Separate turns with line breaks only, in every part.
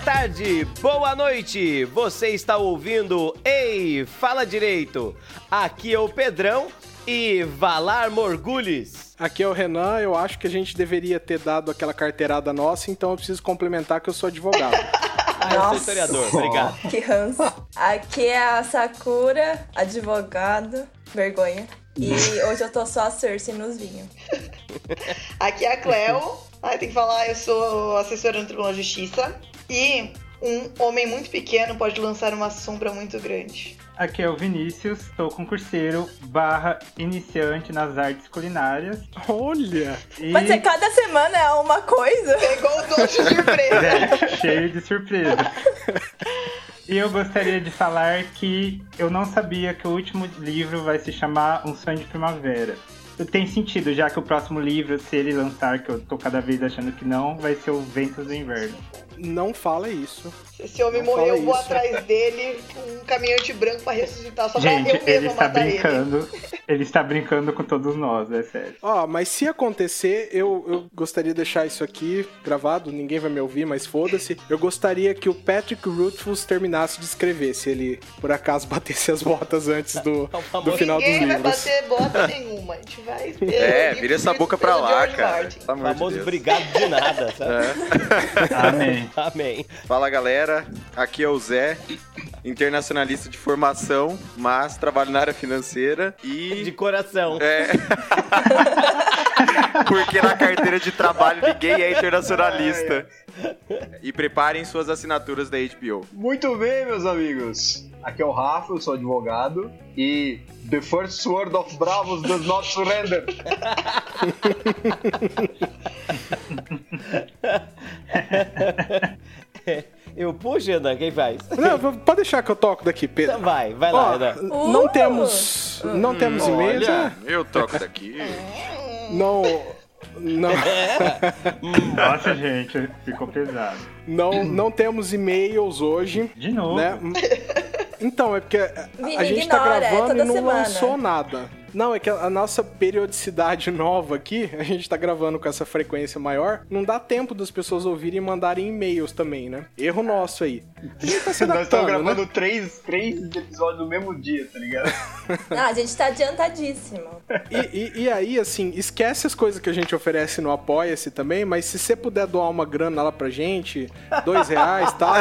tarde, boa noite. Você está ouvindo Ei, fala direito. Aqui é o Pedrão e Valar Morgulis.
Aqui é o Renan, eu acho que a gente deveria ter dado aquela carteirada nossa, então eu preciso complementar que eu sou advogado.
Ah, eu sou historiador, obrigado.
Que ranço. Aqui é a Sakura, advogado, vergonha. E hoje eu tô só a Cersei nos vinhos.
Aqui é a Cleo. Ah, tem que falar, eu sou assessora no Tribunal de Justiça. E um homem muito pequeno pode lançar uma sombra muito grande.
Aqui é o Vinícius, sou concurseiro barra iniciante nas artes culinárias.
Olha!
E
Mas é cada semana é uma coisa.
Pegou o doce de surpresa.
é, cheio de surpresa. E eu gostaria de falar que eu não sabia que o último livro vai se chamar Um Sonho de Primavera. Tem sentido, já que o próximo livro, se ele lançar, que eu tô cada vez achando que não, vai ser o Ventos do Inverno.
Não fala isso.
Se esse homem
Não fala
morrer, eu vou
isso.
atrás dele com um caminhante branco pra ressuscitar. Só
Gente,
pra eu
ele
mesmo
está
matar ele.
brincando. Ele está brincando com todos nós, é sério.
Ó, mas se acontecer, eu, eu gostaria de deixar isso aqui gravado, ninguém vai me ouvir, mas foda-se. Eu gostaria que o Patrick Rothfuss terminasse de escrever, se ele por acaso batesse as botas antes do,
É o famoso
do final dos
Ninguém vai
livros.
bater bota nenhuma. A gente vai esperar.
É, vira essa boca pra lá, cara. Pelo amor de
Famoso
Deus.
obrigado de nada, sabe?
Amém.
É.
Amém.
Fala galera, aqui é o Zé, internacionalista de formação, mas trabalho na área financeira e.
De coração.
É. Porque na carteira de trabalho ninguém é internacionalista. E preparem suas assinaturas da HBO.
Muito bem, meus amigos. Aqui é o Rafa, eu sou advogado. E The First Sword of Bravos does not surrender.
É,
Eu puxo, Renan, quem faz?
Não, v- pode deixar que eu toco daqui, Pedro.
Então vai, vai lá,
Ó,
Renan. Hum.
não
Uh!
temos. Não temos e-mails.
Olha,
né?
eu toco daqui.
Não. Não.
Nossa, gente, ficou pesado.
Não, não temos e-mails hoje.
De novo.
Né? Então, é porque a,
Vini,
a gente tá
ignora, é
gravando
toda
e não
semana.
lançou nada. Não, é que a, a nossa periodicidade nova aqui, a gente tá gravando com essa frequência maior, não dá tempo das pessoas ouvirem e mandarem e-mails também, né? Erro nosso aí. A gente tá se
Nós estamos
adaptando, né?
gravando três, três episódios no mesmo dia, tá ligado?
Ah, a gente tá adiantadíssimo.
E, e- e aí, assim, esquece as coisas que a gente oferece no Apoia-se também, mas se você puder doar uma grana lá pra gente, dois reais e tal,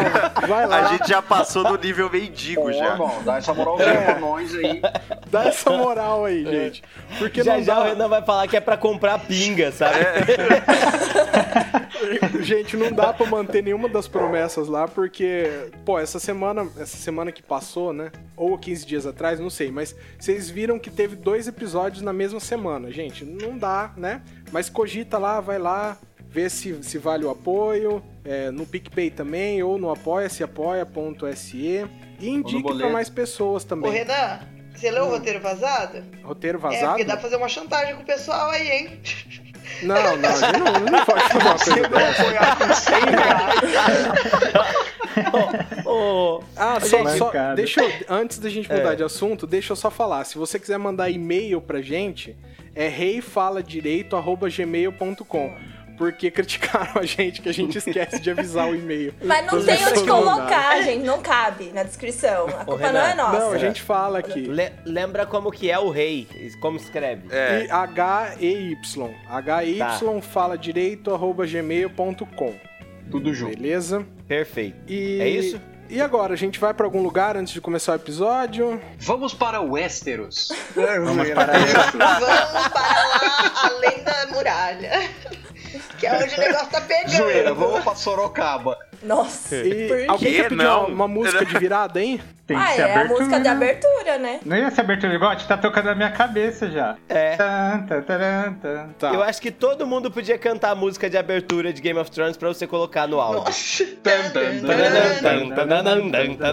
vai lá.
A gente já passou do nível mendigo
Tá Bom,
já.
irmão, dá essa moralzinha pra nós aí.
Dá essa moral aí, gente. Porque
É. já
não
já
dá... É.
o Renan vai falar que é pra comprar pinga, sabe?
Gente, não dá pra manter nenhuma das promessas lá, porque, pô, essa semana, essa semana que passou, né? Ou 15 dias atrás, não sei, mas vocês viram que teve dois episódios na mesma semana, gente. Não dá, né? Mas cogita lá, vai lá, vê se, se vale o apoio, é, no PicPay também, ou no apoia-se, apoia.se. E indique pra
boleto.
mais pessoas
Ô,
também.
Renan, você leu o roteiro vazado?
Roteiro
É,
vazado?
porque dá pra fazer uma chantagem com o pessoal aí, hein?
Não, não, a gente não, não pode falar uma coisa dessa.
Apoiar com 100 reais.
Ô,
Ah, só,
Gente,
só
Mercado.
deixa eu, antes da gente mudar de assunto, deixa eu só falar. Se você quiser mandar e-mail pra gente, é reifaladireito@gmail.com. Porque criticaram a gente que a gente esquece de avisar o e-mail.
Mas não
As
tem onde
pessoas é. não dá.
colocar, gente. Não cabe na descrição. A culpa
Renan,
não é nossa.
Não, a gente fala aqui.
le- lembra como que é o rei, como escreve.
É.
E H E Y. H E
Tá.
Y fala direito arroba gmail.com.
Tudo junto.
Beleza?
Perfeito.
E
É isso?
E agora, a gente vai pra algum lugar antes de começar o episódio?
Vamos para Westeros.
Vamos
Vamos para lá, além da muralha. Que é onde o negócio tá pegando.
Zoeira, vamos pra Sorocaba.
Nossa.
E
por
alguém
quê?
quer pedir
Não.
uma, uma música de virada, hein?
Tem que
Ah,
ser
é a
abertura.
música de abertura, né?
Não ia essa abertura de gote? Tá tocando na minha cabeça já.
É.
Tan, tan, taran, tan.
Tá.
Eu acho que todo mundo podia cantar a música de abertura de Game of Thrones pra você colocar no áudio.
Nossa.
Tan, tan,
tan, tan.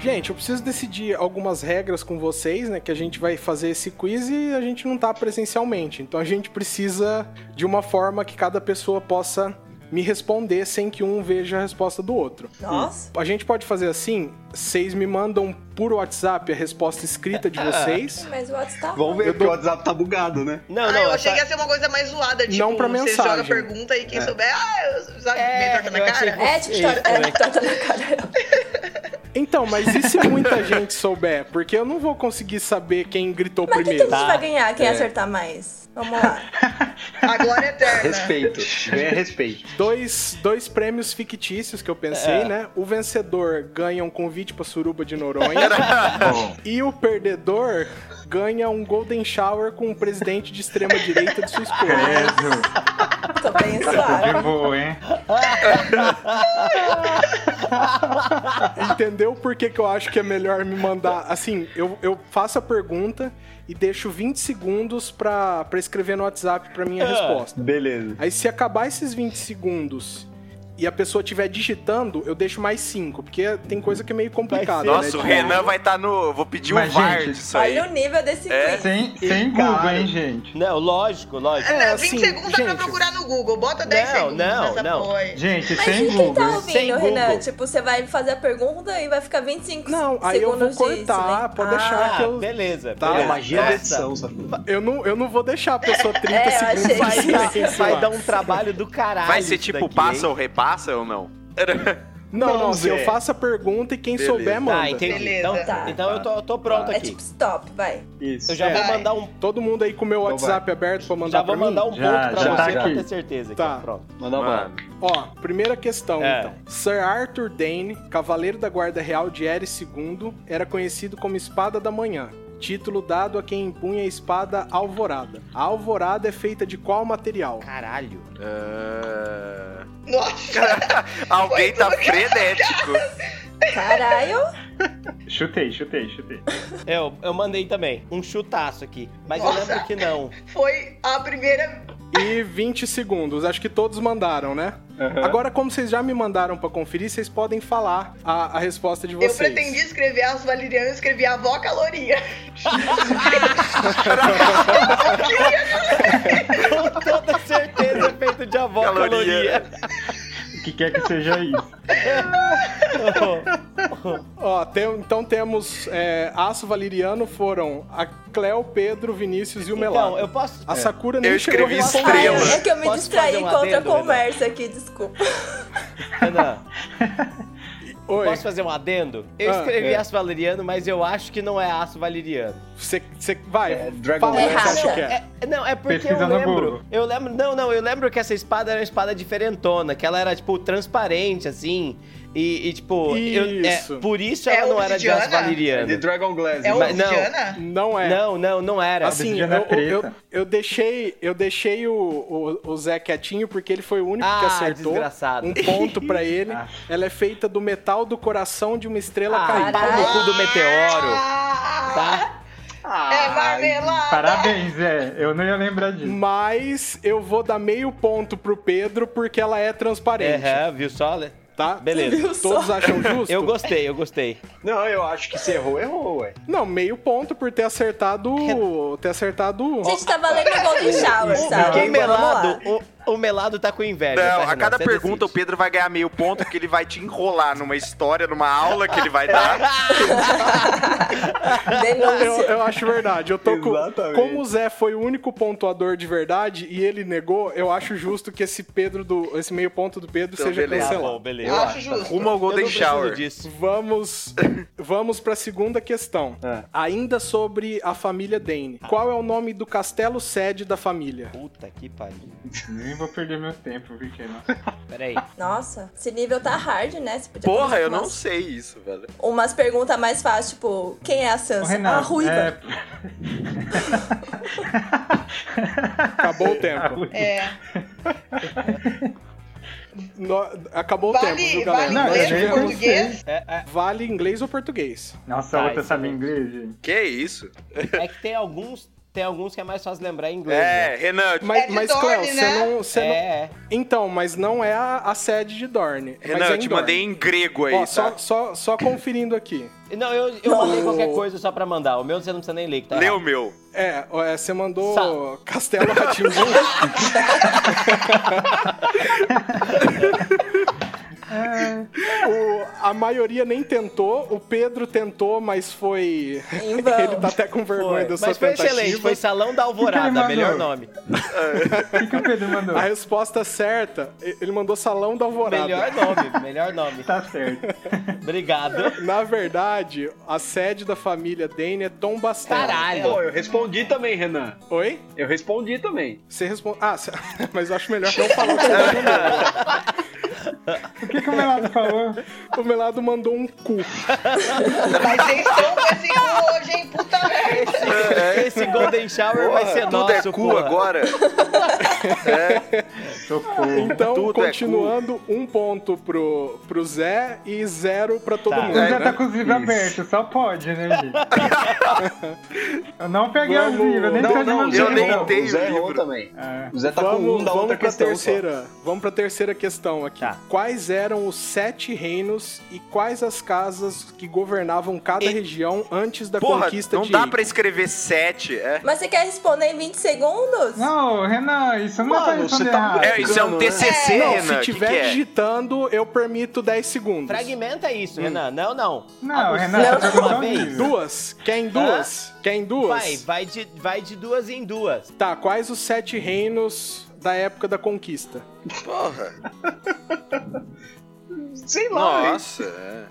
Gente, eu preciso decidir algumas regras com vocês, né? Que a gente vai fazer esse quiz e a gente não tá presencialmente. Então a gente precisa de uma forma que cada pessoa possa me responder sem que um veja a resposta do outro.
Nossa.
A gente pode fazer assim: vocês me mandam por WhatsApp a resposta escrita de vocês.
Mas o WhatsApp tá
Vamos ver, porque o WhatsApp tá bugado, né?
Não,
ah,
não,
eu
essa-
achei que ia ser uma coisa mais zoada, tipo,
Não pra
você
mensagem.
joga pergunta e quem souber, ah, eu, sabe, meio torta na
eu
cara.
achei
bom. É, tipo, torta é, torta na cara.
Então, mas e se muita gente souber? Porque eu não vou conseguir saber quem gritou
Mas então- o que, que a
primeiro.
gente vai ganhar? Quem acertar mais? Vamos lá.
A glória é eterna.
Respeito. Ganha respeito.
Dois, dois prêmios fictícios que eu pensei,
É.
né? O vencedor ganha um convite pra Suruba de Noronha.
Bom,
e o perdedor ganha um Golden Shower com o presidente de extrema-direita de sua escolha.
Credo.
Tô bem
Tá De
suave.
boa, hein?
É.
Entendeu por que, que eu acho que é melhor me mandar? Assim, eu, eu faço a pergunta e deixo 20 segundos pra, pra escrever no WhatsApp pra minha resposta.
beleza.
Aí se acabar esses 20 segundos e a pessoa estiver digitando, eu deixo mais 5, porque tem coisa que é meio complicada.
ser,
né?
Nossa, o
Tipo,
Renan vai estar no. Vou pedir um
Mas,
VAR
gente,
disso aí. É.
Olha o nível desse quiz.
Sem, sem
Cara.
Google, hein, gente?
Não, lógico, lógico.
É, 20
assim,
segundos dá pra
gente.
procurar no Google, bota 10
Não,
segundos
não,
nessa
não.
porra aí.
Gente,
Mas
sem
e quem tá
Google.
ouvindo,
Sem Google.
Renan? Tipo, você vai fazer a pergunta e vai ficar 25
Não,
segundos né?
aí eu vou
de
cortar,
silêncio.
pode deixar
Ah,
que eu...
beleza.
Tá,
É
beleza.
a magia da
Nossa,
edição, sabe?
Eu não, eu não vou deixar a pessoa 30
É, eu achei
segundos
que
Vai,
sem
dar,
sem
vai
falar.
dar um trabalho do caralho.
Vai ser
isso
tipo
daqui,
passa
hein?
ou repassa ou não?
Não, não,
Não,
se eu
Zé.
faço a pergunta e quem
Beleza.
souber, manda.
Tá, entendi.
Beleza.
Então,
Tá.
então eu tô, eu tô pronto
É
aqui.
tipo stop, vai.
Isso.
Eu já
é.
vou
Vai.
mandar um,
Todo mundo aí com o meu
Então
WhatsApp aberto pra mandar
já vou
pra mim?
mandar um ponto
Já,
pra
já
você
tá
pra
aqui.
ter certeza. Aqui,
Tá.
ó, pronto.
Manda
Mano.
bala.
Ó, primeira questão,
É.
então. Sir Arthur Dane, cavaleiro da Guarda Real de Eris II, era conhecido como Espada da Manhã. Título dado a quem empunha a espada alvorada. A alvorada é feita de qual material?
Caralho.
Ah,
Nossa,
Alguém tá
Foi tudo,
frenético.
Caralho!
Chutei, chutei, chutei.
Eu, eu mandei também um chutaço aqui. Mas eu
Nossa.
lembro que não.
foi a primeira.
E 20 segundos. Acho que todos mandaram, né?
Aham.
Agora, como vocês já me mandaram pra conferir, vocês podem falar a, a resposta de vocês.
Eu pretendi escrever as valerianas, eu escrevi a avó caloria.
Com toda certeza é feito de avó
Caloria.
caloria.
O que quer que seja isso.
Então,
Ó, tem- então temos é, Aço Valeriano foram a Cleo, Pedro, Vinícius e o Melado.
Então, eu posso.
A Sakura nem
Eu
chegou a
escrevi
responder.
Ai,
Estrela.
é que eu me
Posso
distraí
fazer um
com outra
adendo, Renan?
conversa aqui, desculpa.
Renan,
Oi,
É. posso fazer um adendo? Eu
Ah,
escrevi
é.
aço valeriano, mas eu acho que não é aço valeriano.
você você- vai,
É, Dragon
fala o que
Ball.
você acha
Errado.
que é.
É, não, é porque
Pesquisa
eu
no
lembro.
Google.
Eu lembro. Não, não, eu lembro que essa espada era uma espada diferentona, que ela era, tipo, transparente, assim. E, e, tipo, eu- é,
Isso.
por isso
É
ela não era de aço
obsidiana?
É de
valeriano.
Dragon Glass. né?
É
Mas não.
obsidiana?
Não é.
Não, não, não era.
Assim, eu,
Obsidiana é
eu, eu,
preta.
eu deixei, eu deixei o, o, o Zé quietinho porque ele foi o único que
Ah,
acertou.
desgraçado.
Um ponto pra ele. Ela é feita do metal do coração de uma estrela
Ah,
caída.
pau no cu do meteoro,
Ah,
tá?
É marmelada.
Parabéns, Zé. Eu não ia lembrar disso.
Mas eu vou dar meio ponto pro Pedro porque ela é transparente,
É, viu só? né?
tá?
Beleza.
Todos acham justo?
Eu gostei, eu gostei.
Não, eu acho que se errou, errou, ué.
Não, meio ponto por ter acertado, ter acertado o
Gente, tá valendo o Golden Shower, sabe?
O,
Vamos lá.
melado, o, o melado tá com inveja. tá,
Não, a
Renan?
cada
Você
pergunta o
decide.
Pedro vai ganhar meio ponto, porque ele vai te enrolar numa história, numa aula que ele vai dar.
Eu,
Denúncia.
eu acho verdade. Eu tô com,
Exatamente.
como o Zé foi o único pontuador de verdade e ele negou, eu acho justo que esse Pedro do esse meio ponto do Pedro
Então,
seja
beleza.
Tá
cancelado.
bom, beleza.
Eu acho justo.
Rumo
Eu
ao
não
Golden
preciso
Shower.
disso.
Vamos vamos para segunda questão.
É.
Ainda sobre a família Dane. Qual é o nome do castelo sede da família?
Puta que pariu.
Nem vou perder meu tempo, porque não.
Peraí.
Nossa, esse nível tá hard, né? Você podia
Porra,
fazer
eu não
umas-
sei isso, velho.
Umas perguntas mais fáceis, tipo, quem é a
Ô,
Sansa? a
Renato,
Ruiva.
é...
Acabou o tempo.
É.
No- acabou o tempo, viu, galera? tipo,
Vale, vale
Não,
inglês, tipo,
eu já-
português.
É, é-
Vale inglês ou português?
Nossa,
Tá,
a outra
isso
sabe
é bom.
inglês, gente.
Que isso?
é que tem alguns. tem alguns que é mais fácil lembrar em inglês.
É,
né?
Renan,
É
Mas,
de
mas
Dorne,
Cleo, você
né?
não, você não.
É, é.
Então, mas não é a, a sede de Dorne.
Renan,
mas é
eu te
Dorne.
mandei em grego aí,
Ó,
tá?
só, só, só conferindo aqui.
Não, eu, eu mandei
Não.
qualquer coisa só pra mandar. O meu você não precisa nem ler, que tá
Lê o
errado.
meu.
É, ó, é, você mandou
Sa-
Castelo Ratimbu. a maioria nem tentou, o Pedro tentou, mas foi.
Em vão.
Ele tá até com vergonha
Foi,
da sua
Mas foi
tentativa.
excelente, foi Salão da Alvorada,
mandou?
melhor nome.
O que, que o Pedro mandou?
A resposta certa, ele mandou Salão da Alvorada.
Melhor nome, melhor nome.
Tá certo.
Obrigado.
Na verdade, a sede da família Dane é Tom Bastão.
Caralho.
Pô, eu respondi também, Renan.
Oi?
Eu respondi também.
Você responde. Ah, cê- mas eu acho melhor não falar o que eu mando, não.
O que, que o Melado falou?
O Melado mandou um cu.
Mas vocês estão com esse cu hoje, hein? Puta merda.
Esse Golden Shower vai
Porra,
ser
tudo
nosso,
é cu
porra.
agora.
Socorro.
Então,
Tudo é cu.
continuando, um ponto pro, pro Zé e zero pra todo
Tá.
O
mundo.
É,
Zé tá
né?
com os livros abertos, só pode, né, gente? Eu não peguei os
Vamos-
livros, eu nem
Não,
tô de
não,
mandar.
eu nem
errou,
dei
o Zé
o
errou
livro.
também.
Ah,
O Zé tá com um
vamos
da
vamos
outra
pra
questão. só.
terceira. Vamos pra terceira questão aqui.
Tá.
Quais eram os sete reinos e quais as casas que governavam cada
E-
região antes da
Porra,
conquista
não
de
dá
Eike?
pra escrever sete, é?
Mas você quer responder em 20 segundos?
Não, Renan, isso não dá pra
Mano, você
responder
tá
errado.
É, isso é um
Não,
TCC,
né? Não,
Renan.
se
que
tiver
que é?
digitando, eu permito 10 segundos.
Fragmenta isso, Renan. Não, não.
Não,
Ah, você
Renan,
lança
você tá
de uma
perguntou
vez.
livro.
Duas? Quem duas? Quem duas?
Tá. Vai, vai de, vai de duas em duas.
Tá, quais os sete reinos da época da conquista?
Porra.
Sei lá, hein?
Nossa. é.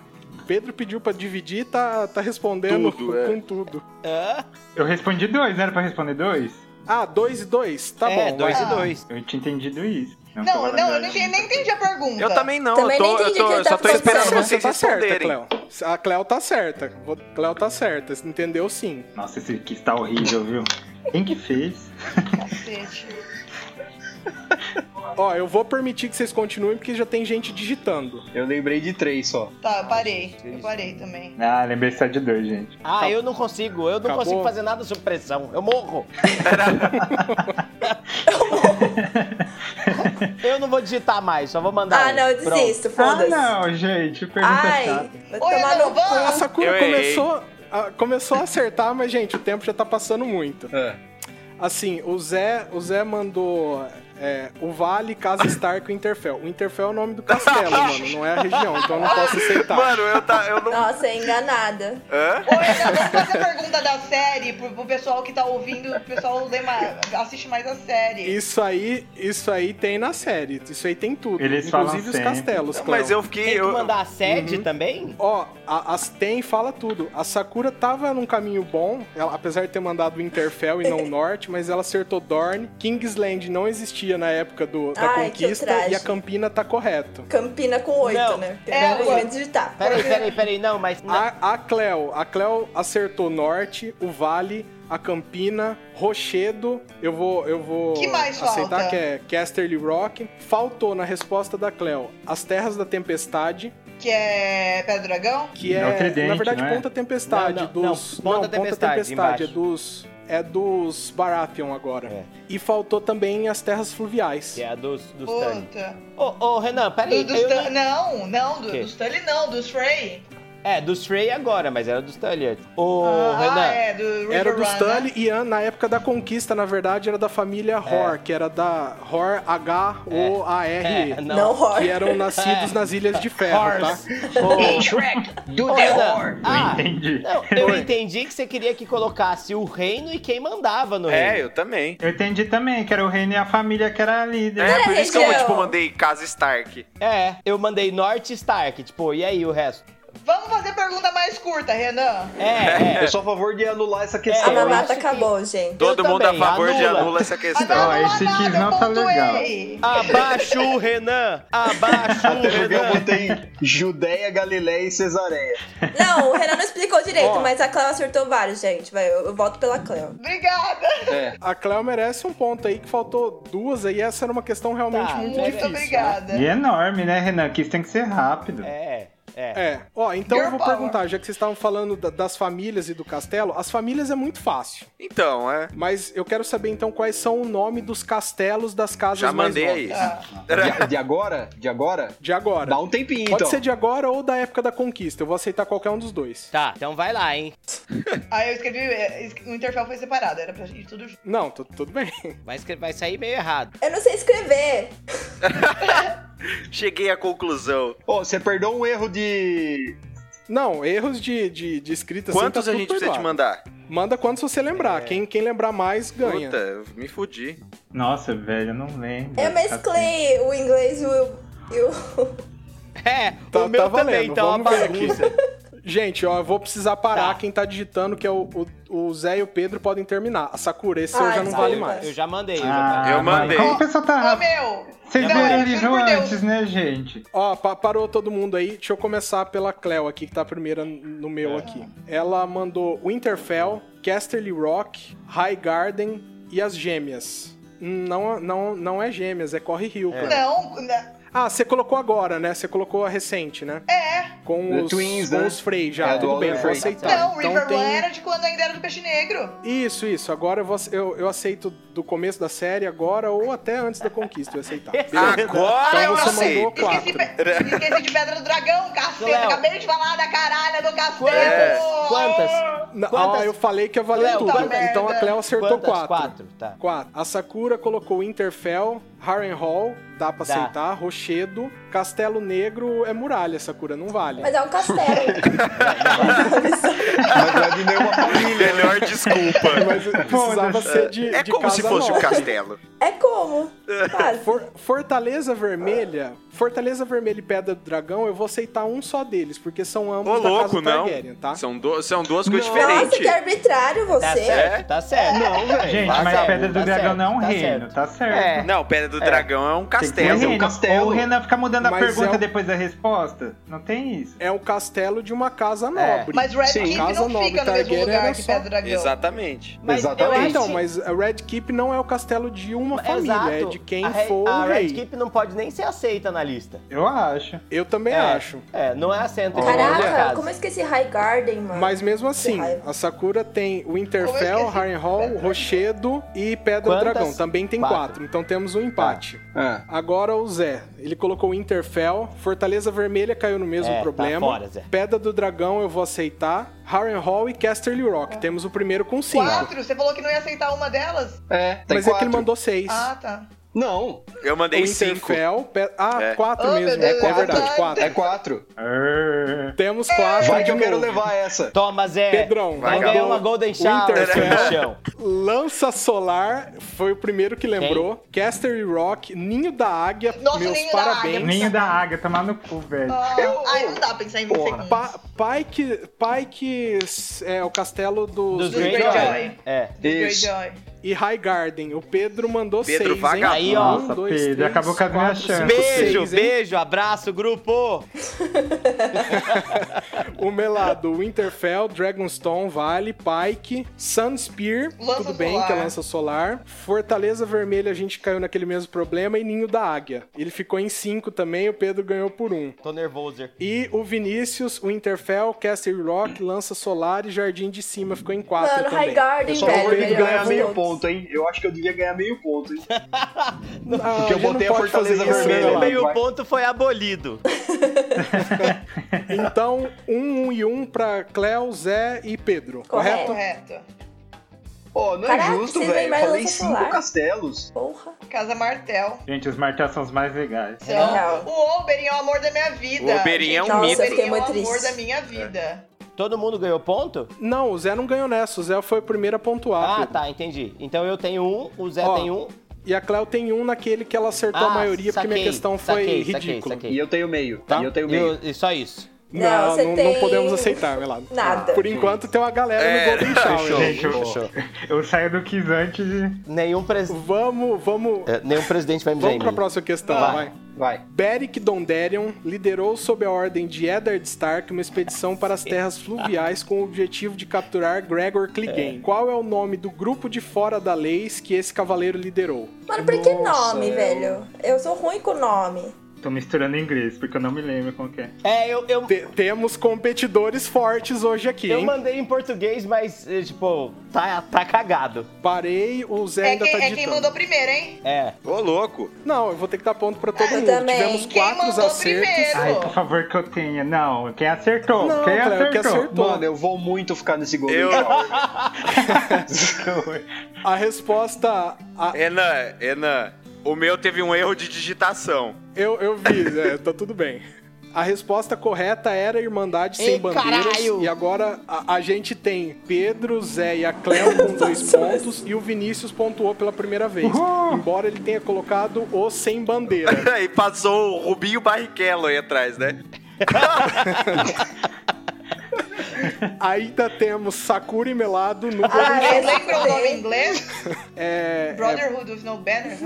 Pedro pediu pra dividir, tá, tá respondendo
Tudo, é.
com tudo.
Hã?
Eu respondi dois, não era pra responder dois?
Ah, dois e dois? Tá
é,
bom.
dois
vai.
e dois.
Eu tinha entendido isso.
Não, não, eu
fala verdade.
não entendi, nem entendi a pergunta.
Eu também não,
Então, Também
eu tô,
nem
eu
entendi
tô,
o que
eu
ele tá
só tô esperando
pensando.
Você
vocês
tá certa,
responderem.
Cléo. A Cléo tá certa. Vou- Cléo tá certa. Você entendeu sim.
Nossa, esse aqui está horrível, viu? Quem que fez?
Cacete.
Ó, eu vou permitir que vocês continuem, porque já tem gente digitando.
Eu lembrei de três só.
Tá, eu parei. Eu parei também.
Ah, lembrei só de dois, gente.
Ah, eu não consigo. Eu não
Acabou.
consigo fazer nada sob pressão. Eu morro.
Ah,
eu não vou digitar mais, só vou mandar.
Ah,
um.
não, eu
Pronto.
desisto,
Ah,
foda-se.
não, gente, pergunta
Ai,
chata.
vai
Ô,
tomar
Renan,
no
vamos?
A
cu.
Sakura
Ah, Eu errei.
começou a, começou a acertar, mas, gente, o tempo já tá passando muito.
É.
Assim, o Zé, o Zé mandou é, o Vale, Casa Stark e o Interfell. O Interfell é o nome do castelo, mano, não é a região, então eu não posso aceitar.
Mano, eu, tá, eu não.
Nossa, é enganada.
Hã?
Ô, Renan, vamos fazer a pergunta da série pro, pro pessoal que tá ouvindo, o pessoal lê ma- assiste mais a série.
Isso aí, isso aí tem na série. Isso aí tem tudo.
Eles falam
inclusive os
sempre.
castelos,
Não,
Cleo.
mas eu fiquei.
Tem que
eu-
mandar a sede também?
Ó, a- as tem fala tudo. A Sakura tava num caminho bom, ela- apesar de ter mandado o Interfell e não o Norte, mas ela acertou Dorne. Kingsland não existia na época do, da
Ai, que
conquista
ultraje.
e a Campina tá correto.
Campina com
Não.
oito, né? Porque não
É,
vou
ué.
digitar.
Peraí, peraí, peraí. Não, mas.
A, a Cleo, a Cleo acertou Norte, o Vale, a Campina, Rochedo, eu vou, eu vou
Que mais
aceitar
falta?
que é Casterly Rock. Faltou na resposta da Cleo as Terras da Tempestade,
Que é Pedra Dragão?
que é,
Não, Tridente,
na verdade,
não é?
Ponta Tempestade
Não, não, não,
dos...
Ponta Tempestade, embaixo.
é dos... É dos Baratheon agora.
É.
E faltou também as terras fluviais.
Que é a dos, dos Tani.
Puta.
Ô, ô, Renan, peraí.
Do, dos
eu
Tun-
não-
não, não, do,
Que?
dos Tully não, dos Frey.
É, dos Frey agora, mas era dos Tully antes. Ô,
ah,
Renan.
é, do
Era
Riverrun,
dos Tully
né?
e an- na época da conquista, na verdade, era da
É.
família Hor, que era da Hor H-O-A-R-E.
É,
Não, horror.
que eram nascidos nas Ilhas de Ferro, tá?
Horse. Ô,
Ei, Shrek, do
ô,
terror.
Renan, ah,
Entendi.
Não, eu entendi que você queria que colocasse o reino e quem mandava no
É,
reino.
eu também.
Eu entendi também que era o reino e a família que era a líder.
É, por isso que eu
região.
tipo, mandei Casa Stark.
É, eu mandei Norte Stark, tipo, e aí o resto?
Vamos fazer pergunta mais curta, Renan.
É, é.
Eu sou a favor de anular essa
A
questão.
eu
mamata
acho que-
acabou, gente.
Todo mundo
também,
a favor de
anula.
anula essa
Ah,
questão.
não, não,
esse
não,
quiz
eu
não tá
pontuei.
Abaixo o Renan! Abaixo o
Até porque eu
Renan!
botei Judeia, Galileia e Cesareia.
Não, o Renan não explicou direito,
Ó.
mas a Cleo acertou vários, gente. Vai, eu, eu voto pela Cleo.
Obrigada.
A Cleo merece um ponto aí, que faltou duas aí. Essa era uma questão realmente
Tá,
muito né?
merece.
Muito
é
difícil.
obrigada.
E enorme, né, Renan? Que isso tem que ser rápido.
É, É.
É. Ó, então
Girl
eu vou
power.
perguntar, já que vocês estavam falando da- das famílias e do castelo, as famílias é muito fácil.
Então, é.
Mas eu quero saber então quais são o nome dos castelos das casas
Já
mais Ah.
mandei aí.
novas.
Ah,
De, de agora? De agora?
De agora.
Dá um tempinho,
Pode
então.
ser de agora ou da época da conquista. Eu vou aceitar qualquer um dos dois.
Tá, então vai lá, hein?
Aí eu escrevi, é, es- o interfel foi separado, era pra ir tudo junto.
Não, tu- tudo bem.
Vai, escre- vai sair meio errado.
Eu não sei escrever.
Cheguei à conclusão.
Ô, você perdeu um erro de.
Não, erros de, de, de escrita assim,
Quantos
tá
a
tudo
gente precisa te
perdoado.
mandar? É.
Manda quantos você lembrar. Quem, quem lembrar mais ganha.
Puta, eu me fudi.
Nossa, velho, eu não lembro.
É,
Tá
Eu mesclei o inglês e o. e o-
É,
Tá-
o meu
tá valendo,
também, então é uma
vamos ver aqui.
bagunça.
Gente, ó, eu vou precisar parar.
Tá.
Quem tá digitando, que é o, o, o Zé e o Pedro, podem terminar. A Sakura, esse
Ah,
seu já não
é
desculpa.
vale mais.
Eu já mandei. eu já
Ah,
mandei.
Eu
mas
mandei.
Como a pessoa tá
Ô,
rápida?
meu!
Vocês
Não,
viram o
eu juro
livro
por Deus.
antes, né, gente?
Ó, pa- parou todo mundo aí. Deixa eu começar pela Cleo aqui, que tá a primeira no meu
É.
aqui. Ela mandou Winterfell, Casterly Rock, High Garden e as Gêmeas. Hum, Não, não, não é Gêmeas, é Corre Rio, cara.
Não, na-
Ah, você colocou agora, né? Você colocou a recente, né?
é.
Com
The
os,
Twins,
com
né?
os Frey já.
É, do
Tudo bem, eu
Alder
vou
Frey.
aceitar.
não,
então
River
tem...
era de quando ainda era do Peixe Negro.
Isso, isso. Agora eu, vou, ace- eu, eu aceito do começo da série, agora ou até antes da conquista, eu aceitar.
Ah,
Agora eu
Então você
aceito.
mandou
Esqueci,
quatro.
pe- esqueci de Pedra do Dragão, caceta.
Léo.
Acabei de falar da caralha do castelo.
Quantas?
É.
Quantas?
Não,
Quantas?
Ah, eu falei que ia valer
Cleo,
tudo.
quantas?
Então a Cleo acertou
Quantas?
quatro.
Quatro, tá.
Quatro. A Sakura colocou Interfell, Harrenhal, dá pra
Dá.
aceitar, Rochedo, Castelo Negro é muralha, Sakura, não vale.
Mas é um castelo.
Mas não é de nenhuma família.
Melhor desculpa.
Mas precisava ser de,
É
de
como
casa
se fosse
nova.
o castelo.
É como? Quase.
For- Fortaleza Vermelha, Fortaleza Vermelha e Pedra do Dragão, eu vou aceitar um só deles, porque são ambos
Ô,
da
louco,
casa
não.
Targaryen, tá?
São, du- são duas coisas
Nossa,
diferentes.
que arbitrário
Tá
você.
certo, tá certo. Tá Não, velho.
Gente, mas Pedra do Dragão não é um reino, tá certo?
É.
Não, Pedra do Dragão é um
Tem que ter
castelo.
um
reino.
castelo.
Ou o Renan fica mudando a
Mas
pergunta
é um-
depois da resposta. Não tem isso.
É o castelo de uma casa
É.
nobre.
Mas Red
Sim.
Keep
Casa
não
Nova
fica no mesmo
Targaryen
lugar
era
que
só-
Pedra do Dragão.
Exatamente.
Mas eu
Exatamente.
acho-
Então, mas a Red Keep não é o castelo de uma família, é de quem
a, re-
for
a
o
Red
rei.
Keep não pode nem ser aceita na lista.
Eu acho.
Eu também
É.
acho.
É, não é assento de nenhuma
Caraca,
casa.
como eu esqueci High Garden, mano.
Mas mesmo assim,
raiva.
a Sakura tem o
Como eu
Winterfell,
esqueci?
Harrenhal, Rochedo e Pedra do
Quantas?
Dragão. Também tem
Quatro. Tá.
quatro. Então temos um empate.
Ah,
Agora o Zé. Ele colocou Winterfell. Fortaleza Vermelha caiu no mesmo
É, tá
problema.
fora, Zé.
Pedra do Dragão eu vou aceitar. Harrenhal e Casterly Rock.
É.
Temos o primeiro com cinco.
Quatro? Você falou que não ia aceitar uma delas?
é, tem
Mas é que
quatro.
ele mandou seis.
Ah, tá.
Não,
Eu mandei
o
cinco.
Interfell. Pe... Ah,
É.
quatro
Oh, meu
mesmo.
Deus,
É verdade,
é
quatro.
é quatro.
Arr.
Temos quatro.
Vai
de
que eu quero
novo.
levar essa.
Toma, Zé.
Pedrão,
Vai,
Mandei
Galo.
é, uma Golden Shower
Winterfell.
no chão.
Lança Solar foi o primeiro que lembrou. Casterly Rock, Ninho da Águia.
Nossa,
meus
Ninho da
parabéns.
Águia.
Ninho da águia, tomar no cu, velho.
Ah, ai, não dá pra pensar em muito
Porra.
segundo.
Pa Pike, Pike é o castelo
Dos
dos,
Greyjoy.
Greyjoy. É.
Isso.
Greyjoy.
e High Garden. O Pedro mandou seis,
Pedro
hein? Um,
vagabundo.
Aí, ó.
Nossa, Pedro, acabou com as
quatro,
minhas
cinco,
chances.
Beijo,
seis, hein?
beijo, abraço, grupo.
O Melado, Winterfell, Dragonstone, Vale, Pike, Sunspear,
Lança
tudo bem,
solar.
que é lança solar. Fortaleza Vermelha, a gente caiu naquele mesmo problema. E Ninho da Águia. Ele ficou em cinco também, o Pedro ganhou por um.
Tô nervoso.
E o Vinícius, o Interfell, Castle Rock, Lança Solar e Jardim de Cima. Ficou em quatro
Mano,
um também.
High Garden,
Eu só não
velho.
vou ter que
melhor
ganhar
dos
meio
outros.
ponto, hein? Eu acho que eu devia ganhar meio ponto, hein?
Ah,
Porque eu
a gente não
botei a
pode fazer
Fortaleza
isso, né,
Vermelha
Meu
lá.
Lado?
meio
vai.
ponto foi abolido.
Então, um, um e um pra Cleo, Zé e Pedro,
É.
correto?
Tá Correto.
Pô, não
Caraca,
é justo,
vocês
velho. Eu
lembraram
falei
do
cinco
celular?
castelos.
Porra.
Casa Martel.
Gente, os martelos são os mais legais.
Então,
Real.
o Oberyn é o amor da minha vida.
O Oberyn é um
Gente,
É Nossa,
mito.
eu fiquei
O Oberyn é
muito
o amor
triste.
da minha vida.
Todo mundo ganhou ponto?
Não, o Zé não ganhou nessa. O Zé foi o primeiro a pontuar.
Ah,
Pedro.
tá, entendi. Então eu tenho um, o Zé
Ó,
tem um.
E a Cleo tem um naquele que ela acertou a
Ah,
maioria, porque minha
saquei,
questão foi
saquei, saquei,
ridícula.
saquei.
E eu tenho meio.
Tá?
E eu tenho
E
meio.
e só isso.
Não,
Não,
não,
você
não
tem-
podemos aceitar, Melado.
Nada.
Por enquanto tem uma galera
É,
no Golden Shower.
Gente, eu, eu saio do Kiss antes de.
Nenhum, pres...
Vamos, vamos...
é, nenhum presidente vai me dar em
Vamos pra
mim.
próxima questão,
Vai.
vai.
Vai.
Beric Donderion liderou sob a ordem de Eddard Stark uma expedição para as terras fluviais com o objetivo de capturar Gregor Clegane. Qual é o nome do grupo de fora da leis que esse cavaleiro liderou?
Mano, por que
Nossa,
nome,
eu-
velho? Eu sou ruim com nome.
Tô misturando em inglês, porque eu não me lembro qual que é.
É, eu, eu,
Te- temos competidores fortes hoje aqui,
eu
hein?
mandei em português, mas, eh, tipo, tá, tá cagado.
Parei, o Zé
É
ainda
quem,
tá
é quem
ditando.
mandou primeiro, hein?
É.
Ô, louco.
Não, eu vou ter que dar ponto pra todo
Eu
mundo.
também.
Tivemos
Quem
quatro
mandou
acertos.
primeiro?
Ai, por favor, que eu tenha. Não, quem acertou?
Não,
quem
Cleo, que
acertou?
acertou.
Mano, eu vou muito ficar nesse Golden
Eu-
Shower.
A resposta. a-
Renan, Renan, o meu teve um erro de digitação.
eu, eu vi, Zé, tá tudo bem. A resposta correta era Irmandade Sem
Ei,
Bandeiras.
caralho!
E agora a, a gente tem Pedro, Zé e a Cleo com dois pontos. E o Vinícius pontuou pela primeira vez. Embora ele tenha colocado o Sem Bandeira.
e passou o Rubinho Barrichello aí atrás, né?
Ainda temos Sakura e Melado no
Ah,
Vocês
essa
lembram o nome
daí.
em inglês?
É,
Brotherhood with no banner?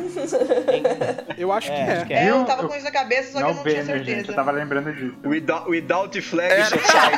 eu acho que é.
acho que
É, eu
Eu-
tava com isso na cabeça, só que eu
Não
não tinha
Banner, gente.
certeza.
Eu tava lembrando disso.
Without, without flag society.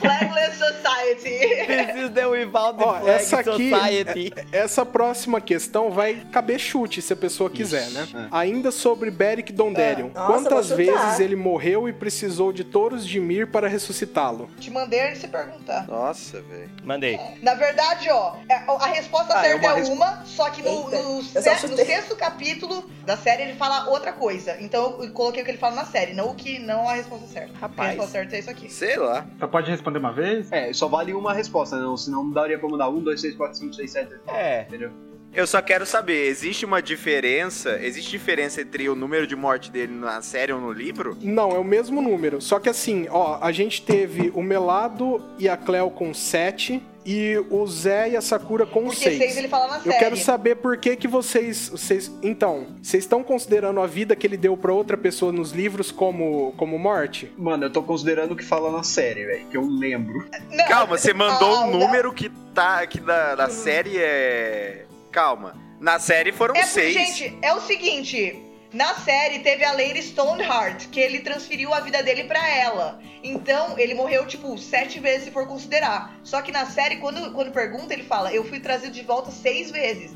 Flagless Society.
This is the Without the
Ó,
Flag
essa aqui,
Society.
é- essa próxima questão vai caber chute se a pessoa quiser, né? Ainda sobre Beric Donderion.
Ah, nossa,
Quantas
eu vou chutar.
vezes ele morreu e precisou de touros de Mir para ressuscitá-lo?
Te mandei antes de você perguntar.
Nossa, velho.
Mandei.
Na verdade, ó, é- a resposta
Ah, é
certa é
uma
uma,
resp-
só que no,
Eita,
no
eu
se-
só
no
chutei.
sexto capítulo da série ele fala outra coisa. Então eu coloquei o que ele fala na série, não o que não a resposta certa. Porque
Rapaz.
A resposta certa é isso aqui.
Sei lá.
Só pode responder uma vez?
É, só vale uma resposta, né? senão não daria pra mandar 1, 2, 3, 4, 5, 6, 7, 8, 9,
É.
entendeu?
Eu só quero saber, existe uma diferença? Existe diferença entre o número de morte dele na série ou no livro?
Não, é o mesmo número. Só que assim, ó, a gente teve o Melado e a Cleo com 7 e o Zé e a Sakura com
Porque seis
6.
ele fala na
Eu
série.
quero saber por que que vocês, vocês, então, vocês estão considerando a vida que ele deu pra outra pessoa nos livros como como morte?
Mano, eu tô considerando o que fala na série, velho, que eu lembro.
Não,
Calma, você mandou
ah,
um
o da-
número que tá aqui da, da série é. Calma. Na série foram
É porque,
seis.
gente, é o seguinte. Na série teve a Lady Stoneheart, que ele transferiu a vida dele pra ela. Então, ele morreu, tipo, sete vezes se for considerar. Só que na série, quando, quando pergunta, ele fala: Eu fui trazido de volta seis vezes.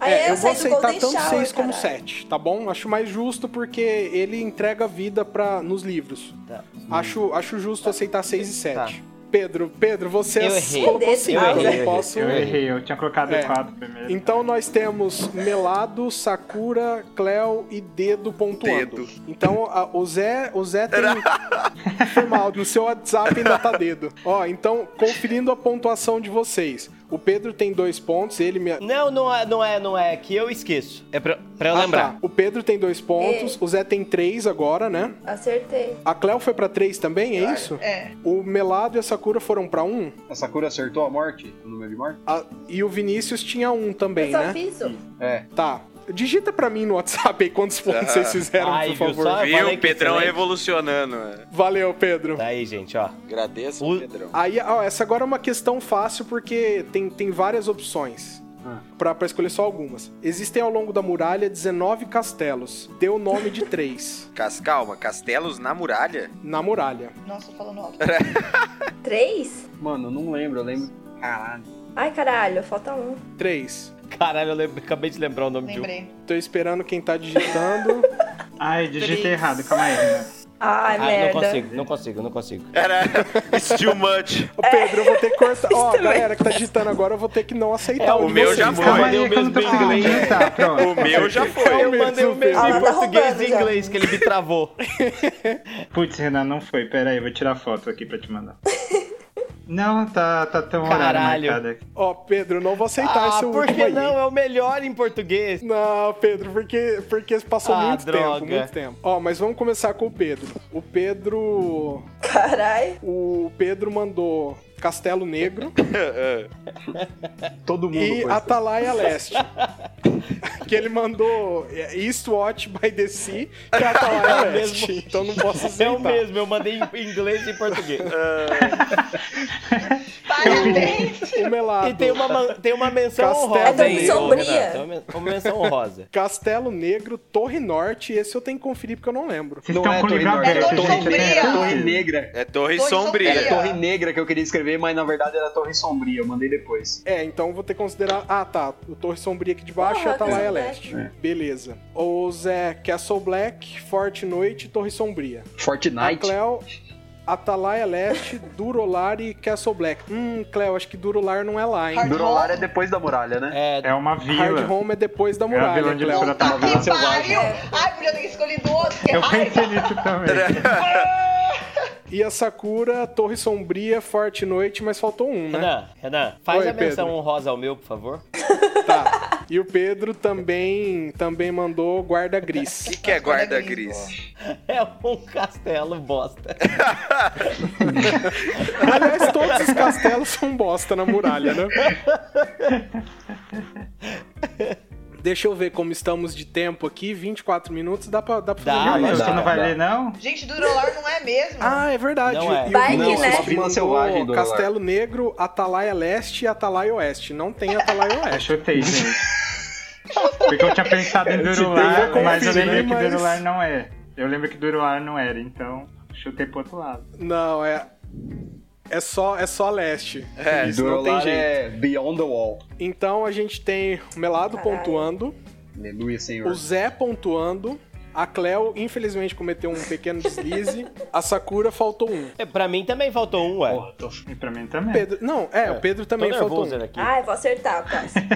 Aí
é, eu vou
saí do
aceitar
Golden
tanto
Shower,
6 como
caralho.
7, tá bom? Acho mais justo porque ele entrega a vida pra, nos livros.
Tá.
Acho, acho
Tá.
justo aceitar 6 e 7. Pedro, Pedro, você
Eu errei.
colocou
Eu
5,
errei,
eu,
eu errei.
posso...
Eu errei, eu tinha colocado
É.
quatro primeiro.
Então nós temos Melado, Sakura, Cleo e Dedo pontuando.
Dedo.
Então a- o Zé, o Zé tem Foi mal, no seu WhatsApp ainda tá dedo. Ó, então conferindo a pontuação de vocês. O Pedro tem dois pontos, ele me
Não, não é, não é, não é. Que eu esqueço. É pra, pra eu
Ah,
lembrar.
tá. O Pedro tem dois pontos, o Zé tem três agora, né?
Acertei.
A Cleo foi pra três também, é isso?
É.
O Melado e a Sakura foram pra um,
A Sakura acertou a morte? O número de morte?
a- e o Vinícius tinha um
Eu
também,
só
né?
fiz um.
É.
Tá. Digita pra mim no WhatsApp aí quantos
Ah.
pontos vocês fizeram,
Ai,
por
viu
favor.
só? Eu
Viu?
Ah, falei
O
que
Pedrão
excelente.
revolucionando. né?
Valeu, Pedro.
Tá aí, gente, ó.
Agradeço,
O-
Pedrão.
Aí, ó, essa agora é uma questão fácil porque tem, tem várias opções.
Ah.
Pra, pra escolher só algumas. Existem ao longo da muralha 19 castelos. Dê o nome de três
Cas- Calma, Castelos na Muralha?
na muralha.
Nossa, tô falando alto.
Três?
Mano, eu não lembro, eu lembro. Caralho.
Ai, caralho, falta um.
Três.
Caralho, eu lembro- acabei de lembrar o nome de um.
Lembrei.
Tô esperando quem tá digitando.
Ai, digitei
Três.
errado, calma aí. Renan.
Ai,
um. Ah, não
merda.
consigo, não consigo, não consigo.
Era. It's too much.
Ô, Pedro, eu vou ter que cortar. Ó,
também.
galera que tá digitando agora, eu vou ter que não aceitar
É,
o,
o
de
meu
vocês,
já
tá?
Calma
mandei
aí,
o
que eu não tô
mesmo em
conseguindo
inglês.
digitar,
O
pronto.
meu já
É
foi.
o mesmo,
mandei o mesmo
Pedro.
em
Ela tá
português e
roubando já.
inglês, que ele me travou.
Putz, Renan, não foi. Pera aí, vou tirar foto aqui pra te mandar. Não, tá, tá tão horário
Caralho.
marcado aqui.
Ó, Pedro, não vou aceitar
Ah,
esse
por
último
que
aí.
não? É o melhor em português.
Não, Pedro, porque, porque passou
Ah,
muito
droga.
tempo, muito tempo. Ó, mas vamos começar com o Pedro. O Pedro.
Caralho.
O Pedro mandou Castelo Negro
Todo mundo
e
foi.
Atalaia Leste. que ele mandou Eastwatch by the Sea e Atalaia Leste. Então não posso aceitar.
É o mesmo, eu mandei em inglês e em português.
Parabéns!
O melado.
E tem uma, man- tem uma menção
Castelo
honrosa aí,
Negro.
ô,
Sombria.
Renato. Tem uma men- uma menção honrosa.
Castelo Negro, Torre Norte, esse eu tenho que conferir porque eu não lembro.
Vocês
Não
estão
é
com o
Torre
livro
Norte,
aberto,
é Torre
gente. né? eu tenho
Era
Sombria.
Torre
certeza.
Negra.
É Torre
Torre
Sombria.
Era
Sombria.
Torre Negra que eu queria escrever, mas na verdade era Torre Sombria. Eu mandei depois.
É, então vou ter que considerar. Ah, tá. O Torre Sombria aqui de baixo e a
Ah,
Atalaia
Castle
Leste. Beleza. O Zé, Castle Black, Forte Noite, Torre Sombria. A
Fortnite.
Cleo, Atalaia Leste, Durolar e Castle Black. Hum, Cleo, acho que Durolar não é lá, hein?
Hard-
Durolar é depois da muralha, né?
É,
É uma
Hard
vila.
Home é depois da
É a vila
muralha,
onde
Cleo.
eles
Tá
tratavam
que
a
pariu! Ai, podia ter escolhido outro, tá. que
Eu
raiva!
pensei nisso também.
E a Sakura, Torre Sombria, Forte Noite, mas faltou um, né?
Renan, Renan, faz
Oi,
a menção
Pedro.
honrosa ao meu, por favor.
Tá. E o Pedro também, também mandou Guarda Gris.
O que, que é guarda gris?
É um castelo bosta.
Aliás, todos os castelos são bosta na muralha, né? Deixa eu ver como estamos de tempo aqui. 24 minutos, dá pra, dá pra
Dá,
fazer
Ah,
mais.
mas
dá,
você não vai
dá.
ler, não?
Gente, Durolar não é mesmo?
Ah, é verdade.
Não é.
E o
Vai que,
Vinícius
né?
mandou
Vila Selvagem do
Castelo Negro, Atalaia Leste e Atalaia Oeste. Não tem Atalaia
Eu
Oeste.
É, chutei, gente. Porque eu tinha pensado em
Eu te
Durular,
dei, eu
mas eu
confirmei,
lembrei que
mas-
Durular não é. Eu lembro que Durular não era, então chutei pro outro lado.
Não, é. É só, é só leste.
É,
Isso não tem
Durolar
jeito.
é Beyond the Wall.
Então a gente tem o Melado
Caralho.
pontuando,
Aleluia, Senhor.
o Zé pontuando, a Cleo, infelizmente, cometeu um pequeno deslize, a Sakura faltou um.
É, pra mim também faltou um, ué.
Porra, tô,
E pra mim também.
Pedro, não, é, o Pedro também
Tô
faltou
nervoso né?
um.
aqui.
Ai, vou acertar, próximo.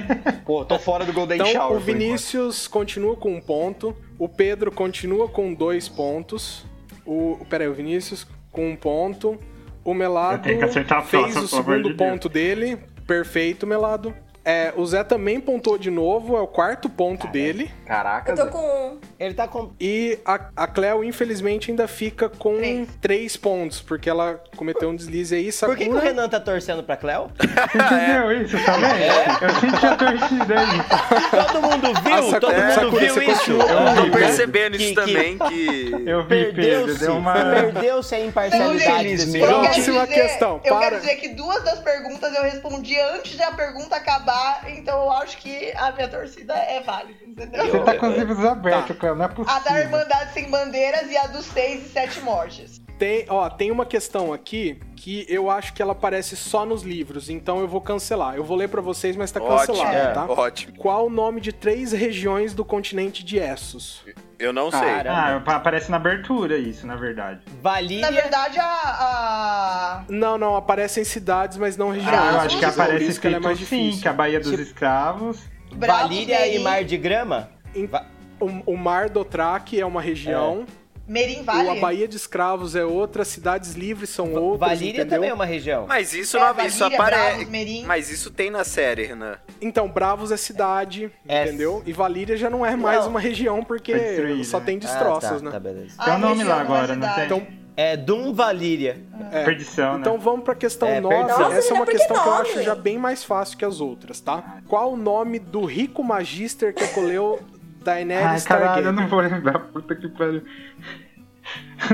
pô, tô fora do Golden
Então
Shower.
o
por enquanto.
Vinícius continua com um ponto, o Pedro continua com dois pontos, o. Peraí, o Vinícius com um ponto, o
Eu
Melado
tenho que acertar a
fez
próxima,
o
pelo amor
segundo
de Deus.
ponto dele. Perfeito, Melado. É, o Zé também pontou de novo, é o quarto ponto dele.
Caraca,
Eu tô
Zé.
com um.
Ele tá com.
E a, a Cleo, infelizmente, ainda fica com
Três.
três pontos, porque ela cometeu um deslize aí. Sakura,
Por que, que o Renan tá torcendo pra Cleo?
Você entendeu isso também?
é?
Eu senti a torcida aí.
Todo mundo
Ah,
viu,
Sakura-
todo mundo
Sakura,
viu
você
isso.
continua.
Todo
Tô
mundo
percebendo isso
que-
também que.
Eu vi, Pedro,
Perdeu-se,
deu uma...
perdeu-se a imparcialidade desse
Infelizmente.
jogo.
Próxima questão,
eu
para.
quero dizer que duas das perguntas eu respondi antes da pergunta acabar, então eu acho que a minha torcida é válida,
Você
entendeu?
tá com os livros abertos, Cleo, não é
A da
possível.
Irmandade Sem Bandeiras e a dos seis e sete mortes.
Tem, ó, tem uma questão aqui que eu acho que ela aparece só nos livros, então eu vou cancelar. Eu vou ler pra vocês, mas tá
Ótimo,
cancelado,
é.
tá?
ótimo.
Qual o nome de três regiões do continente de Essos?
Eu não
Cara.
sei.
Ah, aparece na abertura isso, na verdade.
Na
Valíria.
verdade, a. a...
Não, não, aparecem cidades, mas não regiões.
Ah, eu acho que
Por
aparece
isso que ela é
escrito
mais
sim,
difícil. Tipo-
que é a Baía dos Escravos.
Bravos
Valíria e
Merim-
Mar de Grama?
Em-
Va-
O, o Mar do Traque é uma região,
Merim
o, a
Vale.
Baía de Escravos é outra, cidades livres são outras,
Valíria
entendeu?
também é uma região.
Mas isso
É,
não isso
Valíria,
aparece.
Bravos, Merim.
Mas isso tem na série, Renan.
Então, Bravos é cidade,
É.
entendeu? E Valíria já não é mais
Não.
uma região porque
Foi destruída.
só tem destroços,
ah, tá,
né?
Tá, beleza.
Tem
Ah,
um nome
região,
lá agora, não
cidade.
tem?
Então,
É Dum Valíria.
É.
Perdição,
Então
né?
vamos pra questão
É,
9.
perdão.
Essa
Nossa,
é uma
mas por que
questão que eu
nove?
acho já bem mais fácil que as outras, tá? Qual o nome do rico magister que acolheu
Ai,
Daenerys
caralho, eu
Targaryen?
não vou lembrar, puta que pariu.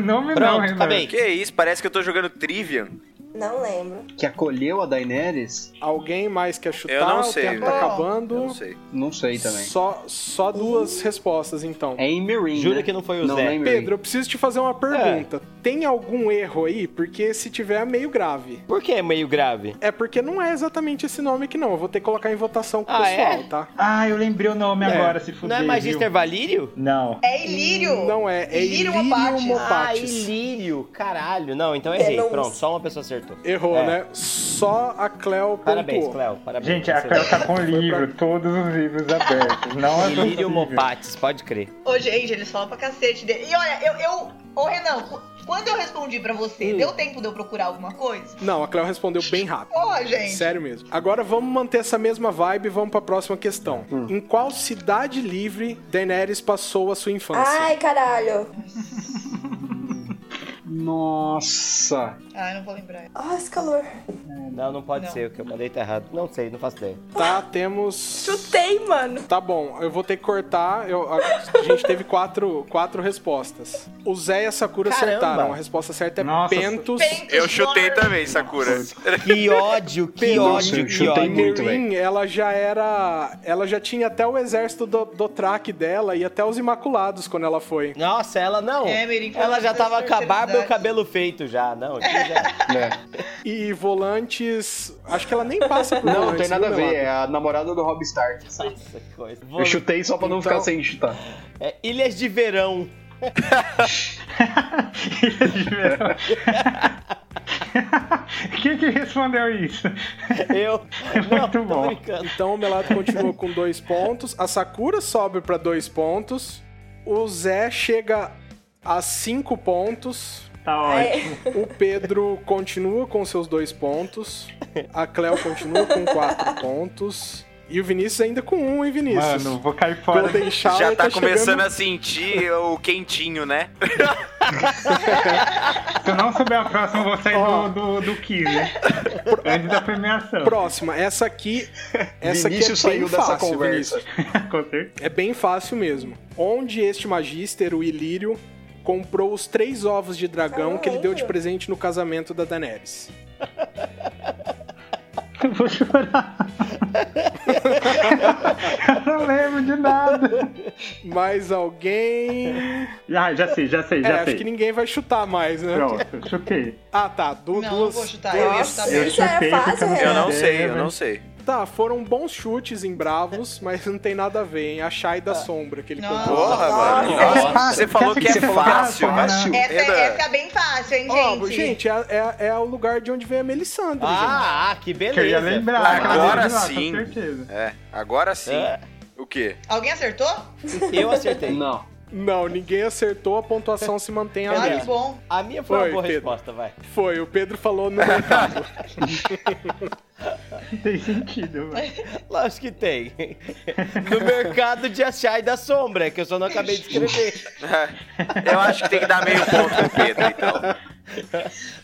Nome não,
Pronto,
Renan.
acabei.
Que isso? Parece que eu tô jogando Trivian.
Não lembro.
Que acolheu a Daenerys?
Alguém mais quer chutar?
Eu não
O
sei,
tempo
não.
tá
Eu
acabando.
não sei.
Não sei também.
Só, só duas respostas, então.
É em Meereen,
Jura
né?
que não foi o
não,
Zé.
Não, é em Meereen.
Pedro, eu preciso te fazer uma pergunta. Tem algum erro aí? Porque se tiver, é meio grave.
Por que é meio grave?
É porque não é exatamente esse nome aqui, não. Eu vou ter que colocar em votação com o
Ah,
pessoal,
é?
tá?
Ah, eu lembrei o nome
É.
agora, se fuder.
Não é Magister
viu?
Valírio?
Não.
É Ilírio.
Não é, é
Ilírio
Ilírio
Mopatis.
Mopatis.
Ah,
Pates.
Ilírio, caralho. Não, então errei.
Denúncia.
Pronto, só uma pessoa acertou.
Errou,
É.
né? Só a Cleo
Parabéns,
pontuou.
Cléo. Parabéns.
Gente, a
Você-
Cleo tá com o livro, todos os livros abertos. Não é
Ilírio
possível.
Mopatis, pode crer.
Ô, gente, eles falam pra cacete dele. E olha, eu. eu ô, Renan, qu- quando eu respondi pra você, deu tempo de eu procurar alguma coisa?
Não, a Cleo respondeu bem rápido.
Ó, gente.
Sério mesmo. Agora vamos manter essa mesma vibe e vamos pra próxima questão. Em qual cidade livre Daenerys passou a sua infância?
Ai, caralho.
Nossa.
Ah, eu não vou lembrar.
Ai, esse calor.
Não, não pode
Não.
ser, o que eu mandei tá errado. Não sei, não faço ideia.
Tá, temos.
Chutei, mano.
Tá bom, eu vou ter que cortar. eu- a a gente teve quatro, quatro respostas. O Zé e a Sakura
Caramba.
acertaram. A resposta certa é
Nossa,
Pentos.
Pentos,
Eu chutei
Lord.
também, Sakura.
Que ódio, que
Nossa,
ódio,
eu
que
chutei
É
ódio.
muito.
Merin, ela já era. Ela já tinha até o exército do, do track dela e até os Imaculados quando ela foi.
Nossa, ela não.
É, Merim, foi
ela
uma
já
das
tava com a
terceiras
barba e o
idades.
cabelo feito já. Não, aqui já.
É.
E volantes. Acho que ela nem passa por
Não, não
volantes,
tem nada a
viu,
ver,
Melato?
é a namorada do Rob Stark.
Nossa, que coisa. Vou-
Eu chutei só pra não
Então-
ficar sem chutar.
É, Ilhas de Verão.
Quem que respondeu isso?
Eu. Não,
muito
tô
bom.
brincando.
Então o Melato continua com dois pontos. A Sakura sobe pra dois pontos. O Zé chega a cinco pontos.
Tá ótimo.
É,
O Pedro continua com seus dois pontos. A Cleo continua com quatro pontos. E o Vinícius ainda com um, hein, Vinícius?
Mano, vou cair fora.
Golden Shower
Já tá
chegando-
começando a sentir o quentinho, né?
Se eu não souber a próxima, eu vou sair
Ó.
do, do, do quiz, hein? Antes da premiação.
Próxima, essa aqui, essa aqui é bem
Vinícius saiu dessa
fácil,
conversa.
Vinícius.
Com certeza.
É bem fácil mesmo. Onde este magíster, o Ilírio, comprou os três ovos de dragão
Caralho.
que ele deu de presente no casamento da Daenerys?
Eu vou chorar. eu não lembro de nada.
Mais alguém?
Ah, já sei, já sei,
É,
já
acho
sei.
que ninguém vai chutar mais, né?
Pronto, chutei.
Ah, tá. Du
Não,
duas.
não vou chutar, eu ia
duas-
chutar
Nossa,
mesmo.
Eu
isso era
chutei,
fácil,
porque
Eu
Renan.
não sei,
né?
eu não sei.
Tá, foram bons chutes em Bravos, mas não tem nada a ver, hein? A Shai
Tá.
da Sombra que ele
Nossa.
comprou.
Porra,
Nossa.
mano.
É
Nossa,
fácil.
Você falou
Você
que
acha
é
que você falou fácil,
fácil, fácil.
né?
Essa,
Renan.
essa é bem fácil, hein,
Ó,
gente?
gente, é, é, é o lugar de onde vem a Melisandre, gente.
Ah, ah, que beleza.
Que eu ia lembrar. aquela
Agora
vez de lá,
sim.
Com certeza.
É, agora sim.
É,
O quê?
Alguém acertou?
eu acertei.
Não.
Não, ninguém acertou, a pontuação se mantém a
Ah, que
mesma.
bom.
A minha foi uma
Foi,
boa
Pedro.
resposta, vai.
Foi, o Pedro falou no mercado.
Tem sentido,
É
mano.
Lógico que tem. No mercado de achar e da sombra, que eu só não acabei de escrever.
Eu acho que tem que dar meio ponto pro Pedro, então.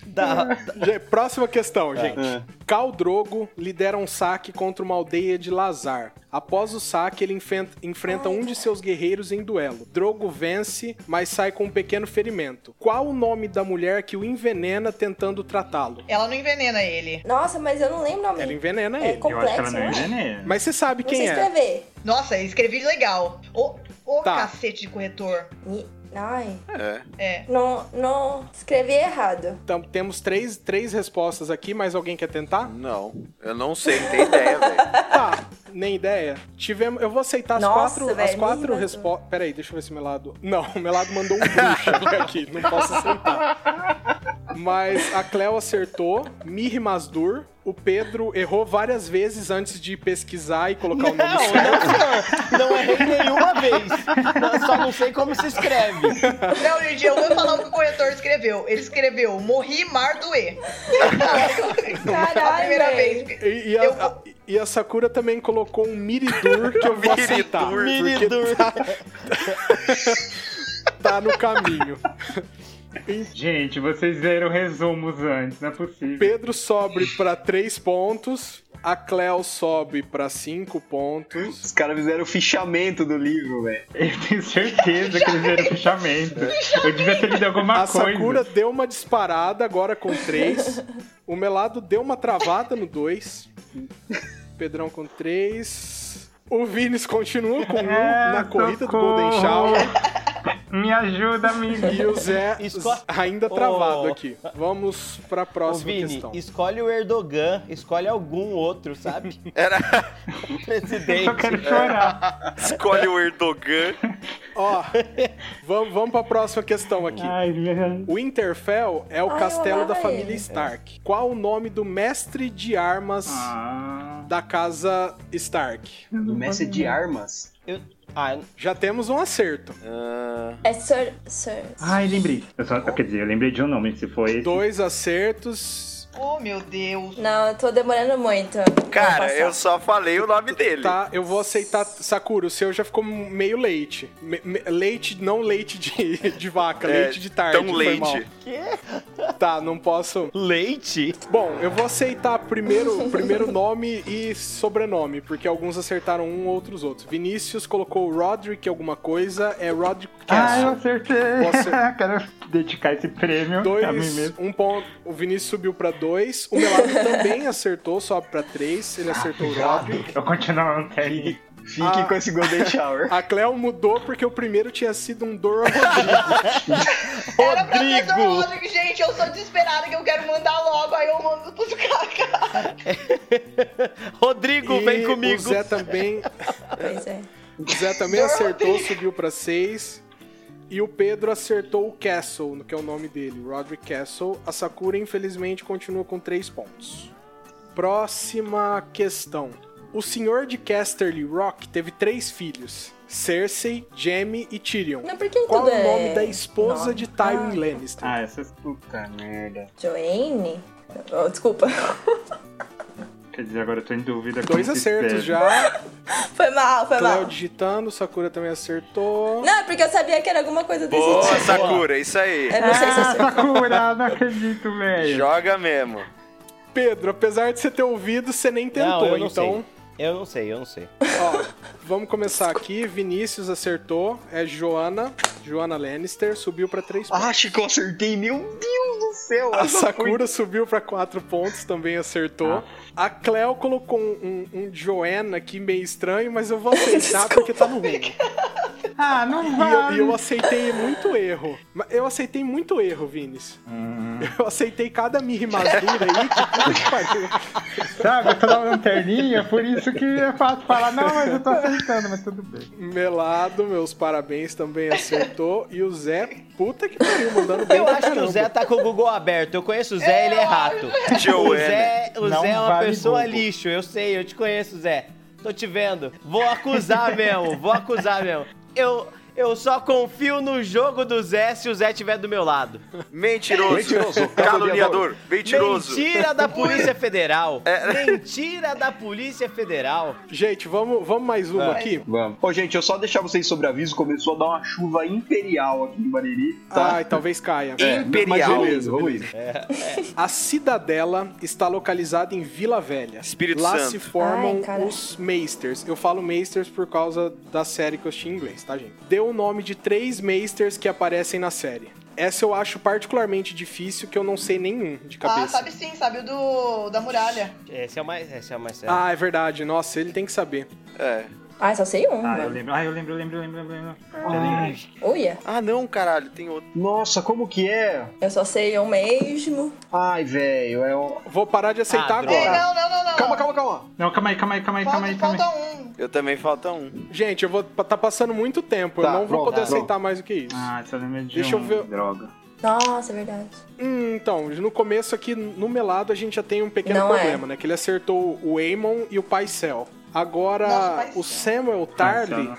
Da,
Gente, Próxima questão, gente. Khal Drogo lidera um saque contra uma aldeia de Lazar. Após o saque, ele enfren- enfrenta um de seus guerreiros em duelo. Drogo vence, mas sai com um pequeno ferimento. Qual o nome da mulher que o envenena tentando tratá-lo?
Ela não envenena ele.
Nossa, mas eu não lembro o nome.
Ela envenena ele.
É
Eu acho que ela
complexo,
não
não
é
é?
veneno.
Mas você sabe
Não sei
quem é.
escrever.
Nossa, escrevi legal. Ô, ô
Tá.
cacete de corretor.
Ni- Ai,
É.
É.
não, não escrevi errado.
Então, temos três, três respostas aqui, mas alguém quer tentar?
Não, eu não sei, não tenho ideia, velho.
Tá, nem ideia. Tivemos, eu vou aceitar as
Nossa,
quatro, as
velho,
quatro
nem
respostas. Peraí, deixa eu ver se o Melado. Não, o Melado mandou um bruxa aqui, não posso aceitar. Mas a Cleo acertou, Miri Masdur, o Pedro errou várias vezes antes de pesquisar e colocar o
Não,
nome certo.
não, não, não errei nenhuma vez. Eu só não sei como se escreve.
Não, gente, eu vou falar o que o corretor escreveu. Ele escreveu Morri Marduê.
Caralho,
A primeira
velho.
vez.
E, e a,
Eu
a- e a Sakura também colocou um Miridur que eu vou aceitar.
Miridur.
porque
Miridur.
Tá, tá no caminho.
Gente, vocês leram resumos antes, não é possível.
Pedro sobe pra 3 pontos, a Cleo sobe pra 5 pontos.
Os caras fizeram o fichamento do livro, velho.
Eu tenho certeza que eles leram fichamento. Eu devia ter lido alguma
A
coisa.
Sakura deu uma disparada agora com 3. O Melado deu uma travada no 2. Pedrão com 3. O Vinis continua com 1
É,
na corrida do
socorro.
Golden Shower.
Me ajuda, amigo.
E o Zé
Esco-
ainda travado
Ô.
aqui. Vamos pra
Ô,
próxima
Vini,
questão.
escolhe o Erdogan, escolhe algum outro, sabe?
Era,
Eu só quero
é.
Presidente.
chorar.
escolhe o Erdogan.
Ó, vamos, vamos pra próxima questão aqui.
Ai, meu...
Winterfell é o
Ai, eu
castelo
amava
da família
ele.
Stark. Qual o nome do mestre de armas
Ah,
da casa Stark?
Mestre de armas.
Eu- Ah,
Já temos um acerto.
É Sir. Sir.
Ai, lembrei. Eu só, quer dizer, eu lembrei de um nome, se foi esse.
Dois acertos.
Oh, meu Deus.
Não, eu tô demorando muito.
Cara,
Vou
eu
passar.
só falei o nome dele.
Tá, eu vou aceitar. Sakura, o seu já ficou meio leite. Me- me- leite, não leite de, de vaca,
É,
leite de tarde.
Tão
foi
leite.
mal. Tá, não posso.
Leite?
Bom, eu vou aceitar primeiro, primeiro nome e sobrenome, porque alguns acertaram um, outros outros. Vinícius colocou Roderick alguma coisa, é Roderick
Ah, eu
Castle.
acertei!
Você-
Quero dedicar esse prêmio a é mim
Dois,
mesmo.
um ponto. O Vinícius subiu pra dois. O Melado também acertou, sobe pra três. Ele acertou o Roderick.
Eu continuo não tenho.
Fique
Ah.
com esse Golden Shower.
A Cleo mudou porque o primeiro tinha sido um Dora Rodrigues.
Era pra ser do
Rodrigo!
Rodrigo, gente, eu sou desesperada que eu quero mandar logo, aí eu mando pros caras.
Rodrigo, vem
E O
comigo!
Zé tá também,
Pois é.
o Zé também acertou, subiu pra seis. E o Pedro acertou o Castle, no que é o nome dele, Roderick Castle. A Sakura, infelizmente, continua com três pontos. Próxima questão. O senhor de Casterly Rock teve três filhos: Cersei, Jaime e Tyrion.
Não, por que
Qual
tudo
o nome
é
da esposa
nome? Ah,
de Tywin Lannister?
Ah, essas puta merda.
Joanne? Oh, desculpa.
Quer dizer, agora eu tô em dúvida. como
Dois
se
acertos
escreve.
já.
Foi mal, foi
Cleo
mal.
digitando, Sakura também acertou.
Não, é porque eu sabia que era alguma coisa desse
Boa,
tipo.
Sakura, isso aí.
Eu não sei se eu
Ah,
sei.
Sakura, não acredito, velho.
Joga mesmo.
Pedro, apesar de você ter ouvido, você nem
Não,
tentou,
eu não
então.
sei. Eu não sei, eu não sei.
Ó, vamos começar aqui. Vinícius acertou. É Joana. Joana Lannister subiu pra 3 pontos.
Acho que eu acertei, meu Deus do céu!
A
Ah, eu só fui-
Sakura subiu pra 4 pontos, também acertou.
Ah.
A Cleo colocou um, um, um Joanna aqui meio estranho, mas eu vou aceitar porque tá no rumo.
é
Ah, não
E eu,
vai.
e eu aceitei muito erro. Mas Eu aceitei muito erro, Vinícius.
Hum.
Eu aceitei cada minha rimadura aí. Que puta que pariu.
Sabe, eu tô na lanterninha, por isso que é fácil falar, não, mas eu tô aceitando, mas tudo bem.
Melado, meus parabéns, também acertou. E o Zé, puta que pariu, mandando bem
Eu
pra
acho que o
caramba.
Zé tá com o Google aberto. Eu conheço o Zé, ele é rato. O
Joana.
Zé, o
Não
Zé é uma
vale
pessoa
Google.
lixo, eu sei, eu te conheço, Zé. Tô te vendo. Vou acusar mesmo, vou acusar mesmo. Eu, eu só confio no jogo do Zé se o Zé estiver do meu lado.
Mentiroso.
Mentiroso,
Caluniador. Mentiroso.
Mentira da Polícia Federal. Mentira da Polícia Federal.
Gente, vamos, vamos mais uma
Ah.
aqui?
Vamos. Ô, gente, eu só deixar vocês sobre aviso, começou a dar uma chuva imperial aqui em Bariri. Tá?
Ai, talvez caia.
É, Mas
Imperial.
beleza, vamos indo.
A cidadela está localizada em Vila Velha.
Espírito
Lá
Santo.
se formam
Ai, cara.
os Meisters. Eu falo Meisters por causa da série que eu assisti em inglês, tá, gente? Deu o nome de três Meisters que aparecem na série. Essa eu acho particularmente difícil, que eu não sei nenhum de
Ah,
cabeça.
sabe sim, sabe o do, da muralha.
Esse é o mais, esse é o mais sério.
tá.
Ah, é verdade. Nossa, ele tem que saber.
É.
Ah, só sei um,
Ah, eu
mano.
lembro, ah, eu lembro, eu lembro, eu lembro, eu lembro. Eu lembro.
Uia,
Ah, não, caralho, tem outro.
Nossa, como que é?
eu só sei um mesmo.
Ai, velho, é um...
Vou parar de aceitar
Ah,
agora.
Ei, não, não, não, não.
Calma, calma, calma.
Não, calma aí, calma aí, calma aí, calma
Falta,
aí, calma aí.
falta um.
Eu também falta um.
Gente, eu vou tá passando muito tempo, eu
Tá,
não vou
pronto,
poder
tá,
aceitar mais do que isso.
Ah, só lembro de
Deixa eu
um,
ver.
droga.
Nossa, é verdade.
Hum, então, no começo aqui, no melado, a gente já tem um pequeno
Não é.
problema, né? Que ele acertou o Eamon e o Paisel. Agora,
Nossa, Paisel.
o Samuel Tarly,
Nossa,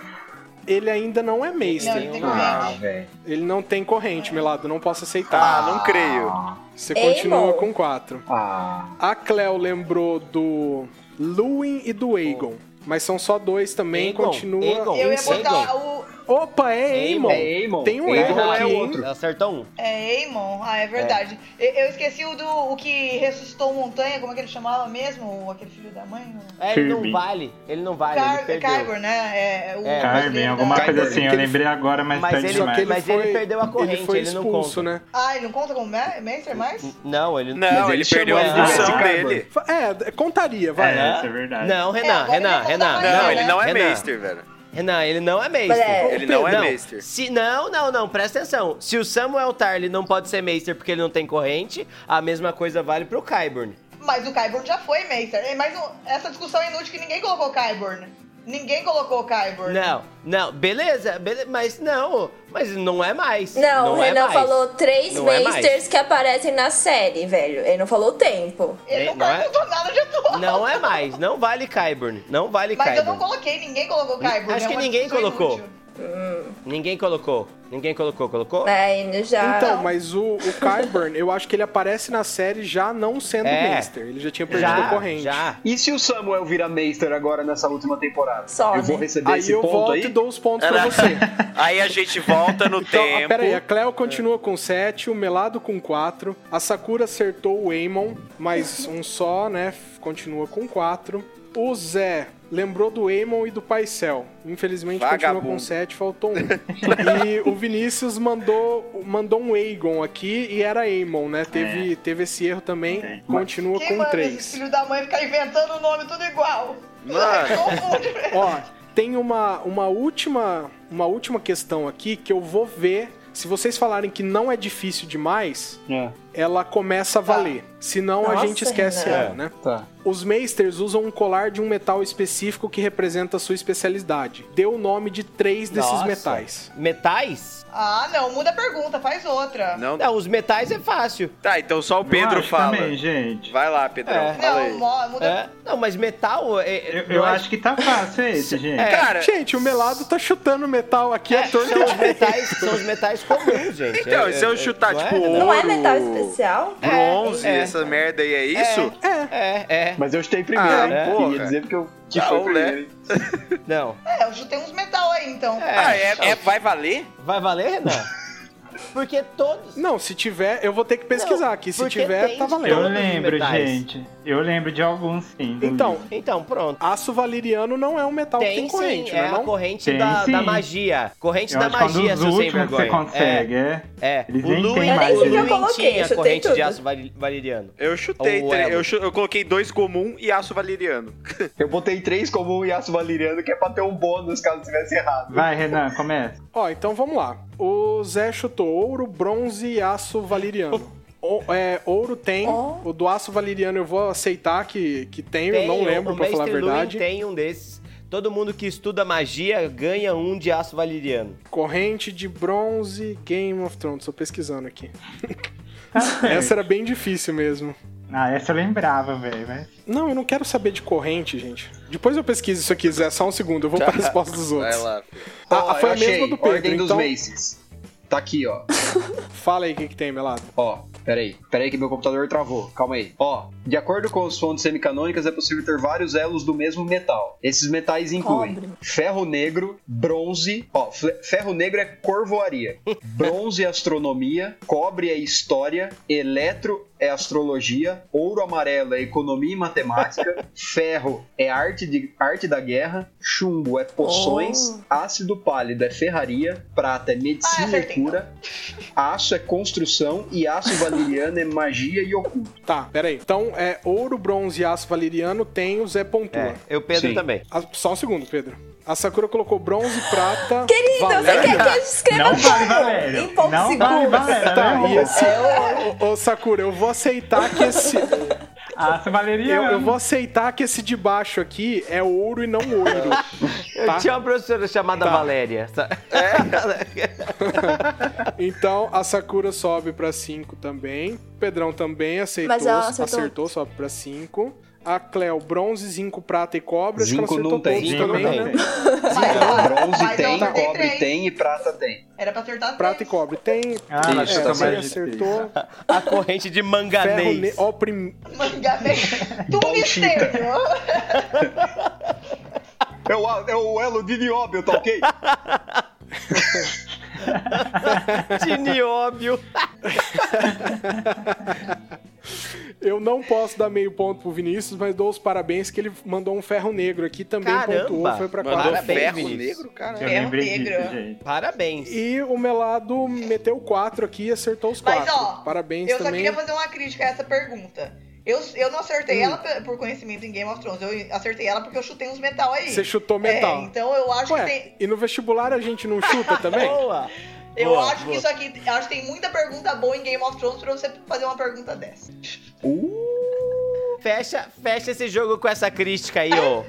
ele ainda não é
Não, ele
Meister.
um
tem
Ah,
corrente.
velho.
Ele não tem corrente, melado, não posso aceitar.
Ah, não creio.
Você
Eamon.
continua com quatro.
Ah,
A Cleo lembrou do Luin e do Aegon. Mas são só dois também,
Aegon,
continua.
Ah,
Aegon.
Eu
em
ia
é
Inseto.
cinco.
botar o.
Opa, é Eamon.
é Eamon.
Tem um
Eamon
erro
é
aqui,
o
hein?
outro.
Acertou um.
É Eamon? Ah, é verdade. Eu, eu esqueci o do o que ressuscitou montanha, como é que ele chamava mesmo? O- Aquele filho da mãe? O...
É, ele não
Kirby.
vale, ele não vale, Ah, ele
Car
perdeu.
Kyber, né? É, o
É.
Carmen,
brasileiro
alguma
da-
coisa assim, eu
Ele-
lembrei agora, mas,
Mas
tá
ele-
demais.
mas ele perdeu a corrente,
ele foi
ele não
expulso,
conta.
né?
Ah, ele não conta como Ma- Master
Hum,
mais?
Não, ele
Não, ele, perdeu a
chamou-
função
Ah,
esse
dele.
Fa- É, contaria, vai.
É, isso é verdade.
Não,
É,
Renan,
agora ele
Renan,
não tá
Renan.
mais,
Não,
né?
ele não é
Renan,
Meister, velho.
Renan, ele não é
Moleque.
Meister.
Ele não é
Não,
Meister.
Se, não, não, não, presta atenção. Se o Samuel Tarly não pode ser Meister porque ele não tem corrente, a mesma coisa vale pro Kyburn.
Mas o Kyborn já foi Master. É mais um- essa discussão é inútil que ninguém colocou o Kyborn. Ninguém colocou o Kyborn.
Não, não, beleza, bele- mas não, mas não é mais.
Não, o
é
Renan
mais.
falou três
Não é mais.
Masters que aparecem na série, velho. Ele não falou o tempo.
Ele não,
Não é-
perguntou nada de atual.
Não é mais, não vale Kyburn, não vale
Mas eu não
Kyburn.
coloquei, ninguém colocou o Kyborn.
Acho
é
que
uma
ninguém
discussão
colocou.
inútil.
Ninguém colocou. Ninguém colocou. Colocou?
É, e já.
Então, mas o, o Qyburn, eu acho que ele aparece na série já não sendo
É.
Mister. Ele já tinha perdido a
já,
corrente.
já.
E se o Samuel virar Meister agora nessa última temporada?
Só,
eu vou
né?
receber
Aí
esse
eu
ponto
volto
aí?
e dou os pontos pra
Era-
você.
Aí a gente volta no
Então, ah,
tempo.
peraí, a Cleo continua com 7, o Melado com 4, a Sakura acertou o Eamon, mas um só, né? f- Continua com 4. O Zé lembrou do Eamon e do Paisel. Infelizmente continua com
Vagabundo.
7, faltou um. e o Vinícius mandou, mandou um Aegon aqui e era Eamon, né? Teve, teve esse erro também, continua
É. Quem
com
manda esse
3.
filho da mãe ficar inventando o nome tudo igual?
Mano.
Confunde.
Ó, tem uma, uma, última, uma última questão aqui que eu vou ver. Se vocês falarem que não é difícil demais,
É,
ela começa a
Tá.
valer. Senão a
Nossa,
gente esquece
Renan.
ela,
É,
né?
tá.
Os Meisters usam um colar de um metal específico que representa a sua especialidade. Deu o nome de três desses
Nossa.
metais.
Metais?
Ah, não, muda a pergunta, faz outra.
Não.
Não, os metais é fácil.
Tá, então só o Pedro
Eu acho
fala.
Também, gente.
Vai lá, Pedrão,
É.
fala
Não,
aí.
mo- muda.
É, não, mas metal é. é-
Eu,
não
eu
é-
acho que tá fácil esse, gente.
É.
Cara,
Gente, o melado tá chutando metal aqui
é,
à torta.
são, os metais, são os metais comuns, gente.
Então, e se eu chutar,
não é,
tipo,
Renan?
Não é
Ouro.
metal especial?
bronze,
é.
essa merda aí, é isso?
É, é.
Mas eu chutei primeiro,
Ah,
hein?
é?
Queria dizer porque eu que
Tá,
foi
o
primeiro, hein?
Não.
É, eu chutei uns metal aí, então.
Ah, é, é- vai valer?
Vai valer, Renan? Porque todos.
Não, se tiver, eu vou ter que pesquisar
Não,
aqui. Se
porque
tiver,
tem
tá
de
Eu
todos
valendo.
os
lembro,
metais.
gente. Eu lembro de alguns, sim. do
Então,
livro.
Então, pronto.
aço valeriano não é um
Então,
metal que tem
Tem sim,
corrente,
é
né?
a
Não?
corrente
Tem
da, da
sim.
magia. Corrente
eu
da
acho que é um
magia,
dos
seu sem
últimos que você
vergonha.
consegue, é.
É,
Eles
o
nem
Luiz,
têm Eu mais,
o
nem sei o que eu
Luiz
coloquei,
tinha
chutei
corrente de
tudo.
aço vali- valeriano.
Eu chutei,
Ou
tre-
elo.
eu, chu- eu coloquei dois comum e aço valeriano.
Eu botei três como um Yasuo Valeriano, que é pra ter um bônus caso tivesse errado.
Vai, Renan, começa.
Ó, então vamos lá. O Zé chutou ouro, bronze e aço valeriano. O- é, ouro tem.
Oh.
O do aço valeriano eu vou aceitar que, que tenho, eu não
Tem,
lembro,
o
pra falar a
Mestre Luin
verdade.
tem um desses. Todo mundo que estuda magia ganha um de aço valeriano.
Corrente de bronze, Game of Thrones. Tô pesquisando aqui. Essa era bem difícil mesmo.
Ah, essa eu lembrava, velho. Mas...
Não, eu não quero saber de corrente, gente. Depois eu pesquiso isso aqui, Zé. Só um segundo, eu vou pra resposta dos
Vai
outros.
lá. filho.
Ah,
Ó,
foi
eu
a mesma
achei.
do Pedro,
Ordem dos
então-
Maces. Tá aqui, ó.
Fala aí o que, que tem, Melado.
Ó, peraí, peraí que meu computador travou, calma aí. Ó, de acordo com as fontes semicanônicas, é possível ter vários elos do mesmo metal. Esses metais incluem
Cobre.
ferro negro, bronze, ó, fle- ferro negro é corvoaria, bronze é astronomia, cobre é história, eletro é astrologia, ouro amarelo é economia e matemática, ferro é arte, de, arte da guerra, chumbo é poções,
Oh.
ácido pálido é ferraria, prata é
Ah,
medicina e
acertei, então.
cura, Aço é construção e aço valeriano é magia e oculto.
Tá, peraí. Então, é ouro, bronze e aço valeriano tem o Zé Pontua.
É, eu Pedro
Sim.
também.
Ah, Só um segundo, Pedro. A Sakura colocou bronze, prata.
Querido, você quer que eu escreva
Não vale,
tudo
Valéria.
é um em poucos
Não vale,
segundos?
Valéria.
Tá, e
né?
esse. Ô, ô, Sakura, eu vou aceitar que esse.
Ah, seu
Eu,
Valeriano.
eu vou aceitar que esse de baixo aqui é ouro e não ouro.
Eu
Tá.
tinha uma professora chamada
Tá.
Valéria. sabe?
É?
Então a Sakura sobe pra 5 também. O Pedrão também aceitou,
Mas ela
acertou.
acertou.
sobe pra 5. A Cleo, bronze, zinco, prata e cobre. Acho que ela
Zinco
acertou
não tem.
todos
Gente,
Zinco
também,
não
né?
tem.
Mas, ó, mas
Bronze
eu
tem,
acertei
cobre
três.
tem e prata tem.
Era pra acertar
Prata e
três.
cobre tem.
Ah,
Isso,
ela
é,
chuta
tá
você
mais difícil. Ah,
acertou.
A corrente de
Ferro
manganês.
ne- Ó, o prim...
Manga bem.
Bauxita.
Tungstênio.
É o, a- é o elo de nióbio, tá ok?
de nióbio.
Eu não posso dar meio ponto pro Vinícius, mas dou os parabéns que ele mandou um ferro negro aqui também
Caramba!
pontuou, foi pra
Mandou
quatro.
Parabéns,
ferro
Vinícius.
negro, cara.
Eu
Ferro
lembrei disso,
negro.
gente.
Parabéns.
E o Melado meteu quatro aqui e acertou os
Mas,
quatro.
ó,
parabéns
Eu só
também.
queria fazer uma crítica a essa pergunta. Eu, eu não
Hum.
acertei ela pe- por conhecimento em Game of Thrones. Eu acertei ela porque eu chutei uns metal aí.
Você chutou metal.
É, então eu acho
Ué,
que tem.
e no vestibular a gente não chuta também?
Boa.
Eu
Boa,
acho
boa.
que isso aqui. eu Acho que tem muita pergunta boa em Game of Thrones pra você fazer uma pergunta dessa.
Fecha, fecha esse jogo com essa crítica aí, ô.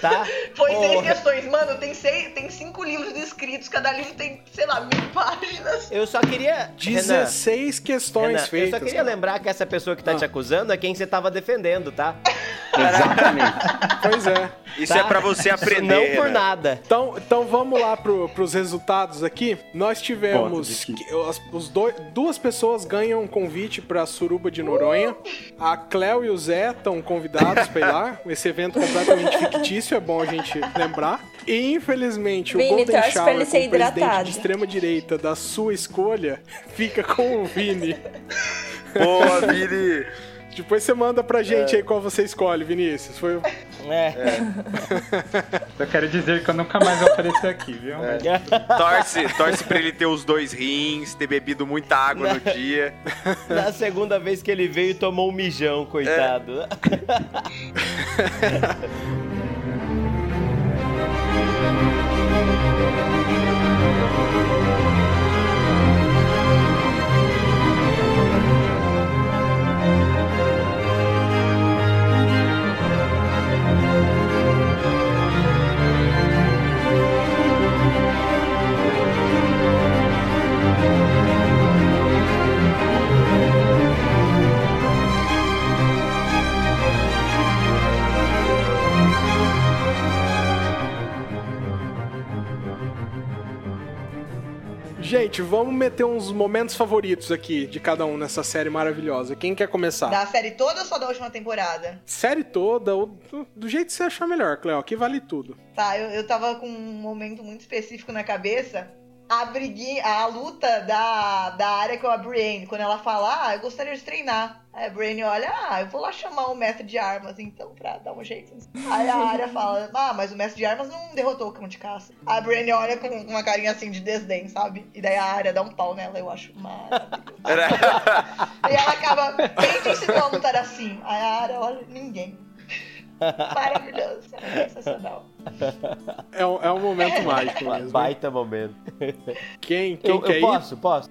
Tá?
Foi
Ô,
seis questões, mano. Tem, seis, tem cinco livros escritos, cada livro tem, sei lá, mil páginas.
Eu só queria. Renan,
16 questões
Renan, eu
feitas.
só queria lembrar que essa pessoa que tá
Ah.
te acusando é quem você tava defendendo, tá?
Exatamente.
Pois é.
Isso
Tá?
é pra você
Isso
aprender.
Não por
né?
nada.
Então, então vamos lá pro, pros resultados aqui. Nós tivemos. que- as- os dois, duas pessoas ganham um convite pra Suruba de Noronha. A Cléo e o Zé estão convidados pra ir lá. Esse evento completamente fictício, é bom a gente lembrar. E infelizmente o
Vini,
Golden
torce pra
Shower,
ele
com
ser
o presidente
hidratado.
de extrema direita da sua escolha, fica com o Vini.
Boa, Vini!
Depois você manda pra gente aí qual você escolhe, Vinícius. Foi,
É.
Eu quero dizer que eu nunca mais vou aparecer aqui, viu?
É.
Torce, torce pra ele ter os dois rins, ter bebido muita água no dia.
Na segunda vez que ele veio, tomou um mijão, coitado.
Gente, vamos meter uns momentos favoritos aqui de cada um nessa série maravilhosa. Quem quer começar?
Da série toda ou só da última temporada?
Série toda, ou do- do jeito que você achar melhor, Cleo, aqui vale tudo.
Tá, eu, eu tava com um momento muito específico na cabeça. A briguinha, a luta da, da área com a Brienne. Quando ela fala, ah, eu gostaria de treinar. Aí a Brienne olha, ah, eu vou lá chamar o mestre de armas, então, pra dar um jeito. Aí a área fala, ah, mas o mestre de armas não derrotou o cão de caça. A Brienne olha com uma carinha assim de desdém, sabe? E daí a área dá um pau nela, eu acho maravilhoso. e ela acaba, quem te ensinou a lutar assim? Aí a área olha, ninguém. É. Maravilhoso, sensacional.
É um, é um momento mágico mesmo. hein?
Baita momento.
Quem, quem
Eu,
quer
eu
ir?
posso, posso.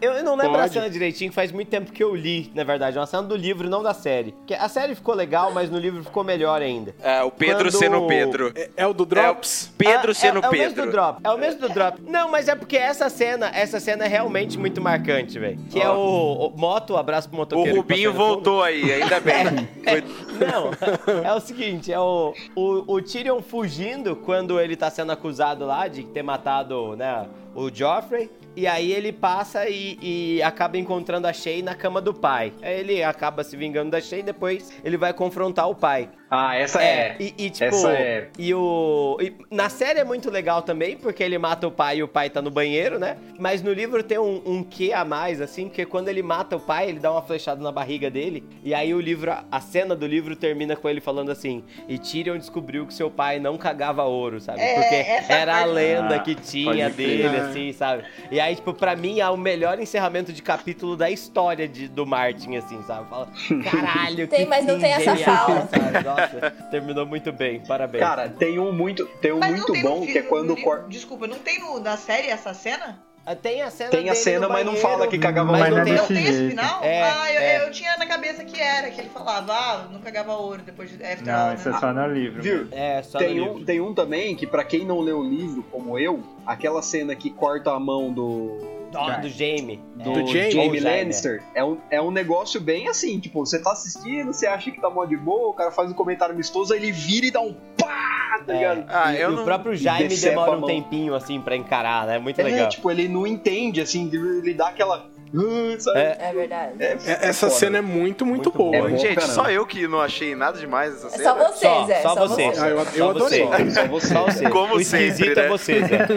Eu, eu não lembro
Pode.
a cena direitinho, faz muito tempo que eu li, na verdade. É uma cena do livro, não da série. Que a série ficou legal, mas no livro ficou melhor ainda.
É, o Pedro
Quando-
sendo Pedro.
É, é o do Drops?
Ah,
Pedro
é-
sendo
é, o mesmo
Pedro.
do drop. É o mesmo do drop. Não, mas é porque essa cena, essa cena é realmente muito marcante, velho. Que é o, o moto, abraço pro
o
motoqueiro. que
Rubinho
passou no fundo. É.
voltou aí, ainda bem. Foi-
Não, é o seguinte, é o, o, o Tyrion fugindo quando ele tá sendo acusado lá de ter matado, né, o Joffrey. E aí ele passa e, e acaba encontrando a Shay na cama do pai. Aí ele acaba se vingando da Shay e depois ele vai confrontar o pai.
Ah, essa é.
E, e, tipo,
Essa é.
e o. e na série é muito legal também, porque ele mata o pai e o pai tá no banheiro, né? Mas no livro tem um, um quê a mais, assim, porque quando ele mata o pai, ele dá uma flechada na barriga dele. E aí o livro, a cena do livro termina com ele falando assim: E Tyrion descobriu que seu pai não cagava ouro, sabe?
É,
porque
essa
era a
parte-
lenda
Ah,
que tinha
pode crer.
dele,
Ah.
assim, sabe? E aí, tipo, pra mim é o melhor encerramento de capítulo da história de- do Martin, assim, sabe? Fala, caralho,
Tem,
que
mas não
fim
tem essa
genial,
fala.
sabe? Nossa, terminou muito bem, parabéns.
Cara, tem um muito, tem um
Mas não
muito
tem no
bom
filme,
que é
no
quando
livro-
cor-
Desculpa, não tem no, na série essa cena?
Ah, tem a cena
tem a
dele
cena,
no
mas não
banheiro.
fala que cagava
Mas
Mas
não
não
tem-
Não
desse
tem esse
jeito.
final?
É,
ah, eu,
é.
eu tinha na cabeça que era, que ele falava, ah, não cagava ouro depois de after
Não,
hour,
isso
né?
é só no livro.
Viu?
É, só
Tem
no
um,
livro.
tem um também que, pra quem não leu o livro, como eu, aquela cena que corta a mão do.
Ó, do Jamie.
Do,
É.
Jaime.
Jamie,
Jaime,
Lannister. É um, é um negócio bem assim, tipo, você tá assistindo, você acha que tá mó de boa, o cara faz um comentário amistoso, aí ele vira e dá um pá,
É.
tá ligado?
Ah,
E
eu
o
não...
próprio Jaime
Decepa
demora
a
um
mão.
tempinho, assim, pra encarar, né? Muito
É,
legal.
tipo, ele não entende, assim, ele dá aquela. "Ah", sabe?
É.
É verdade.
É-
É- essa
foda.
cena é muito, muito,
Muito
boa.
É
hein?
bom,
Gente,
caramba.
só eu que não achei nada demais essa
É
cena.
só você,
Só,
Zé.
só você.
Ah, eu, eu
Só
adorei.
você.
Só você.
Só você.
Como
o
sempre,
esquisito é
né?
você, Zé.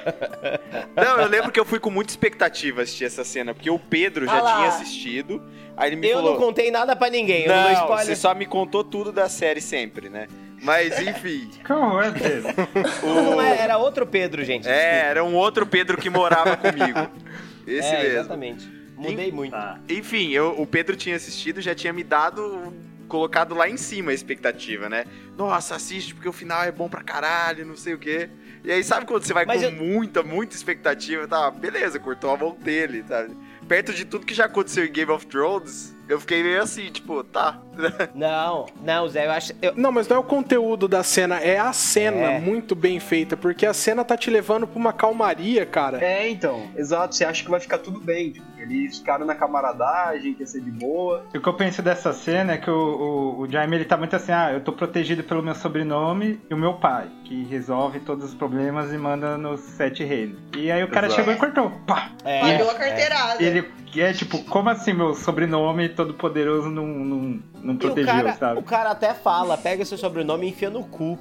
É.
Não, eu lembro que eu fui com muita expectativa assistir essa cena, porque o Pedro já
Ah lá.
tinha assistido. Aí ele me
Eu
falou.
não contei nada pra ninguém. eu não dou
Não, você
spoiler.
só me contou tudo da série sempre, né? Mas enfim.
Que horror, Pedro.
Não,
o...
é- era outro Pedro, gente.
É,
desculpa.
era um outro Pedro que morava comigo. Esse
é,
mesmo.
exatamente. Mudei muito.
Enfim, eu- o Pedro tinha assistido, já tinha me dado, colocado lá em cima a expectativa, né? Nossa, assiste porque o final é bom pra caralho, não sei o quê. E aí, sabe quando você vai
Mas
com
eu-
muita, muita tá? expectativa? Tá, beleza, cortou a mão dele, sabe? Perto de tudo que já aconteceu em Game of Thrones, Eu fiquei meio assim, tipo, tá.
Não, não, Zé, eu acho. eu-
Não, mas não é o conteúdo da cena, é a cena
É.
muito bem feita, porque a cena tá te levando pra uma calmaria, cara.
É, então, exato, você acha que vai ficar tudo bem. tipo, Eles ficaram na camaradagem, que ia ser de boa.
O que eu penso dessa cena é que o, o, o Jaime ele tá muito assim, ah, eu tô protegido pelo meu sobrenome e o meu pai, que resolve todos os problemas e manda nos sete reinos. E aí o cara
Exato.
chegou e cortou. Pá!
É,
Falhou a carteirada.
Ele e é tipo, como assim meu sobrenome todo poderoso não, não, não
E o
protegeu,
cara,
sabe?
o cara até fala, pega seu sobrenome e enfia no cu.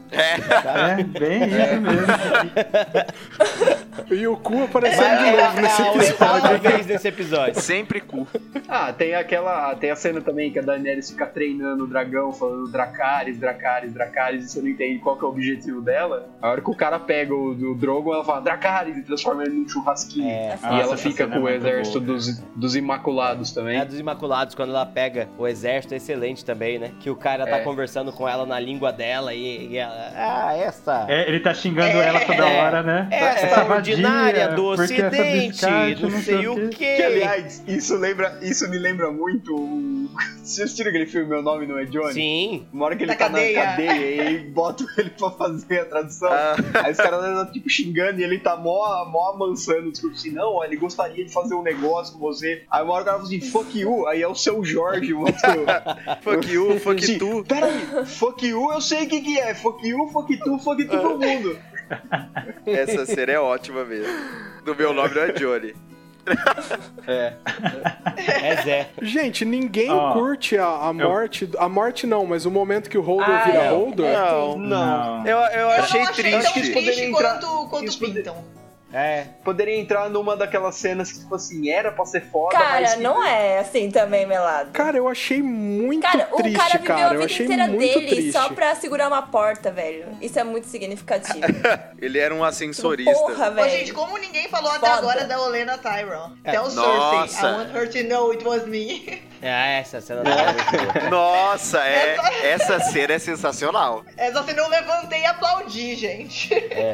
Ah.
É, bem isso mesmo.
E o cu
Mas
aparecendo de
é,
novo nesse
a
episódio.
oitava vez nesse episódio.
Sempre cu.
Ah, tem aquela. Tem a cena também que a Daenerys fica treinando o dragão, falando Dracarys, Dracarys, Dracarys, e você não entende qual que é o objetivo dela. A hora que o cara pega o, o Drogon, ela fala Dracarys e transforma ele num churrasquinho.
É,
E
Nossa,
ela
essa
fica
cena
com
é
o
muito
exército
boa.
dos, dos Imaculados também.
É a dos Imaculados, quando ela pega o exército, é excelente também, né? Que o cara tá
É.
conversando com ela na língua dela e, e ela. Ah, essa.
É, ele tá xingando ela toda
É.
hora, né?
Essa ordinária do
porque essa
ocidente,
biscate,
não sei o quê.
Que, aliás, isso, lembra, isso me lembra muito. o- Vocês assistiram aquele filme Meu Nome Não É Johnny?
Sim.
Uma hora que ele
Na
tá
cadeia.
na cadeia e botam ele pra fazer a tradução.
Ah.
Aí os caras andam, tipo xingando e ele tá mó, mó amansando. Tipo assim, não, ó, ele gostaria de fazer um negócio com você. Aí uma hora o cara fala assim, fuck you. Aí é o seu Jorge, mano.
Fuck you, fuck
Assim,
tu.
Peraí, fuck you eu sei o que, que é. Fuck you, fuck tu, fuck todo mundo.
Essa cena é ótima mesmo. Do meu nome não é Johnny.
É Zé.
Gente, ninguém
Ó,
curte a, a morte. A morte não, mas o momento que o Holder
Ah,
vira
é.
Holder.
Não.
Não.
Eu, eu
Eu
achei
não achei tão
triste.
triste
poderia entrar-
quanto, quanto
isso poderia-
pintam.
É.
Poderia entrar numa daquelas cenas que, tipo assim, era pra ser foda, mas...
Cara,
que-
não é assim também, melado.
Cara, eu achei muito
Cara,
triste,
o cara viveu
cara.
a
eu
vida
achei
inteira
muito
dele
triste.
só pra segurar uma porta, velho. Isso é muito significativo. Tipo,
Ele era um ascensorista.
Porra,
Ô,
velho.
gente, como ninguém falou até
Foda.
agora da Olena Tyrell.
É.
Até o Cersei.
Nossa.
I want her to know it was me.
É essa cena da hora.
Nossa, é, essa cena é sensacional.
Essa cena eu levantei e aplaudi, gente.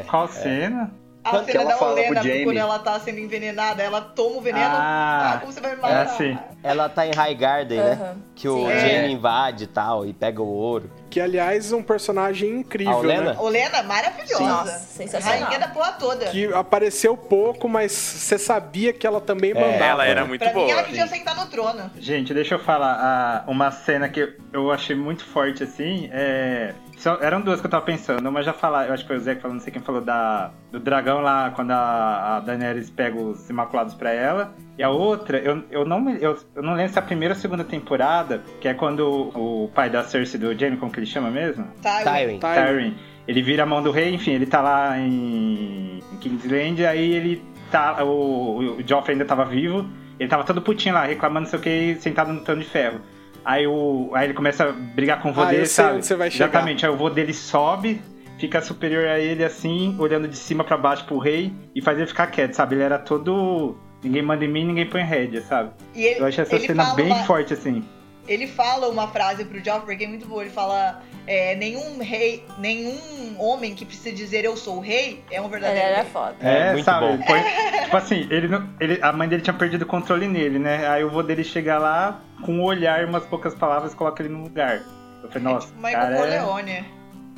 Qual cena?
A
Quando
É. que
cena
ela
da
fala pro
Olena,
Jaime?
quando ela tá sendo envenenada, ela toma o veneno.
Ah,
Ah, como você vai me
É
matar?
assim.
Ela tá em High Garden, né?
Aham.
Que o
Sim.
Jaime
É.
invade e tal, e pega o ouro.
Que, aliás, é um personagem
A
incrível,
Olena?
né?
Olena, maravilhosa.
Sim. Nossa, sensacional.
Rainha da porra toda.
Que apareceu pouco, mas você sabia que ela
É,
também mandava.
Ela
né?
era muito
pra
boa. assim.
mim, ela podia sentar no trono.
Gente, deixa eu falar. ah, uma cena que eu achei muito forte, assim, é... só- eram duas que eu tava pensando. Uma já falar, eu acho que foi o Zé que falou, não sei quem falou, da, do dragão lá, quando a, a Daenerys pega os Imaculados pra ela. E a outra, eu, eu, não, me- eu, eu não lembro se é a primeira ou segunda temporada, que é quando o, o pai da Cersei, do Jaime, como que ele chama mesmo?
Tá,
Tywin.
Tá,
Tyrion. Ele vira a mão do rei, enfim, ele tá lá em em Kingsland, aí ele tá. O, o Joffrey ainda tava vivo, ele tava todo putinho lá, reclamando não sei o que, sentado no trono de ferro. Aí, o, aí ele começa a brigar com o vô
Ah,
dele,
eu sei
sabe?
onde você vai chegar.
Exatamente, aí o vô dele sobe, fica superior a ele assim, olhando de cima pra baixo pro rei, e faz ele ficar quieto, sabe? Ele era todo. Ninguém manda em mim, ninguém põe rédea, sabe?
E ele,
Eu achei essa
ele
cena
fala
bem
uma-
forte, assim.
Ele fala uma frase pro Joffrey que é muito boa. Ele fala: é, nenhum rei, nenhum homem que precisa dizer eu sou o rei é um
Ela
verdadeiro
era
rei.
foda.
É,
É,
muito
sabe?
bom.
ele põe- tipo assim, ele não- ele- a mãe dele tinha perdido o controle nele, né? Aí o vô dele chega lá com um olhar e umas poucas palavras coloca ele no lugar. Eu falei, nossa,
Tipo, Michael
cara, é
Corleone.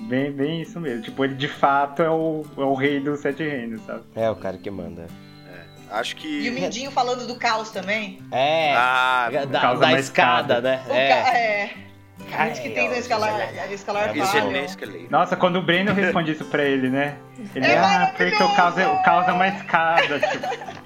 bem, bem isso mesmo. Tipo, ele de fato é o, é o rei dos sete reinos, sabe?
É o cara que manda.
Acho
E o
que.
Mindinho falando do caos também.
É.
Ah,
da, da
causa da
escada,
escada.
né?
O
é.
ca- é.
Cara,
Gente que tenta
é,
escalar, escalar
Isso
é
falho.
Nossa, quando o Breno responde isso pra ele, né? Ele,
É
ah, porque o
maravilhoso!
caos é, o caos é uma escada. Tipo,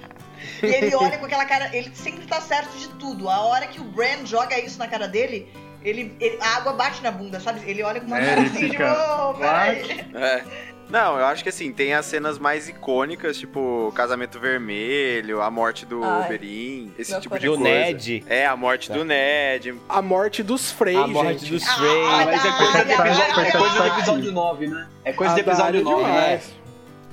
E ele olha com aquela cara. Ele sempre tá certo de tudo. A hora que o Bran joga isso na cara dele, ele, ele- a água bate na bunda, sabe? Ele olha com uma
É,
cara
ele
assim de.
fica,
Oh, peraí.
É. Não, eu acho que assim, tem as cenas mais icônicas, tipo o Casamento Vermelho, a morte do
Ai.
Oberyn, esse
Meu
tipo de
Do
coisa.
Ned.
É, a morte do Ned.
A morte dos Frey,
A morte
gente.
dos
Ah,
Ah,
Frey.
mas é coisa,
Ah,
é coisa- é
ah,
coisa do
ah,
episódio 9, né? É coisa
A
do
Ah, tá.
Dália
episódio
é
9, né?
demais.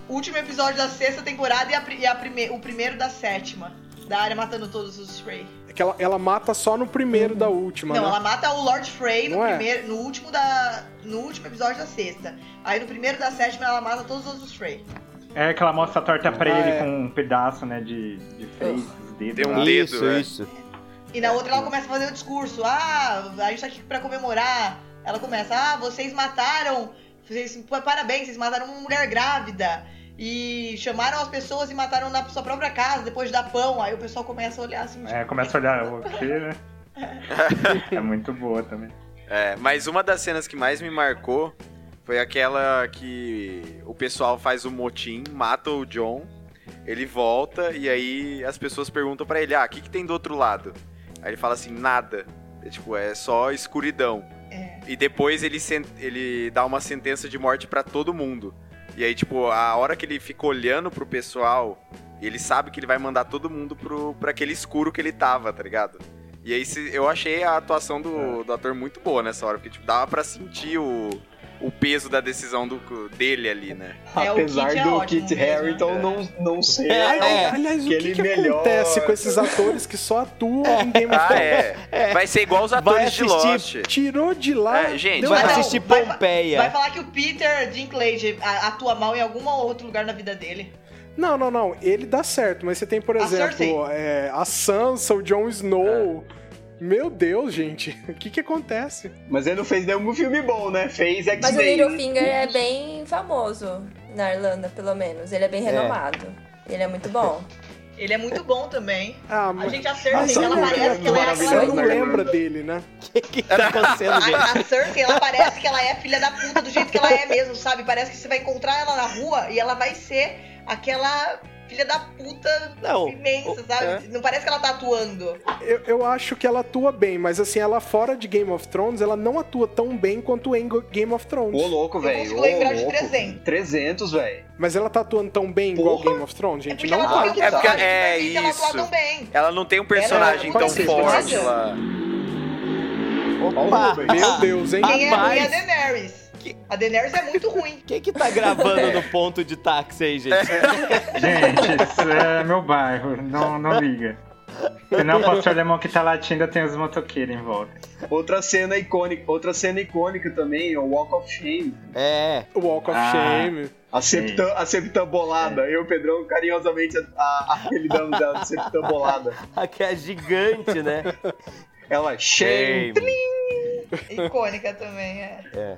Último episódio da sexta temporada e, a, pri- e a prime- o primeiro da sétima. Da área matando todos os Frey.
É que ela, ela mata só no primeiro da última,
Não,
né?
ela mata o Lord Frey no,
Não é?
primeiro, no último da. No último episódio da sexta. Aí no primeiro da sétima ela mata todos os outros Frey.
é que ela mostra a torta pra
Ah,
ele
é.
com um pedaço, né, de, de feitos, dedos.
Tem um
lá.
dedo,
Isso,
é.
isso.
E na outra ela começa a fazer o discurso. Ah, a gente tá aqui pra comemorar. Ela começa, ah, vocês mataram. Vocês, pô, parabéns, vocês mataram uma mulher grávida. E chamaram as pessoas e mataram na sua própria casa, depois de dar pão. Aí o pessoal começa a olhar assim, tipo,
É, começa a olhar o quê, né? É muito boa também.
É, mas uma das cenas que mais me marcou foi aquela que o pessoal faz o motim, mata o John, ele volta e aí as pessoas perguntam pra ele: ah, o que, que tem do outro lado? Aí ele fala assim: nada. É, tipo, é só escuridão.
É.
E depois ele, sen- ele dá uma sentença de morte pra todo mundo. E aí, tipo, a hora que ele fica olhando pro pessoal, ele sabe que ele vai mandar todo mundo pro, pra aquele escuro que ele tava, tá ligado? E aí se- eu achei a atuação do, do ator muito boa nessa hora, porque tipo, dava pra sentir o, o peso da decisão do, dele ali, né?
É, o
Apesar
Kit é
do
ótimo
Kit
mesmo.
Harington não, não ser né?
É,
a-
é.
Aliás, o
Aquele
que, que
melhor.
acontece com esses atores que só atuam em Game of
Ah,
Thrones?
é. Vai ser igual os
Vai
atores de Lost.
assistir.
Tirou de lá.
É, gente,
deu
Vai
errado.
não,
assistir
vai fa-
Pompeia.
Vai falar que o Peter Dinklage a- atua mal em algum outro lugar na vida dele.
Não, não, não. Ele dá certo, mas você tem, por
A
exemplo,
Cersei.
é, a Sansa, o Jon Snow.
É.
Meu Deus, gente. O que que acontece?
Mas ele não fez nenhum filme bom, né? Fez
Mas o
X-Men.
Littlefinger é bem famoso na Irlanda, pelo menos. Ele é bem renomado. Ele é muito bom.
Ele é muito bom também.
Ah,
A
mas...
gente, a
Ah,
Cersei,
você
ela
não
parece que ela é
lembra-
a
você não
maravilhosa, né?
lembra dele, né?
O que tá acontecendo, gente?
A, a Cersei, ela parece que ela é filha da puta do jeito que ela é mesmo, sabe? Parece que você vai encontrar ela na rua e ela vai ser aquela filha da puta
Não,
imensa,
o-
sabe?
é.
Não parece que ela tá atuando.
Eu, eu acho que ela atua bem, mas assim, ela fora de Game of Thrones, ela não atua tão bem quanto em Go- Game of Thrones.
Ô, louco, velho.
consigo
ô,
lembrar de
louco.
300.
300, velho.
Mas ela tá atuando tão bem igual
Porra.
Game of Thrones,
É
gente?
porque
não
ela
tá.
não tem
É
o
porque-
personagem
é
que ela atua
isso.
tão bem.
Ela não tem um personagem
Ela é
tão
uma
forte.
princesa.
Ela...
Opa!
tá-
Meu Deus, hein?
Quem é ruim é a
Rapaz.
Daenerys.
Que-
A Daenerys é muito ruim.
Quem que tá gravando no ponto de táxi aí, gente?
Gente, isso é meu bairro, não, não liga. Senão o pastor alemão que tá latindo tem os motoqueiros em volta.
Outra cena icônica, outra cena icônica também, o Walk of Shame.
É.
Walk of
Ah.
Shame.
A septã, a septã bolada. Eu, Pedrão, carinhosamente a- a- apelidamos ela de septã bolada.
Aqui é gigante, né?
Ela, shame.
Icônica também, é.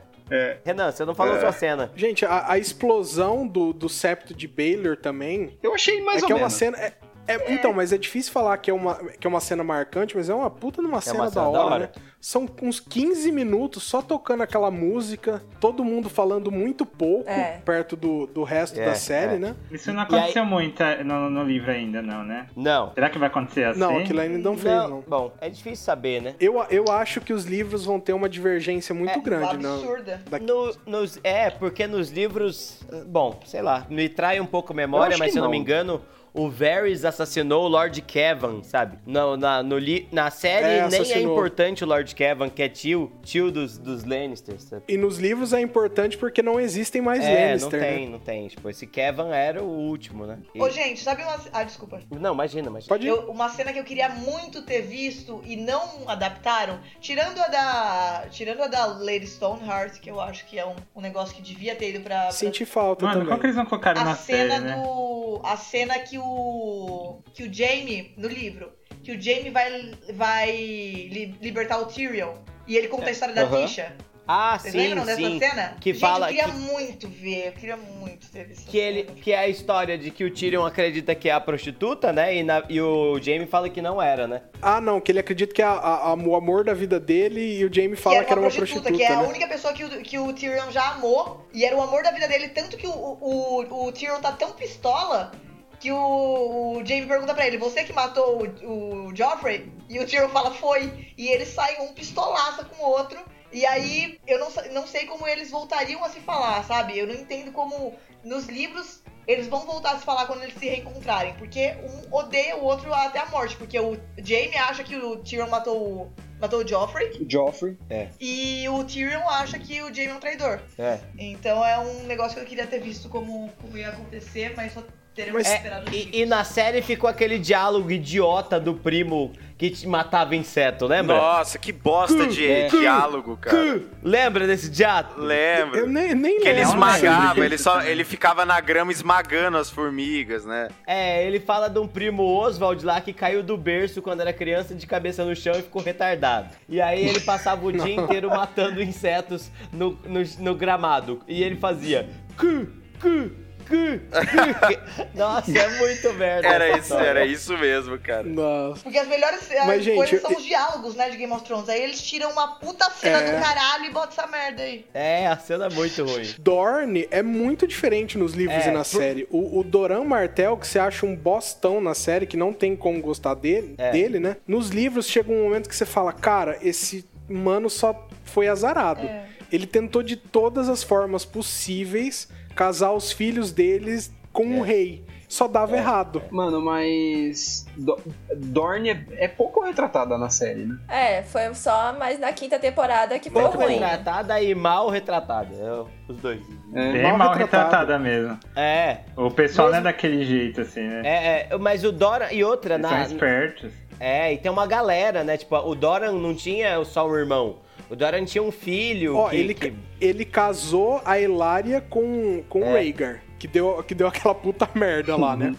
Renan, você não falou sua cena.
Gente, a, a explosão do, do septo de Baylor também
Eu achei mais
é
ou
que é uma
menos.
cena. é- é- então, mas é difícil falar que é, uma, que é uma cena marcante, mas é uma puta numa cena, da, hora, né? São uns 15 minutos só tocando aquela música, todo mundo falando muito pouco
É.
perto do, do resto
É,
da série,
é.
né?
Isso não
E aí-
aconteceu muito eh, no, no livro ainda, não, né?
Não.
Será que vai acontecer assim?
Não, aquilo é ainda não fez, não.
Bom, é difícil saber, né?
Eu, eu acho que os livros vão ter uma divergência muito grande, não.
Absurda.
Daqui-
No- nos- é, porque nos livros. Bom, sei lá, me trai um pouco a memória,
acho
mas
que
se eu não
não.
me engano, o Varys assassinou o Lord Kevan, sabe? Não, na, no li- na série
É,
nem é
assassinou.
importante o Lord Kevan, que é tio, tio dos, dos Lannisters. sabe?
E nos livros é importante porque não existem mais
é,
Lannister,
não
né?
tem, não tem. Tipo, esse Kevan era o último, né? E-
Ô, gente, sabe uma. Ah, desculpa.
Não, imagina, imagina.
Pode ir.
Eu- uma cena que eu queria muito ter visto e não adaptaram, tirando a da. Tirando a da Lady Stoneheart, que eu acho que é um, um negócio que devia ter ido pra. pra-
Senti falta
Mano, como que é
também.
eles não colocaram
a
na
cena
série, né?
do. A cena que o. Que o Jamie, no livro, que o Jamie vai, vai li- libertar o Tyrion. E ele conta a história da
É, Aham.
Tisha.
Ah,
Vocês
sim,
lembram
sim.
dessa cena?
Que
Gente,
fala
eu queria
que-
muito ver, eu queria muito ter visto.
Que, ele, que é a história de que o Tyrion acredita que é a prostituta, né? E, na- e o Jaime fala que não era, né?
Ah, não, que ele acredita que é a- a- a- o amor da vida dele e o Jamie
que
fala
era
que era
uma
uma
prostituta,
prostituta,
que é a
né?
única pessoa que o, que o Tyrion já amou, e era o amor da vida dele, tanto que o, o, o Tyrion tá tão pistola que o, o Jaime pergunta pra ele, você que matou o, o Joffrey? E o Tyrion fala, foi. E eles saem um pistolaça com o outro, e aí eu não, sa- não sei como eles voltariam a se falar, sabe? Eu não entendo como nos livros eles vão voltar a se falar quando eles se reencontrarem, porque um odeia o outro até a morte, porque o Jaime acha que o Tyrion matou o, matou o Joffrey,
Joffrey.
e o Tyrion acha que o Jaime é um traidor.
É.
Então é um negócio que eu queria ter visto como, como ia acontecer, mas só Teremos
É,
esperado um
e,
pouquinho.
e na série ficou aquele diálogo idiota do primo que te matava inseto, lembra?
Nossa, que bosta de
É.
diálogo, cara.
Lembra desse diálogo?
Lembro.
Eu nem, nem
Que ele
lembro.
esmagava, ele só ele ficava na grama esmagando as formigas, né?
É, ele fala de um primo Oswald lá que caiu do berço quando era criança de cabeça no chão e ficou retardado. E aí ele passava o dia inteiro matando insetos no, no, no gramado. E ele fazia. Cu, cu, cu, cu. Nossa, é muito merda.
Era
essa
isso,
história.
era isso mesmo, cara.
Nossa.
Porque as melhores eh,
Mas, gente,
coisas são
eu-
os diálogos, né, de Game of Thrones. Aí eles tiram uma puta cena
É.
do caralho e botam essa merda aí.
É, a cena é muito ruim.
Dorne é muito diferente nos livros
É,
e na
por-
série. O, o Doran Martel, que você acha um bostão na série, que não tem como gostar dele,
É.
dele, né? Nos livros chega um momento que você fala, cara, esse mano só foi azarado. Ele tentou de todas as formas possíveis casar os filhos deles com um rei. Só dava errado.
Mano, mas. Do- Dorne é, é pouco retratada na série, né?
É, foi só mais na quinta temporada que foi
Pouco
ruim.
retratada e mal retratada. É, Os dois.
É.
Bem
Mal
mal
retratada.
retratada mesmo.
É,
O pessoal
Mesmo-
não é daquele jeito, assim, né?
é, é, mas o Dora. E outra,
Eles
um
são
na,
espertos.
É, e tem uma galera, né? Tipo, o Doran não tinha só um irmão. O Doran tinha um filho.
Ó,
que-
ele,
que-
ele casou a Hilária com,
É.
com o Rhaegar, que deu, que deu aquela puta merda lá, né?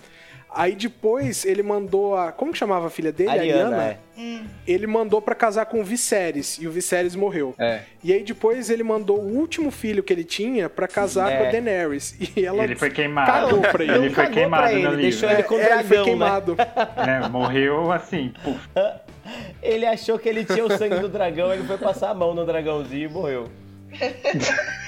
Aí depois ele mandou a. Como que chamava a filha dele?
Ariana, é.
Ele mandou pra casar com o Viserys e o Viserys morreu.
É.
E aí depois ele mandou o último filho que ele tinha pra casar
É.
com a Daenerys. E ela.
Ele foi queimado.
cagou pra ele.
Ele foi
Cagou pra
queimado
ele,
no livro.
deixou
É,
ele com o
é, ele foi
dragão, né?
queimado.
É, morreu assim, puf.
Ele achou que ele tinha o sangue do dragão, ele foi passar a mão no dragãozinho e morreu.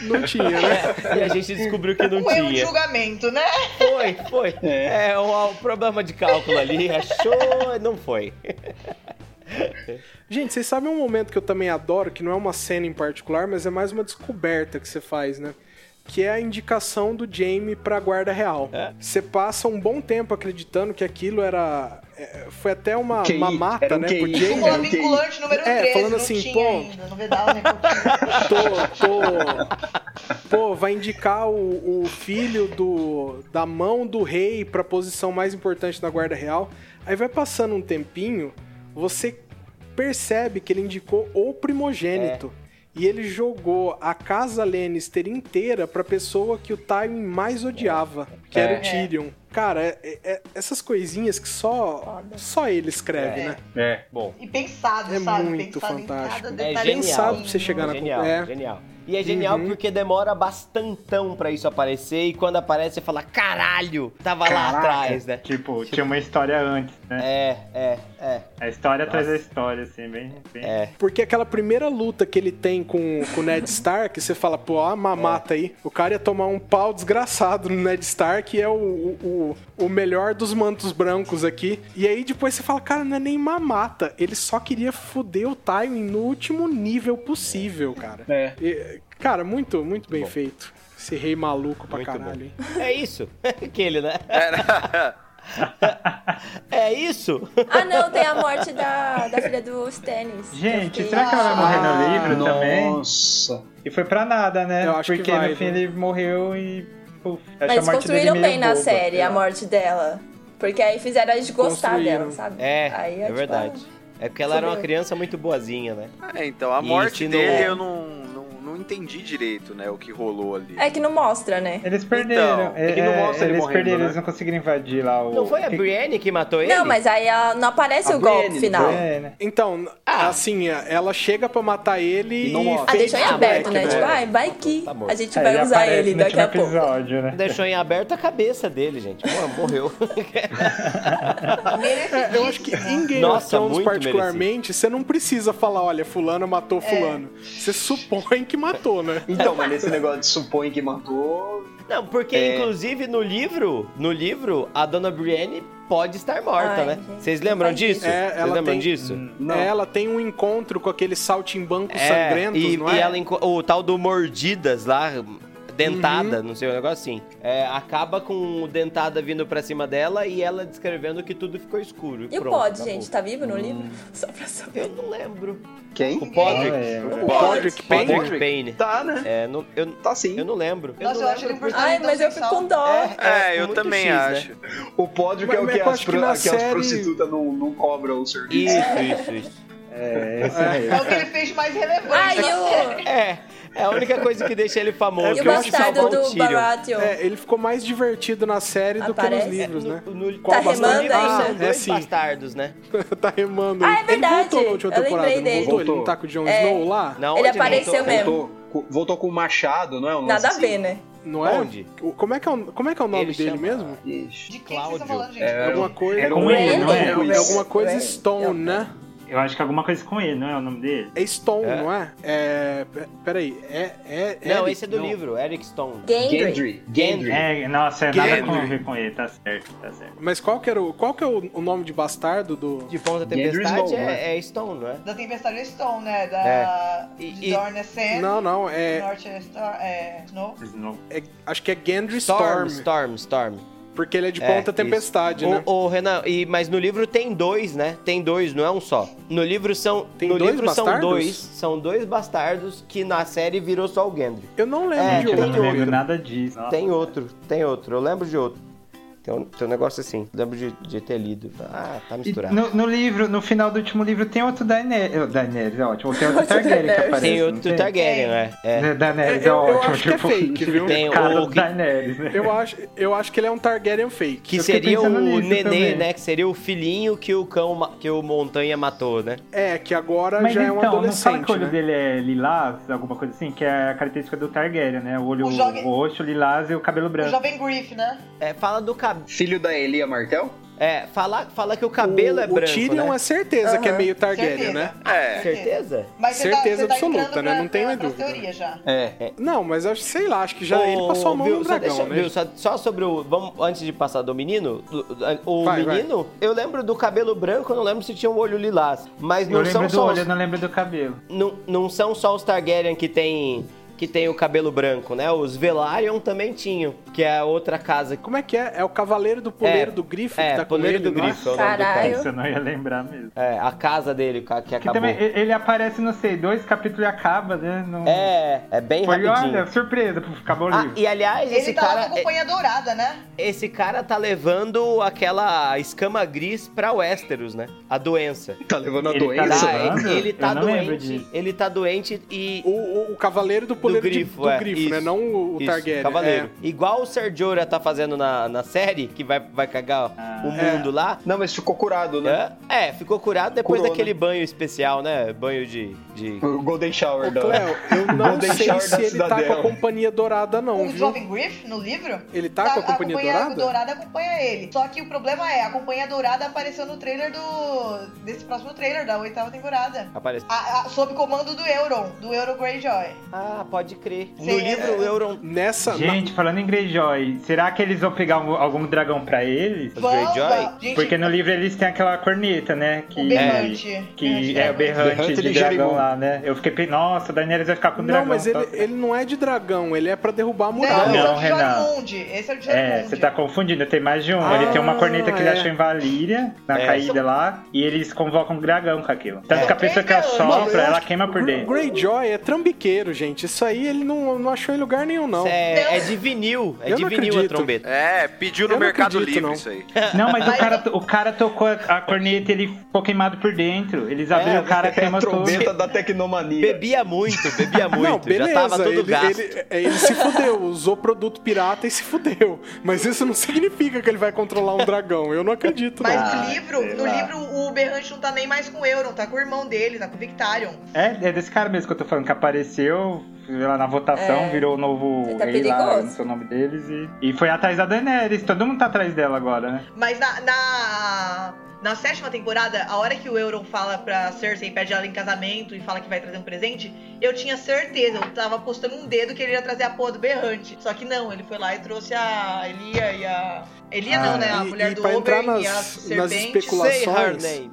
Não tinha, né?
É, e a gente descobriu que não
Um erro de
tinha.
julgamento, né?
Foi, foi. É, o, o problema de cálculo ali, achou, não foi.
Gente, vocês sabem um momento que eu também adoro, que não é uma cena em particular, mas é mais uma descoberta que você faz, né? Que é a indicação do Jamie pra guarda real.
É.
Você passa um bom tempo acreditando que aquilo era. é, Foi até uma,
QI,
uma mata,
era um
né?
QI.
Pro
Súmula
Sim, Era um
Jamie.
QI.
vinculante número
É,
13,
falando
não
assim,
tinha
pô. É,
ainda. No Vedal, né? Coutinho?
Tô, tô. Pô, vai indicar o, o filho do, da mão do rei pra posição mais importante da guarda real. Aí vai passando um tempinho, você percebe que ele indicou o primogênito. E ele jogou a casa Lannister inteira pra pessoa que o Tywin mais odiava, que era
É.
o Tyrion. Cara, é- é- essas coisinhas que só,
Foda.
só ele escreve,
É.
né?
É.
E pensado,
É
sabe?
muito
pensado
fantástico.
em cada
É
detalhe.
genial.
Pensado pra você chegar na
genial,
é.
genial. E é genial
Uhum.
porque demora bastantão pra isso aparecer, e quando aparece você fala, caralho, tava lá
Caraca.
atrás, né?
Tipo, tinha uma história antes, né?
É, é, é.
A história atrás da história, assim, bem. bem...
É.
Porque aquela primeira luta que ele tem com, com o Ned Stark, você fala, pô, a mamata aí. O cara ia tomar um pau desgraçado no Ned Stark, e é o, o, o- o melhor dos mantos brancos aqui. E aí depois você fala, cara, não é nem mamata. Ele só queria foder o Tywin no último nível possível, cara.
É.
E, cara, muito, muito bem feito. Esse rei maluco pra
Muito
caralho, hein?
É isso. Aquele, né? É isso?
Ah, não, tem a morte da, da filha do Stannis.
Gente,
Eu fiquei-
será que ela vai morrer no livro também?
Ah, Nossa.
E foi pra nada, né?
Eu acho que
Porque
vai,
no fim
né?
ele morreu e. Puf, acho a
Mas
morte dele
construíram
meio
bem na
boba.
série a morte dela. Porque aí fizeram a gente gostar
Construíram.
dela, sabe?
É,
Aí
é
tipo,
verdade. É porque ela era uma
Sobre-
criança muito boazinha, né?
É, então, a
E
morte
se não-
dele eu não, não, não entendi direito, né? O que rolou ali.
ah, É que não mostra, né?
Eles perderam.
Então,
é,
ele não
é,
mostra ele
eles
morrendo,
perderam,
né?
eles não conseguiram invadir lá o. É,
Não foi a
que-
Brienne que matou É ele?
Não, mas aí ela não aparece
A
o golpe
Brienne,
final.
É, né?
Então, assim, ela chega pra matar ele
E
e.
não morre.
Ah,
fez
deixou em
de
aberto,
moleque,
né?
né?
Tipo, ai, vai que
Tá bom.
a gente
É,
vai usar
aparece
ele
no
daqui a
último
pouco.
episódio, né?
Deixou em aberto a cabeça dele, gente. Pô, morreu.
É, eu acho que
né?
em Game
Nossa,
of Thrones,
muito
particularmente, você não precisa falar, olha, fulano
É.
matou fulano. Você supõe que matou, né?
Então, mas esse negócio de supõe que matou.
Não, porque
É.
inclusive no livro, no livro, a dona Brienne pode estar morta,
Ai,
né?
gente,
Vocês
não
lembram
faz
disso?
isso.
É,
Vocês
ela
lembram
tem-
disso?
Não.
Ela tem um encontro com aqueles saltimbancos
É,
sangrentos,
e,
não
e
é?
ela enco- o tal do Mordidas lá dentada, não sei, um negócio assim. É, acaba com o dentada vindo pra cima dela e ela descrevendo que tudo ficou escuro.
E o
pronto,
Pod,
acabou.
gente, tá vivo no livro? Só pra saber.
Eu não lembro.
Quem?
O Podrick.
É,
O
Podrick,
Patrick
Podrick?
Payne.
Tá, né?
É, não- eu,
Tá sim.
eu não lembro.
Nossa, eu
não
acho ele
lembro.
importante.
Ai, mas eu fico com dó.
É, eu
muito
também
X, né?
acho.
O Podrick é o
Mas-
que
mas eu
as,
acho que
pro-
na
que as
série-
prostitutas não, não cobram o serviço.
Isso, isso, isso.
É, isso aí.
É o que ele fez de mais relevante. né?
Ai,
na série.
e
É, é a única coisa que deixa ele famoso.
o, e o
porque eu acho que
bastardo
salvou o
do
Tyrion.
Baratheon.
É, ele ficou mais divertido na série do
Aparece.
que nos livros, né?
É, No, no,
Qual
Tá
bastardo?
remando ainda?
São
Ah, é
dois
sim.
bastardos, né?
tá remando.
Ah, é
Ele
verdade.
voltou na última
Eu
temporada,
lembrei
não
dele.
voltou? Ele
Voltou.
não tá com o Jon
É.
Snow lá?
Na
Ele
onde
apareceu
voltou?
mesmo.
Voltou, co- voltou com o machado, não é? Um lance
Nada a
assim?
ver, né?
Não é?
Onde?
O- como, é que é o, como é que é o nome
Ele
dele
chama-
mesmo?
assim? Ixi.
De quem que vocês
Cláudio.
estão falando, gente?
É,
Alguma coisa.
Era
um
é,
ele, não é?
Randall.
alguma coisa
Randall.
Stone, né?
Eu acho que alguma coisa com ele, não é o nome dele?
É Stone,
É.
não é? É. pe- Peraí. É. é
Não,
Eric?
esse é do livro, Eric Stone.
Gendry.
Gendry. Gendry.
É, nossa, é nada
Gendry.
com a ver com ele, tá certo, tá certo.
Mas qual que, era o, qual que é o, o nome de bastardo do.
De Ponta
Gendry
Tempestade
Snow, né?
é, é Stone, não é?
Da Tempestade de Stone, né? Da...
E-
de
e-
Dorne Sand.
É. Não, não, é,
Norte é Star... É... Snow.
Snow.
é- Acho que é Gendry
Storm, Storm,
Storm.
Storm.
Porque ele é de
É,
ponta
isso.
tempestade, né?
O, o Renan, e, mas no livro tem dois, né? Tem dois, não é um só. No livro são,
Tem
no
dois
livro são
bastardos?
dois, são dois bastardos que na série virou só o Gendry.
Eu não lembro
É,
de
eu
tem
não
outro.
lembro
outro.
nada disso. Nossa.
Tem outro, tem outro. Eu lembro de outro. Tem um, tem um negócio assim. Lembro de, de ter lido. Ah, tá
E
misturado.
No, no livro, no final do último livro, tem outro Daenerys. oh, Daenerys é ótimo. Tem outro Targaryen que
Tem
aparece.
tem
não
outro
tem?
Targaryen, né? É.
Da-
Eu,
Daenerys
eu,
é,
eu
ótimo.
acho que é
tipo,
fake, viu?
Tem o
Cara do
que,
Daenerys, né?
Eu acho, eu acho que ele é um Targaryen fake.
que
eu fiquei
seria o
pensando nisso
nenê,
também.
né? Que seria o filhinho que o cão ma- que o Montanha matou, né?
É, que agora
Mas
já é um
então, não fala
adolescente,
que o olho
né?
dele é lilás, alguma coisa assim, que é a característica do Targaryen, né? O olho
O jovem-
roxo, lilás e o cabelo
O
branco.
Jovem Griff, né?
É, fala do cabelo.
Filho da Elia Martel?
É, fala, fala que o cabelo
o,
é branco.
O Tyrion
né?
é certeza que é
Aham.
meio Targaryen, né?
Certeza.
É.
Certeza?
Mas você
Certeza
tá, você tá
absoluta,
entrando
né?
pra-
Não tenho
pra-
nem dúvida.
Pra teoria já.
É.
Não, mas acho, sei lá, acho que já ele
Ô,
passou a mão
Bill,
no
só
dragão,
deixa-
né?
Bill, só, só sobre o. Vamos, antes de passar do menino, do- o
Vai, vai.
menino, eu lembro do cabelo branco, eu não lembro se tinha um olho lilás. Mas
Eu
não
lembro
são,
do
só
olho,
os,
eu não lembro do cabelo.
não, não são só os Targaryen que tem, que tem o cabelo branco, né? Os Velaryon também tinham, que é a outra casa.
Como é que é? É o Cavaleiro do Poleiro
É,
do Grifo que
É,
tá com
Poleiro
ele,
do
não é?
Grifo. é o nome do cara.
Caralho.
Isso eu não ia lembrar mesmo.
É, a casa dele, ca- que
Que
acabou.
também, e- ele aparece, não sei, dois capítulos e acaba, né? Não...
É, é bem
Foi, né?
rapidinho.
olha, surpresa, pô, acabou o
Ah,
livro.
e aliás,
Ele
esse
tá lá
cara. é-
com a companhia dourada, né?
Esse cara tá levando aquela escama gris pra Westeros, né? A doença.
Tá levando a
Ele tá
doença?
lá,
Tá,
Caramba,
ele tá
eu não lembro
doente.
disso.
Ele tá doente e.
O, o, o Cavaleiro do Poleiro de- do Grifo,
Grifo, é,
né?
isso.
Não o, o
Isso,
Targaryen.
Cavaleiro.
É.
Igual o Ser Jorah tá fazendo na, na série, que vai, vai cagar
Ah.
o
É.
mundo lá.
Não, mas ficou curado, né?
É, é, ficou curado depois
Curou,
daquele banho especial, né? Banho de. de...
O Golden Shower
Ô,
da...
Cleo, eu não
Golden
sei
Shower
se
da
ele tá com
Cidadela.
a Companhia Dourada, não,
O
viu?
Jovem Griff, no livro?
Ele tá com a Companhia Dourada?
acompanha ele. Só que o problema é, a Companhia Dourada apareceu no trailer do... Desse próximo trailer, da oitava temporada.
Aparece.
A- a- sob comando do Euron, do Euron Greyjoy.
Ah, pode crer. no
Sim,
livro,
é-
o Euron.
Nessa. na-
Gente, falando em Greyjoy, será que eles vão pegar um- algum dragão pra eles?
Os Greyjoy?
Vamos, gente,
Porque no livro eles têm aquela corneta, né? Que,
um
O
É.
berrante.
Que é o berrante,
Berrante de
de dragão
Jerimum.
lá, né? Eu fiquei pensando, nossa, o Daenerys vai ficar com o
Não,
dragão.
mas ele,
tá certo.
ele não é de dragão, ele é pra derrubar a
Não,
muralha.
esse é
Não,
o de
Renan.
Jormund. Esse é o de
É,
Jormund.
você tá confundindo, tem mais de um.
Ah,
ele tem uma corneta que ele
é.
achou em Valíria, na
É.
caída lá, e eles convocam um dragão com aquilo. Tanto
É.
que a pessoa que
Mano,
Mano, eu
assopra, ela
acho que
queima por
Gre-
dentro.
Greyjoy é trambiqueiro, gente. Isso aí ele não, não achou em lugar nenhum, não.
É, é de vinil. É
Eu
de
não
vinil a
acredito.
trombeta.
É, pediu no
Eu não
Mercado
acredito,
Livre
não.
isso aí.
Não, mas o
Mas-
é
cara, o cara tocou a, a corneta ele ficou queimado por dentro. Eles abriram o cara,
É a
queima todo.
trombeta da tecnomania.
Bebia muito, bebia muito.
não, beleza.
já tava todo
ele,
gasto.
ele- é, ele se fudeu, usou produto pirata e se fudeu. Mas isso não significa que ele vai controlar um dragão. Eu não acredito,
Mas
não.
no livro, no livro o Berrante não tá nem mais com o Euron, tá com o irmão dele, tá com o Victarion.
É, é desse cara mesmo que eu tô falando, que apareceu lá na votação,
É.
virou o novo
Ele tá
rei lá,
perigoso.
não sei o nome deles, e, e foi atrás da Daenerys. Todo mundo tá atrás dela agora, né?
Mas na, na, Na sétima temporada, a hora que o Euron fala pra Cersei, pede ela em casamento e fala que vai trazer um presente, eu tinha certeza, eu tava postando um dedo que ele ia trazer a porra do berrante. Só que não, ele foi lá e trouxe a Elia e a. Elia não,
Ah,
né? A
e-
mulher
e
do
pra entrar
Oberyn e a
nas- nas
serpente.
especula- Populações.
Say her name.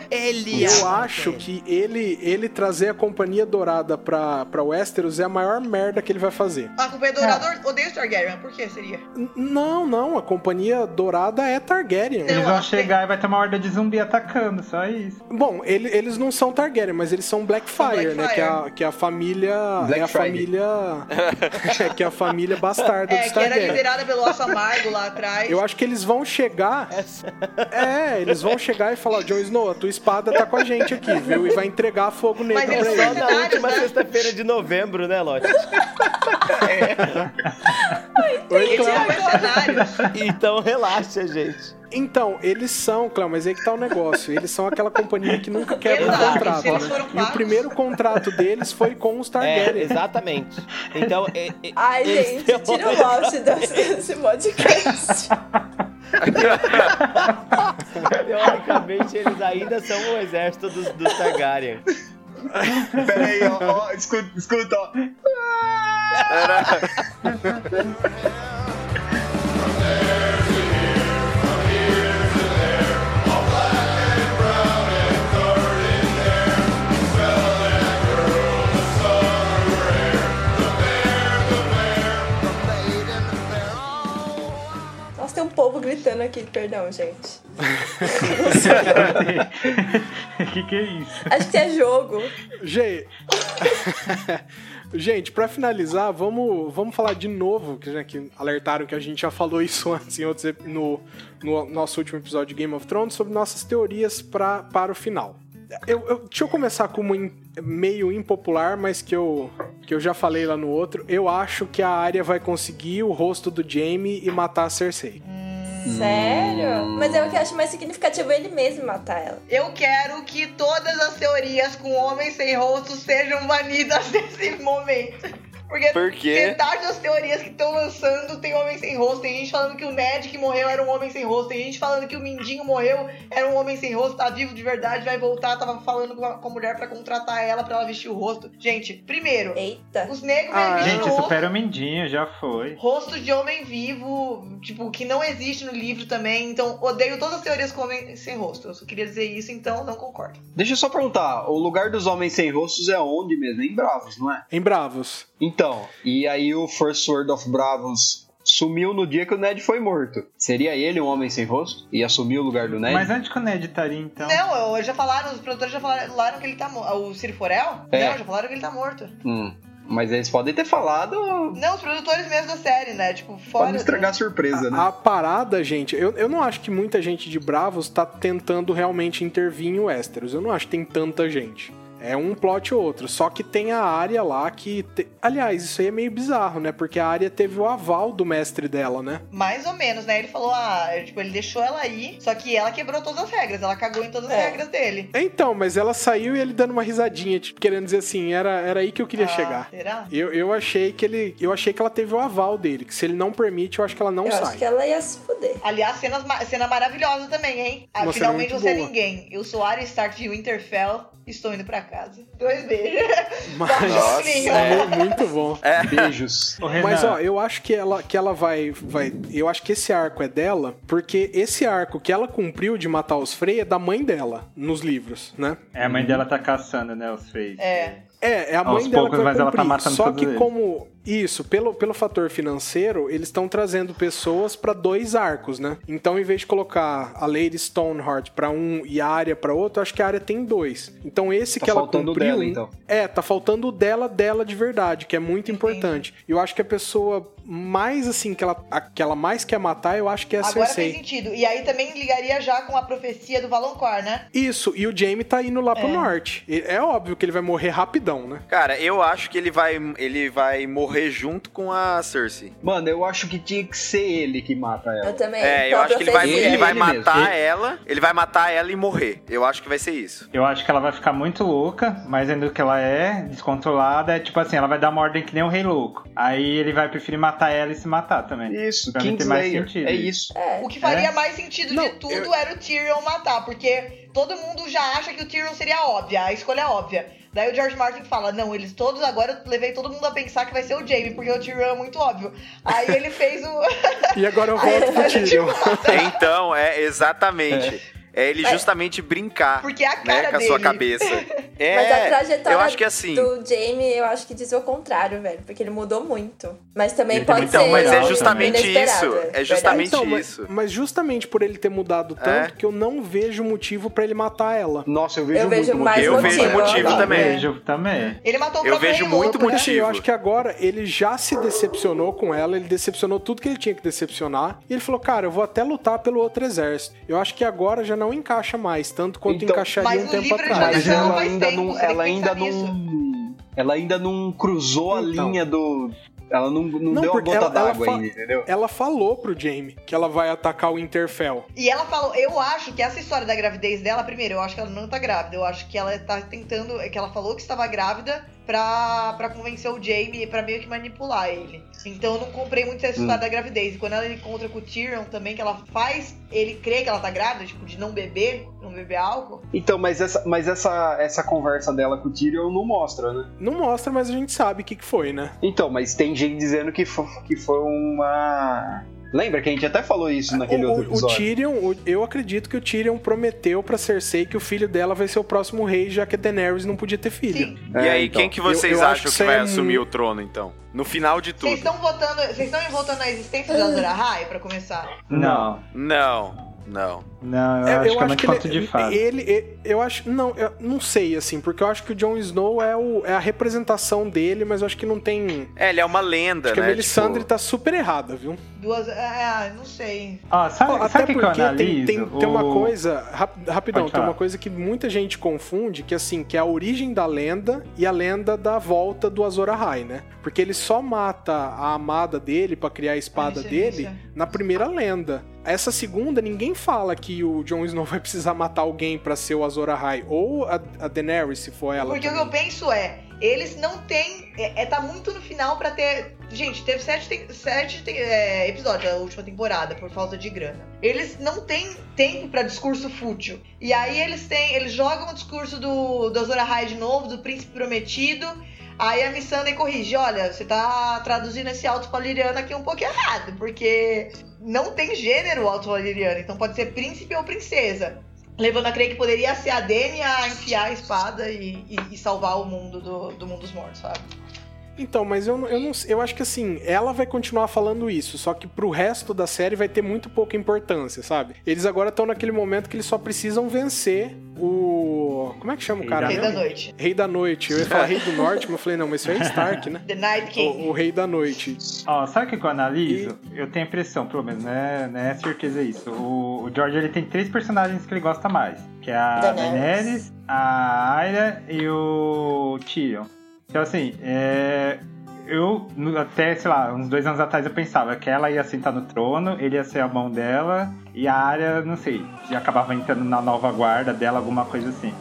Elia.
é.
Eu acho que ele, ele trazer a Companhia Dourada pra, pra Westeros é a maior merda que ele vai fazer.
A é governadora odeia os Targaryen, por que seria?
N- não, não, a Companhia Dourada é Targaryen.
Não,
Eles vão
ela-
chegar e vai ter uma horda de zumbi atacando, só isso.
Bom, ele- eles não são Targaryen, mas eles são Blackfyre,
São
né?
Blackfyre.
Que é a, que é a família.
Black
é a
Friday.
família. é que é a família bastarda
É,
dos
que era
Targaryen.
liderada pelo osso amargo lá atrás.
Eu acho que eles vão chegar. É, eles vão chegar e falar: Jon Snow, a tua espada tá com a gente aqui, viu? E vai entregar fogo negra pra
Mas eles
ele.
são
É Só na
Mercenários,
última
né?
sexta-feira de novembro, né, Lote?
Oi,
Eles são
Cláudio.
mercenários.
Então relaxa, gente.
Então, eles são, Cléo, mas aí que tá o negócio. Eles são aquela companhia que nunca quebra
Exato,
um contrato.
se eles
né?
foram
E o
pagos.
primeiro contrato deles foi com os
É,
Targaryen.
exatamente. Então, é, é,
Ai,
eles têm
gente,
uma-
tira o Lost desse, desse podcast.
Teoricamente, eles ainda são o exército dos, dos Targaryen.
Pera aí, ó, ó, escuta, escuta, ó.
Nossa, tem um povo gritando aqui, perdão, gente.
que que é isso?
Acho que é jogo.
Gente, gente, pra finalizar, vamos, vamos falar de novo, que, né, que alertaram que a gente já falou isso antes em outros, ep- no, no nosso último episódio de Game of Thrones, sobre nossas teorias pra, para o final. Eu, eu- deixa eu começar com uma in- meio impopular, mas que eu, que eu já falei lá no outro. Eu acho que a área vai conseguir o rosto do Jamie e matar a Cersei.
Sério?
Hum.
Mas é o que eu acho mais significativo ele mesmo matar ela.
Eu quero que todas as teorias com homens sem rosto sejam banidas nesse momento. Porque
Por quê?
metade das teorias que estão lançando tem homem sem rosto. Tem gente falando que o Ned que morreu era um homem sem rosto. Tem gente falando que o Mindinho morreu era um homem sem rosto. Tá vivo de verdade, vai voltar. Tava falando com a, com a mulher pra contratar ela pra ela vestir o rosto. Gente, primeiro,
Eita.
os negros
Ah,
vestem
Gente,
o rosto.
supera o Mindinho, já foi.
Rosto de homem vivo, tipo, que não existe no livro também. Então, odeio todas as teorias com homem sem rosto. Eu só queria dizer isso, então não concordo.
Deixa eu só perguntar, o lugar dos homens sem rostos é onde mesmo? Em Bravos, não é?
Em Bravos.
Então, e aí o First Sword of Bravos sumiu no dia que o Ned foi morto. Seria ele um homem sem rosto? E assumiu o lugar do Ned?
Mas é- onde que o Ned estaria, então?
Não, eu- já falaram, os produtores já falaram que ele tá morto. O Ciro Forel?
É.
Não, já falaram que ele tá morto.
Hum, mas eles podem ter falado...
Não, os produtores mesmo da série, né? Tipo, fora.
Pode estragar a surpresa, né?
A, a parada, gente, eu, eu não acho que muita gente de Bravos tá tentando realmente intervir em Westeros. Eu não acho que tem tanta gente. É um plot ou outro. Só que tem a área lá que. te- Aliás, isso aí é meio bizarro, né? Porque a área teve o aval do mestre dela, né?
Mais ou menos, né? Ele falou, ah, tipo, ele deixou ela aí, só que ela quebrou todas as regras, ela cagou em todas as
É.
regras dele.
Então, mas ela saiu e ele dando uma risadinha, tipo, querendo dizer assim, era, era aí que eu queria
Ah,
chegar.
Será?
Eu, eu achei que ele. Eu achei que ela teve o aval dele, que se ele não permite, eu acho que ela não
eu
sai.
acho que ela ia se fuder.
Aliás, cenas ma- cena maravilhosa também, hein? Ah,
Uma cena
finalmente
muito
você é
boa.
ninguém. Eu sou Arya Stark de Winterfell, estou indo pra casa. Dois beijos. um
Mas.
tá
Nossa, é.
mu- Muito bom.
ah. Beijos.
O Renan,
Mas ó, eu acho que ela, que ela vai, vai. Eu acho que esse arco é dela, porque esse arco que ela cumpriu de matar os Frey é da mãe dela, nos livros, né?
É, a mãe dela tá caçando, né, os feios.
É.
É, é a mãe
Aos
dela
poucos,
que vai
mas ela tá
cumprir.
matando
Só
todos
que
eles.
como isso, pelo, pelo fator financeiro, eles estão trazendo pessoas pra dois arcos, né? Então, em vez de colocar a Lady Stoneheart pra um e a área pra outro, acho que a área tem dois. Então, esse
Tá
que ela
faltando o
cumpriu,
dela, então.
é, tá faltando o dela dela de verdade, que é muito importante. Eu acho que a pessoa mais assim que ela, a, que ela mais quer matar, eu acho que é a
Agora
Cersei.
fez sentido. E aí também ligaria já com a profecia do Valonqor, né?
Isso, e o Jaime tá indo lá pro norte. E- É óbvio que ele vai morrer rapidão, né?
Cara, eu acho que ele vai, ele vai morrer junto com a Cersei.
Mano, eu acho que tinha que ser ele que mata
Eu
ela.
também.
É, eu
pela
acho que ele vai,
profecia.
ele vai
Ele mesmo.
matar
Ele-
ela, ele vai matar ela e morrer. Eu acho que vai ser isso.
Eu acho que ela vai ficar muito louca, mas ainda que ela é descontrolada, é tipo assim, ela vai dar uma ordem que nem o rei louco. um Aí ele vai preferir matar ela e se matar também.
Isso,
Pra mim tem mais
Kingslayer.
sentido
É
isso.
isso.
É.
O que faria
É?
mais sentido
Não,
de tudo era o Tyrion matar, porque todo mundo já acha que o Tyrion seria óbvia, a escolha é óbvia. Daí o George Martin fala: Não, eles todos agora eu levei todo mundo a pensar que vai ser o Jamie, porque o Tyrion é muito óbvio. Aí ele fez o.
E agora eu volto
É
pro
a gente
Tyrion.
Então, é exatamente. É, ele justamente brincar
Porque é a
né,
cara
com a
dele.
sua cabeça. É,
Mas a trajetória
eu acho que assim.
do Jamie, eu acho que diz o contrário, velho. Porque ele mudou muito. Mas também
Ele
pode
mudou
ser.
Então, mas é
Legal
justamente
inesperado,
isso. É
verdade.
justamente
Então, mas-
isso. É.
Mas, justamente por ele ter mudado tanto que eu não vejo motivo pra ele matar ela.
Nossa, eu vejo
Eu
muito
vejo
motivo.
mais
Eu
motivo.
vejo motivo
agora.
também.
Vejo também.
Ele matou o
Eu
próprio
vejo
Rei
muito
Louco.
Porque, assim, eu
motivo.
acho que agora ele já se decepcionou com ela, ele decepcionou tudo que ele tinha que decepcionar. E ele falou, cara, eu vou até lutar pelo outro exército. Eu acho que agora já não encaixa mais, tanto quanto
Então,
encaixaria
mas
um
no
tempo
Tá,
livro ele já
atrás.
Mas
Deixa ela
ela
mais
ainda
tempo,
não.
você tem
Ela
que
ainda
pensar
não. Ela ainda não cruzou a
Então.
linha do. Ela não, não,
Não,
deu a
porque
gota
ela- ela
d'água
fa-
ainda, entendeu?
Ela falou pro Jamie que ela vai atacar o Interfell.
E ela falou, eu acho que essa história da gravidez dela, primeiro, eu acho que ela não tá grávida, eu acho que ela tá tentando, que ela falou que estava grávida pra, pra convencer o Jamie, pra meio que manipular ele. Então eu não comprei muito essa
Hum.
história da gravidez. E quando ela encontra com o Tyrion também, que ela faz ele crer que ela tá grávida, tipo, de não beber, não beber álcool.
Então, mas essa, mas essa, essa conversa dela com o Tyrion não mostra, né?
Não mostra, mas a gente sabe o que, que foi, né?
Então, mas tem gente dizendo que foi, que foi uma. Lembra que a gente até falou isso naquele
o,
outro
o- o
episódio?
Tyrion, o- eu acredito que o Tyrion prometeu pra Cersei que o filho dela vai ser o próximo rei, já que a Daenerys não podia ter filho.
Sim.
E
É,
aí,
então.
quem que vocês
Eu- eu acho
acham
que
que,
isso
vai
é
assumir o trono, então? No final de
Vocês
tudo.
estão votando. Vocês estão votando na existência da Azor Ahai pra começar?
Não,
Não, não.
não, eu,
É,
acho que é muito fato
ele,
de fato.
ele- ele- eu acho, não, eu não sei assim, porque eu acho que o Jon Snow é, o- é a representação dele, mas eu acho que não tem.
É, ele é uma lenda,
Acho que a
né?
Melisandre
tipo,
tá super errada, viu?
Duas. Ah, não sei.
Ó, sabe,
Ó,
Ah,
Até
sabe o que eu
porque tem,
analiso?
tem, tem uma
O-
coisa, rap- rapidão,
Pode
tem uma
falar.
coisa que muita gente confunde, que assim, que é a origem da lenda e a lenda da volta do Azor Ahai, né? Porque ele só mata a amada dele pra criar a espada
Ai,
dele
delícia.
na primeira lenda. Essa segunda, ninguém fala que o Jon Snow vai precisar matar alguém pra ser o Azor Ahai, ou a, a Daenerys, se for ela.
Porque o que
também.
eu penso é, eles não têm. É, é- tá muito no final pra ter. Gente, teve sete, tem- sete tem- é, episódios da última temporada, por falta de grana. Eles não têm tempo pra discurso fútil. E aí eles têm. Eles jogam o discurso do, do Azor Ahai de novo, do príncipe prometido. Aí a Missandei corrige, olha, você tá traduzindo esse alto valiriano aqui um pouco errado, porque não tem gênero alto valiriano, então pode ser príncipe ou princesa. Levando a crer que poderia ser a Dany a enfiar a espada e, e- e salvar o mundo do, do mundo dos mortos, sabe?
Então, mas eu, não- eu não sei- eu acho que assim, ela vai continuar falando isso, só que pro resto da série vai ter muito pouca importância, sabe? Eles agora estão naquele momento que eles só precisam vencer o. Como é que chama o
Rei
cara?
da É.
Rei
mesmo?
da noite.
Rei da Noite. Eu ia falar Rei do Norte, mas eu falei, não, mas isso é Stark, né?
The Night King.
O, o Rei da Noite.
Ó, sabe o que que eu analiso? Eu tenho a impressão, pelo menos, né? Não é certeza isso. O, o George ele tem três personagens que ele gosta mais. Que é a
Daenerys.
Daenerys, a Arya e o Tyrion. Então, assim, é... Eu, no- até, sei lá, uns dois anos atrás eu pensava que ela ia sentar no trono, ele ia ser a mão dela, e a área, não sei, já acabava entrando na nova guarda dela, alguma coisa assim.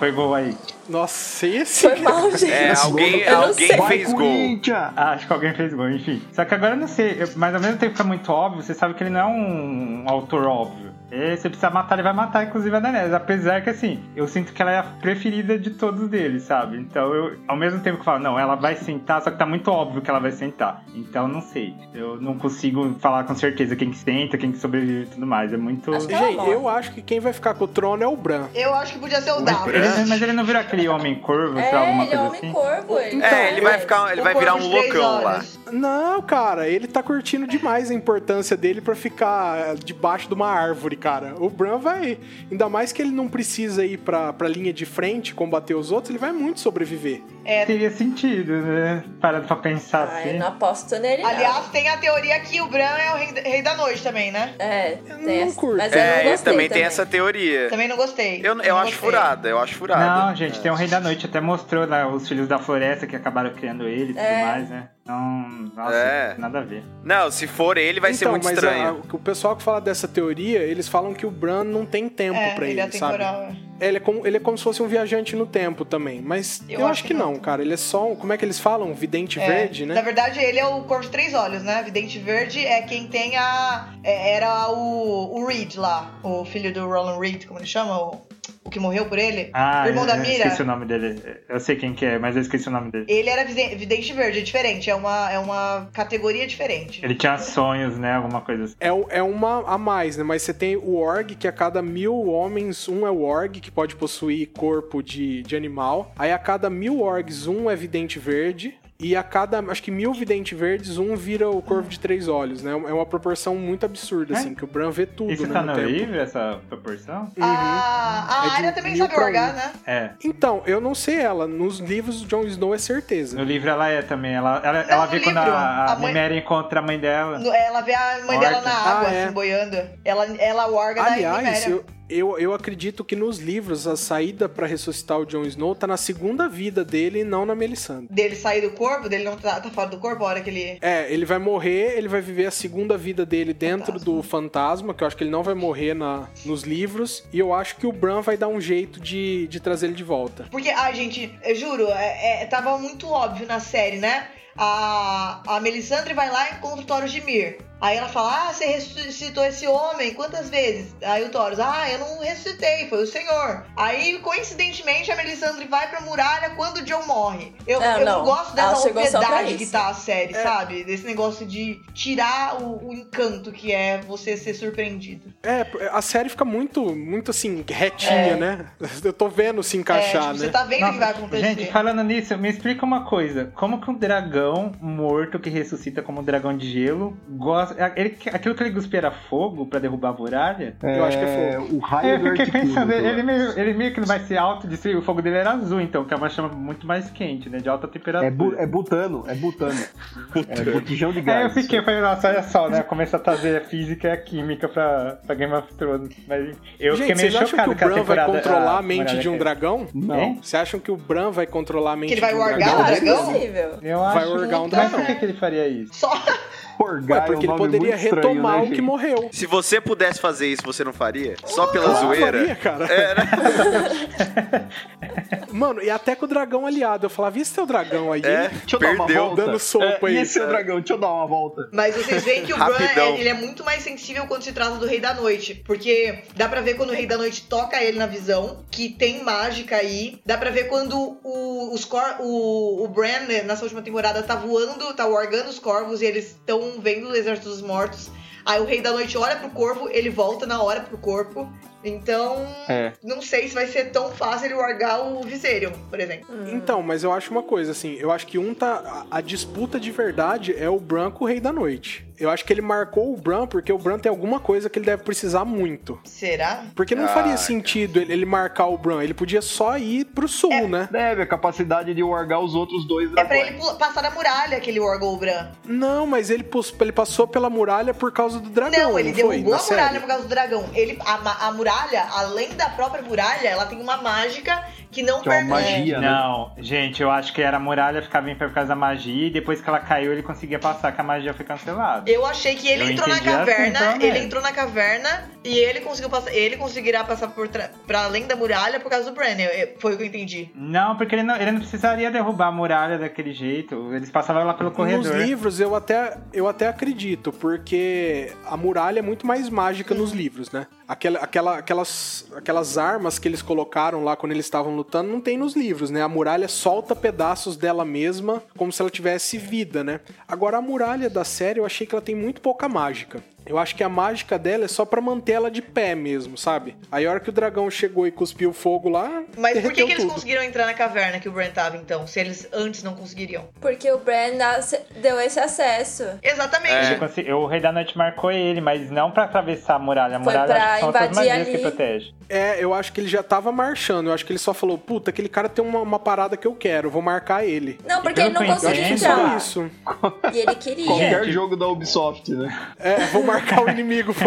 Foi gol aí.
Nossa, esse.
Foi mal, gente.
É, alguém,
Eu não sei.
alguém fez gol.
Ah, acho que alguém fez gol, enfim. Só que agora eu não sei, eu- mas ao mesmo tempo que é muito óbvio, você sabe que ele não é um, autor óbvio. E se precisar matar, ele vai matar, inclusive a Daenerys. Apesar que, assim, eu sinto que ela é a preferida de todos deles, sabe? Então, eu, ao mesmo tempo que eu falo, não, ela vai sentar, só que tá muito óbvio que ela vai sentar. Então, não sei. Eu não consigo falar com certeza quem que senta, quem que sobrevive e tudo mais. É muito...
Acho que
Assim,
ela
Gente,
morre.
eu acho que quem vai ficar com o trono é o Bran.
Eu acho que podia ser o Um
Mas
Davos.
ele, mas ele não virou aquele homem corvo, sei lá,
É,
alguma
ele é
coisa
homem
assim?
corvo. Ele. tá
Então,
É, ele vai ficar. Ele vai virar um loucão lá.
Não, cara, ele tá curtindo demais a importância dele pra ficar debaixo de uma árvore, cara. O Bran vai. Ainda mais que ele não precisa ir pra, pra linha de frente combater os outros, ele vai muito sobreviver.
É.
Teria sentido, né? Parando pra pensar
Ah,
assim.
eu não aposto nele. não.
Aliás, tem a teoria que o Bran é o rei, rei da noite também, né?
É,
Eu
tem
não
essa.
curto.
Mas eu não
É,
gostei
também, tem essa teoria.
Também não gostei.
É. Eu, eu
Não
acho
gostei.
furada, eu acho furada.
um Não, gente, tem o Rei da Noite, até mostrou lá os filhos da floresta que acabaram criando ele e tudo
É.
mais, né? Não, nossa,
É.
nada a ver.
Não, se for ele, vai ser
Então,
muito
mas
estranho.
a- o pessoal que fala dessa teoria, eles falam que o Bran não tem tempo
É,
pra ele,
ele é
sabe?
temporal.
Ele é, como, ele é como se fosse um viajante no tempo também. Mas eu, acho que não, cara. Ele é só um. Como é que eles falam? Um vidente verde,
Na
né?
verdade, ele é o Corvo de Três Olhos, né? Vidente Verde é quem tem a. é- era o, o Reed lá, o filho do Roland Reed, como ele chama? O, o que morreu por ele?
Ah,
o irmão
eu,
da
eu
Mira.
esqueci o nome dele. Eu sei quem que é, mas eu esqueci o nome dele.
Ele era vide- Vidente Verde, é diferente, é uma, é uma categoria diferente.
Ele tinha sonhos, né? Alguma coisa assim.
É, o- é uma a mais, né? Mas você tem o org, que a cada mil homens, um é o org, que pode possuir corpo de, de animal. Aí a cada mil orgs, um é vidente verde. E a cada, acho que mil vidente verdes, um vira o corvo de três olhos, né? É uma proporção muito absurda,
É.
assim, que o Bran vê tudo,
Isso
né?
tá
no
no
tempo.
livro, essa proporção?
A, a
Uhum. É de
área também
mil
sabe
pra
orgar,
um.
né?
É.
Então, eu não sei ela. Nos livros do Jon Snow é certeza.
No livro ela é também. Ela, ela,
Não,
ela
no
vê quando
livro,
a, a,
a mãe-
Mimera encontra a mãe dela.
No- é, Ela vê a mãe dela
Orga.
na água,
Ah, é.
assim, boiando. Ela, ela orga da
Aliás,
Niméria.
eu, eu, eu acredito que nos livros a saída pra ressuscitar o Jon Snow tá na segunda vida dele e não na Melisandre.
Dele sair do corpo, dele não tá, tá fora do corpo a hora que ele.
É, ele vai morrer, ele vai viver a segunda vida dele dentro do fantasma, que eu acho que ele não vai morrer na, nos livros, e eu acho que o Bran vai dar um jeito de, de trazer ele de volta.
Porque, ai, gente, eu juro, é, é- tava muito óbvio na série, né? A, a Melisandre vai lá e encontra o Thoros de Mir. Aí ela fala: Ah, você ressuscitou esse homem quantas vezes? Aí o Thoros, ah, eu não ressuscitei, foi o Senhor. Aí, coincidentemente, a Melisandre vai pra muralha quando o John morre. Eu
É,
eu não
não.
gosto
Ela
dessa
chegou só pra
obviedade que
isso.
tá a série,
É.
sabe? Desse negócio de tirar o, o encanto que é você ser surpreendido.
É, a série fica muito, muito assim, retinha, né? Eu tô vendo se encaixar,
é, tipo, Você
né?
tá vendo o que
Nossa,
vai acontecer.
Gente, falando nisso, me explica uma coisa. Como que um dragão morto que ressuscita como um dragão de gelo gosta. é, Ele, aquilo que ele cuspia era fogo pra derrubar a muralha?
tá-
Eu acho que é
É, o raio
Eu
do
fiquei
Articuno,
pensando,
então,
eu
ele
acho.
meio, ele meio que não vai ser alto de si, o fogo dele era azul, então, que é uma chama muito mais quente, né? De alta temperatura.
É, bu é butano, é butano. é botijão de
Aí eu
gás.
fiquei, falei, nossa, olha só, né? Começa a trazer a física e a química pra, pra Game of Thrones. Mas eu fiquei
Gente,
meio
vocês acham que
chocado
o
com a
Bran vai
temporada.
controlar a mente
muralha
de um
que- é.
dragão?
Não.
Vocês acham que o Bran vai controlar a mente
ele vai
de um
orgar
dragão?
o
Não, é
dragão?
possível.
Eu
Vai
acho.
orgar um
Mas
dragão.
por que, que ele faria isso?
Só
Porgar
Ué,
é um
porque ele
nome
poderia
muito estranho,
retomar
né,
o que
gente?
morreu.
Se você pudesse fazer isso, você não faria? Só pela
Claro que
zoeira?
faria, cara.
É, né?
Mano, e até com o dragão aliado. Eu falava, e esse teu dragão aí?
É,
Deixa eu dar uma
Perdeu.
volta.
Dando sopa
é,
aí.
E esse é o dragão, deixa eu dar uma volta.
Mas vocês veem que o Bran
Rapidão.
é, ele é muito mais sensível quando se trata do Rei da Noite. Porque dá pra ver quando o Rei da Noite toca ele na visão, que tem mágica aí. Dá pra ver quando o, os cor, o, o Bran, né, nessa última temporada, tá voando, tá orgando os corvos e eles estão vendo o Exército dos Mortos. Aí o Rei da Noite olha pro corvo, ele volta na hora pro corpo. Então,
É.
não sei se vai ser tão fácil ele orgar o Viserion, por exemplo.
Então, mas eu acho uma coisa, assim, eu acho que um tá. A, a disputa de verdade é o Bran com o Rei da Noite. Eu acho que ele marcou o Bran porque o Bran tem alguma coisa que ele deve precisar muito.
Será?
Porque não
Ah,
faria sentido ele, ele marcar o Bran. Ele podia só ir pro sul, né?
Deve, a capacidade de orgar os outros dois
É pra
dragões.
ele pu- passar da muralha que ele orgou o Bran.
Não, mas ele, pus- ele passou pela muralha por causa do
Tá
dragão.
Não, ele
foi,
derrubou
Na
a muralha
série?
por causa do dragão. Ele, a, ma- a muralha, além da própria muralha, ela tem uma mágica que não
Que é
permite.
uma magia, né?
Não, gente, eu acho que era a muralha, ficava em pé por causa da magia, e depois que ela caiu, ele conseguia passar, que a magia foi cancelada.
Eu achei que ele
Eu
entrou na
entendi assim
caverna,
também.
ele entrou na caverna e ele conseguiu passar, ele conseguirá passar por tra- pra além da muralha por causa do Bran. eu- eu- Foi o que eu entendi.
Não, porque ele não, ele não precisaria derrubar a muralha daquele jeito. Eles passavam lá pelo corredor.
Nos livros eu até, eu até acredito, porque a muralha é muito mais mágica nos livros, né? Aquela, aquela, aquelas, aquelas armas que eles colocaram lá quando eles estavam lutando não tem nos livros, né? A muralha solta pedaços dela mesma como se ela tivesse vida, né? Agora a muralha da série eu achei que ela tem muito pouca mágica. Eu acho que a mágica dela é só pra manter ela de pé mesmo, sabe? Aí a hora que o dragão chegou e cuspiu fogo lá,
Mas por que,
derreteu
que eles
tudo.
conseguiram entrar na caverna que o Bran tava, então? Se eles antes não conseguiriam?
Porque o Bran ac- deu esse acesso.
Exatamente.
É.
Ele consegui- O Rei da Noite marcou ele, mas não pra atravessar a muralha. A
Foi
muralha
pra
acho que são outras
invadir
magias que
ali.
protege.
É, eu acho que ele já tava marchando. Eu acho que ele só falou, puta, aquele cara tem uma, uma parada que eu quero, vou marcar ele.
Não, porque ele não
Eu
Eu acho
conseguia
que só
Sim, cara.
entrar.
isso.
E ele queria.
Qualquer jogo da Ubisoft, né?
É, vou marcar o inimigo.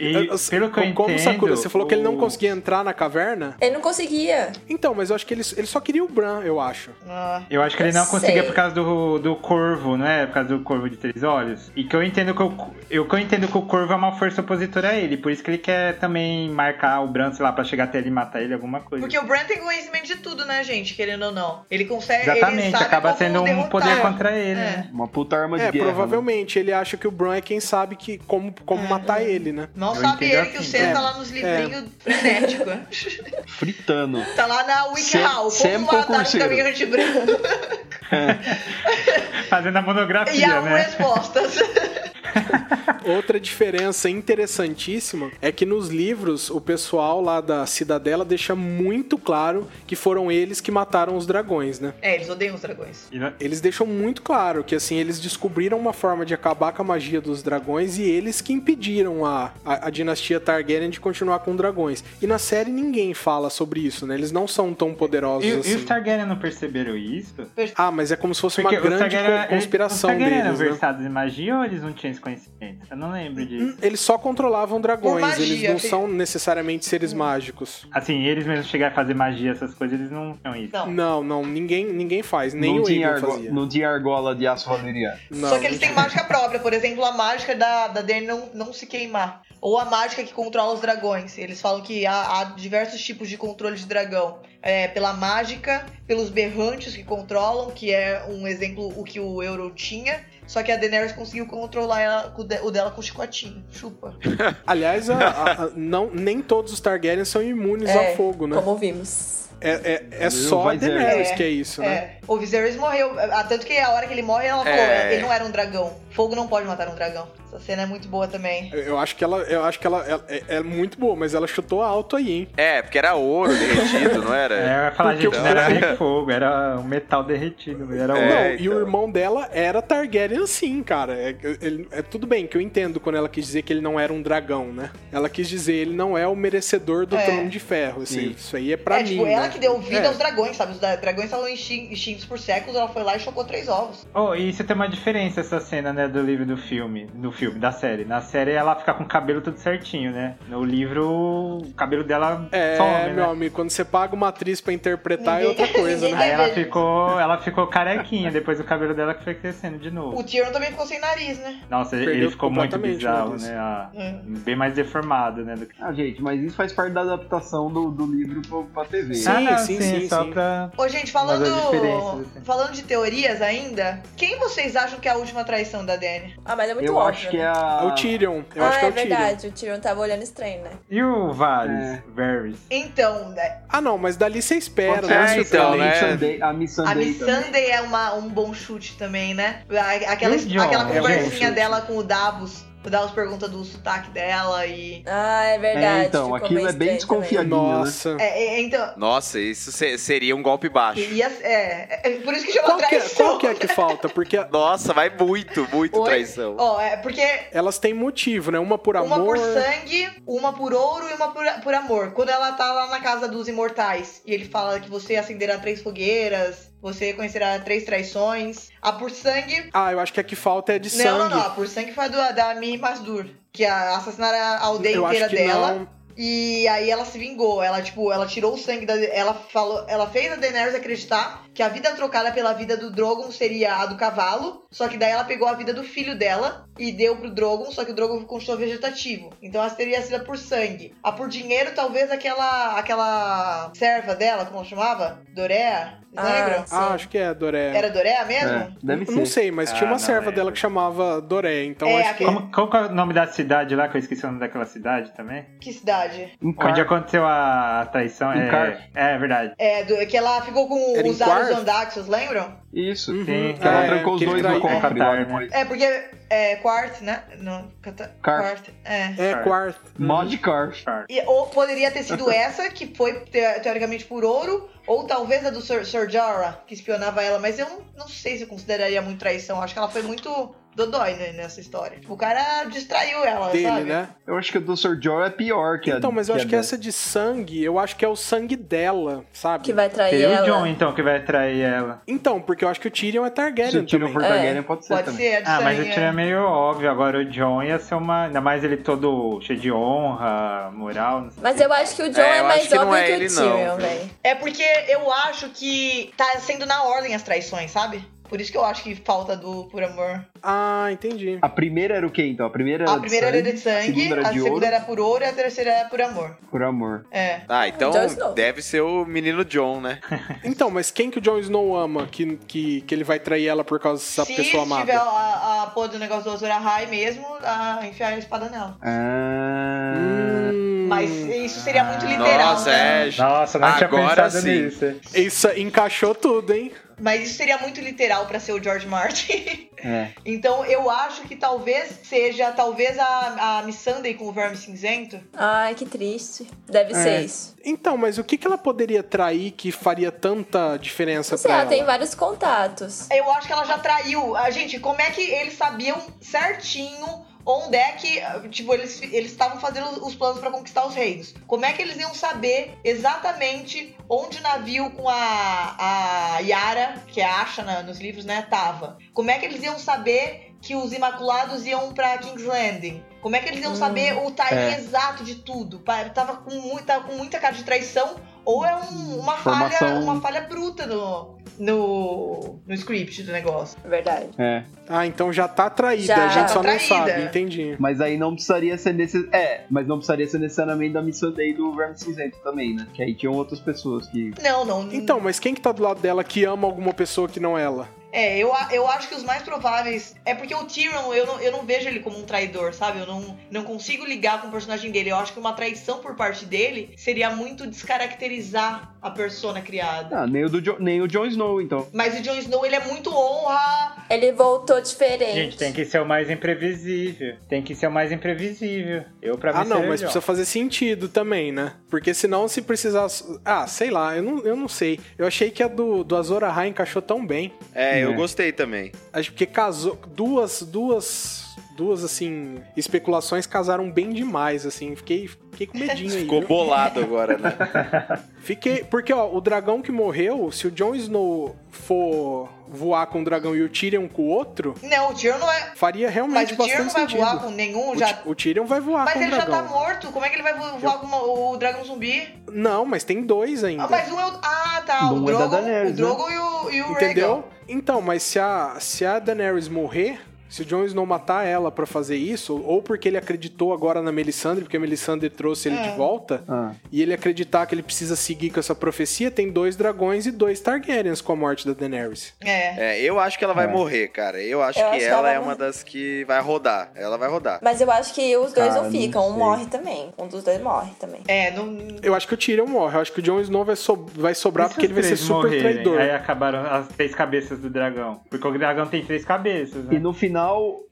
E,
Eu- eu-
pelo que eu
como,
entendo,
Sakura, você falou que ele não
o-
conseguia entrar na caverna?
Ele não conseguia.
Então, mas eu acho que ele, ele só queria o Bran, eu acho.
Ah,
Eu acho que ele não
Sei.
conseguia por causa do, do corvo, né? Por causa do corvo de três olhos. E que eu entendo que o, eu, que eu entendo que o corvo é uma força opositora a ele. Por isso que ele quer também marcar o Bran, sei lá, pra chegar até ele e matar ele, alguma coisa.
porque o Bran tem conhecimento de tudo, né, gente? Querendo ou não. Ele consegue. ele
Exatamente,
sabe
acaba
como
sendo um
derrotar.
poder contra ele,
É.
né?
Uma puta arma de
É,
guerra.
provavelmente ele acha que o Bran é quem sabe que como,
É.
como matar ele, né?
Mal
Eu
sabe
entendo
ele que o
assim,
Senna
é.
tá lá nos livrinhos frenético.
né? Fritando.
tá lá na
Sem-
WikiHow.
sem
Como matar um
concurseiro.
caminhante branco.
Fazendo a
e é
monografia,
há um
né?
respostas.
Outra diferença interessantíssima é que nos livros o pessoal lá da Cidadela deixa muito claro que foram eles que mataram os dragões, né?
é, eles odeiam os dragões.
E na-
Eles deixam muito claro que assim eles descobriram uma forma de acabar com a magia dos dragões e eles que impediram a, a, a dinastia Targaryen de continuar com dragões. E na série ninguém fala sobre isso, né? Eles não são tão
E,
poderosos
e
assim.
os Targaryen não perceberam isso?
Ah, mas é como se fosse
Porque
uma grande
Targaryen-
co- conspiração
eles, os Targaryen é
deles,
eram
né?
versados em magia ou eles não tinham esse conhecimento? Eu não lembro disso.
Eles só controlavam
Por
dragões,
magia,
eles não
filho.
são necessariamente seres mágicos.
Assim, eles mesmos chegarem a fazer magia, essas coisas, eles não tinham isso.
Não.
Não, não, ninguém, ninguém faz, nem
não,
o
tinha
Egon
argo-
fazia.
não tinha argola de aço valeriano.
Não,
Só que
não
eles têm
tinha.
mágica própria. Por exemplo, a mágica da, da Dany não, não se queimar. Ou a mágica que controla os dragões. Eles falam que há, há diversos tipos de controle de dragão. É, pela mágica, pelos berrantes que controlam, que é um exemplo o que o Euro tinha. Só que a Daenerys conseguiu controlar ela, com o de- o dela com o chicotinho. Chupa.
Aliás, a- a- a- não, nem todos os Targaryen são imunes
É,
ao fogo, né?
Como vimos.
É, é, é
Não
só a
vai dizer.
Daenerys
É,
que é isso, né?
É. O Viserys morreu. Ah, Tanto que a hora que ele morre, ela falou:
É.
ele não era um dragão. Fogo não pode matar um dragão. Essa cena é muito boa também.
Eu- Eu acho que ela, eu acho que ela, ela- é, é muito boa, mas ela chutou alto aí, hein?
É, porque era ouro derretido, não era?
É, eu ia falar,
Porque
gente,
o
não era
cara-
nem fogo, era um metal derretido, era um-
É.
ouro.
não, e o
então.
irmão dela era Targaryen sim, cara. É, ele- é tudo bem que eu entendo quando ela quis dizer que ele não era um dragão, né? Ela quis dizer ele não é o merecedor do
É.
trono de ferro. assim,
Sim.
isso aí é pra
é,
mim.
tipo, ela
né?
que deu vida
É.
aos dragões, sabe? Os dra- dragões estavam extin- extintos por séculos, ela foi lá e chocou três ovos.
Oh, e isso tem uma diferença, essa cena, né, do livro e do filme. Do filme, da série. Na série ela fica com o cabelo tudo certinho, né? No livro, o cabelo dela
É,
some,
meu
né?
amigo, quando você paga uma atriz pra interpretar é
Ninguém-
outra coisa,
ninguém
né?
Aí ela
Vai ver.
ficou, ela ficou carequinha, depois o cabelo dela que foi crescendo de novo.
O Tyrion também ficou sem nariz, né?
Nossa, ele
Perdeu
ficou muito
completamente,
bizarro,
meu Deus.
né? Ah,
É.
Bem mais deformado, né? Do que...
Ah, gente, mas isso faz parte da adaptação do, do livro pro- pra TV.
é
Sim,
ah, não,
sim, sim,
só
sim.
pra...
Ô, gente,
Mas as
falando.
diferenças, assim.
Falando de teorias ainda, quem vocês acham que é a última traição da Dany?
Ah, mas é muito
eu
óbvio.
acho que é
né?
a.
É o Tyrion. Eu
ah,
acho que é
é
o Tyrion.
verdade. O Tyrion tava olhando estranho, né?
E o Varys?
É.
Varys.
Então, né,
Ah, não, mas dali você espera,
Pode
né?
ser,
É, então,
a
né?
Missandei- A
a
Missandei
Miss
também.
Sunday é uma, um bom chute também, né? A- Aquela,
E o Jon?
aquela
É um bom
conversinha
chute.
dela com o Davos. O Davos pergunta do sotaque dela e.
Ah, é verdade.
É, então,
ficou
aquilo é bem
estranho também.
desconfiadinho, né?
Nossa.
É, é, então,
Nossa, isso se- seria um golpe baixo.
E as- é, é, é por isso que chama
Qual que, é,
traição.
qual que é que falta? Porque
Nossa, vai muito, muito
Oi?
traição.
Ó, é porque
elas têm motivo, né? Uma por
uma
amor.
por sangue, uma por ouro e uma por, por amor. Quando ela tá lá na casa dos imortais e ele fala que você acenderá três fogueiras, você conhecerá três traições. A por sangue.
Ah, eu acho que a que falta é de
Não, não,
sangue.
não. A por sangue foi a do, da Miri Masdur, que a, assassinaram a aldeia
eu
inteira
acho que
dela.
não.
E aí ela se vingou, ela tipo, ela tirou o sangue da ela falou, ela fez a Daenerys acreditar que a vida trocada pela vida do Drogon seria a do cavalo, só que daí ela pegou a vida do filho dela e deu pro Drogon, só que o Drogon continuou vegetativo. Então ela teria sido a por sangue. A por dinheiro, talvez aquela aquela serva dela, como ela chamava? Dorea? Não
Ah,
lembram?
Ah, acho que é, Doré.
Era Dorea mesmo?
É, deve ser.
Não sei, mas
Ah,
tinha uma
não,
serva
é.
dela que chamava Doré, então
É,
acho que.
aquele-
Como, qual que é o nome da cidade lá, que eu esqueci o nome daquela cidade também?
Que cidade?
Encar-
Onde é aconteceu a traição?
Em
É,
Cardiff.
é verdade.
É, do- que ela ficou com
Era em
os aros
Quarth?
Andaxos, lembram?
Isso.
Uhum,
Sim,
Que ela
é,
trancou os
que ele
dois
trai-
no cofre
Catar,
lá
né?
depois.
É, porque é Quart, né? Não, Cata-
Quarth.
Quarth, é.
É, quarto.
Mod Carf.
E- ou poderia ter sido essa, que foi te- teoricamente por ouro, ou talvez a do Sir, Sir Jorah, que espionava ela, mas eu não, não sei se eu consideraria muito traição. Acho que ela foi muito Dodói né, nessa história. Tipo, o cara distraiu ela,
dele,
sabe?
né?
Eu acho que o do Sr. Joe é pior que a
Então, mas eu
é
acho que
a
essa de sangue, eu acho que é o sangue dela, sabe?
Que vai trair
Seria o
ela.
John, então, que vai trair ela.
Então, porque eu acho que o Tyrion
dela.
é
Se
Targaryen
tira
também.
o Targaryen, pode ser
Pode
também.
ser, é de
Ah, mas o
sangue,
tiro é meio óbvio. Agora o John ia ser uma. Ainda mais ele todo cheio de honra, moral. Não sei.
Mas eu acho que o John
É,
é,
eu acho
mais
que não
óbvio
é
que o
ele, não,
Tyrion,
viu?
velho.
É porque eu acho que tá sendo na ordem as traições, sabe? Por isso que eu acho que falta do por amor.
Ah, entendi.
A primeira era o quê, então? A primeira era
Ah, A primeira
de
era de sangue,
a segunda era
a
de
segunda
ouro,
era por ouro e a terceira era por amor.
por amor.
É.
Ah, então
Jon Snow.
deve ser o menino John, né?
Então, mas quem que o Jon Snow ama que, que, que ele vai trair ela por causa dessa
Se
pessoa
tiver
amada?
a, a porra do negócio do Azura High mesmo, a enfiar a espada nela.
Ah,
Hum,
Mas isso seria muito literal,
Nossa,
né?
é.
Nossa, não tinha
Agora
pensado
sim.
nisso.
Isso encaixou tudo, hein?
Mas isso seria muito literal pra ser o George Martin.
é.
então eu acho que talvez seja, talvez a, a Miss Sunday com o Verme Cinzento.
Ai, que triste. Deve ser isso.
Então, mas o que, que ela poderia trair que faria tanta diferença
Não sei,
pra
ela
ela?
tem vários contatos.
Eu acho que ela já traiu. A gente, como é que eles sabiam certinho onde é que, tipo, eles eles estavam fazendo os planos pra conquistar os reinos? Como é que eles iam saber exatamente onde o navio com a, a Yara, que é a Asha na- nos livros, né, tava? Como é que eles iam saber que os Imaculados iam pra King's Landing? Como é que eles iam
Hum.
saber o timing exato de tudo? Pa- Tava com muita, com muita cara de traição ou é um- uma falha,
Formação-
uma falha bruta no, no, no script do negócio.
Verdade.
é.
Ah, então já tá traída,
Já.
a gente só
Tá
não
traída.
sabe, entendi.
Mas aí não precisaria ser nesse. É, mas não precisaria ser necessariamente da Miss Sunday e do Verme Cinzento também, né? Que aí tinham outras pessoas que.
Não, não.
Então, mas quem que tá do lado dela que ama alguma pessoa que não ela?
É, eu, a- eu acho que os mais prováveis. É porque o Tyrion, eu não, eu não vejo ele como um traidor, sabe? Eu não, não consigo ligar com o personagem dele. Eu acho que uma traição por parte dele seria muito descaracterizar a persona criada.
Ah, nem o, do jo... nem o Jon Snow, então.
Mas o Jon Snow, ele é muito honra.
Ele voltou diferente.
Gente, tem que ser o mais imprevisível. Tem que ser o mais imprevisível. Eu, pra mim,
Ah, não,
seria
mas
John.
precisa fazer sentido também, né? Porque senão, se precisar. Ah, sei lá, eu não, eu não sei. Eu achei que a do, do Azor Ahai encaixou tão bem.
É, eu
É.
gostei também.
Acho que casou. Duas. Duas. Duas, assim. Especulações casaram bem demais, assim. Fiquei, fiquei com medinho aí.
Ficou
viu?
bolado agora, né?
Fiquei. Porque, ó, o dragão que morreu, se o Jon Snow for voar com um dragão e o Tyrion com o outro,
Não, o Tyrion não é.
faria
Mas
realmente
o
bastante
Tyrion não vai
tipo, sentido.
voar com nenhum.
O
Já...
Ty- O Tyrion vai voar
Mas
com o
ele já
dragão.
tá morto. Como é que ele vai vo- voar com uma- o dragão zumbi?
Não, mas tem dois ainda.
Ah, mas um é o. Ah, tá. O
Não é da
Drogon,
Daenerys,
o
né?
Drogon e o, e o Rhaegal.
Entendeu? Então, mas se a, se a Daenerys morrer, se o Jon Snow matar ela pra fazer isso, ou porque ele acreditou agora na Melisandre, porque a Melisandre trouxe ele
É.
de volta,
Ah,
e ele acreditar que ele precisa seguir com essa profecia, tem dois dragões e dois Targaryens com a morte da Daenerys.
É.
É, eu acho que ela vai morrer, cara. Eu acho
Eu
que
acho que ela
ela
vai
é uma
morrer.
das que vai rodar. Ela vai rodar.
Mas eu acho que os dois
Cara,
não
não
ficam. Um
sei.
morre também. Um dos dois morre também.
É, não,
Eu acho que o Tyrion morre, eu acho que o Jon Snow vai, so- vai sobrar
E se
porque ele
os
vai ser
três
super
morrerem?
traidor.
Aí acabaram as três cabeças do dragão. Porque o dragão tem três cabeças,
E
né?
no final.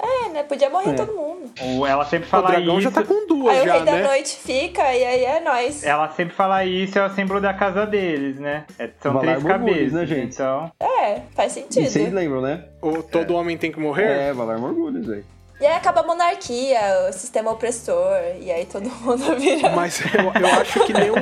É, né? Podia morrer
É.
todo mundo.
Ou ela sempre
O
fala
dragão
isso.
já tá com duas
Aí o
já,
rei da
né?
noite fica e aí é nóis.
Ela sempre fala isso, é o símbolo da casa deles, né? É, são
Valar
três
Morghulis,
cabeças.
né, gente?
Então,
É, faz
E Vocês
sentido.
lembram, né?
Ou todo homem tem que morrer?
É, Valar Morgulhos, velho.
E aí acaba a monarquia, o sistema opressor, e aí todo mundo
É.
vira.
Mas eu, eu acho que nenhum.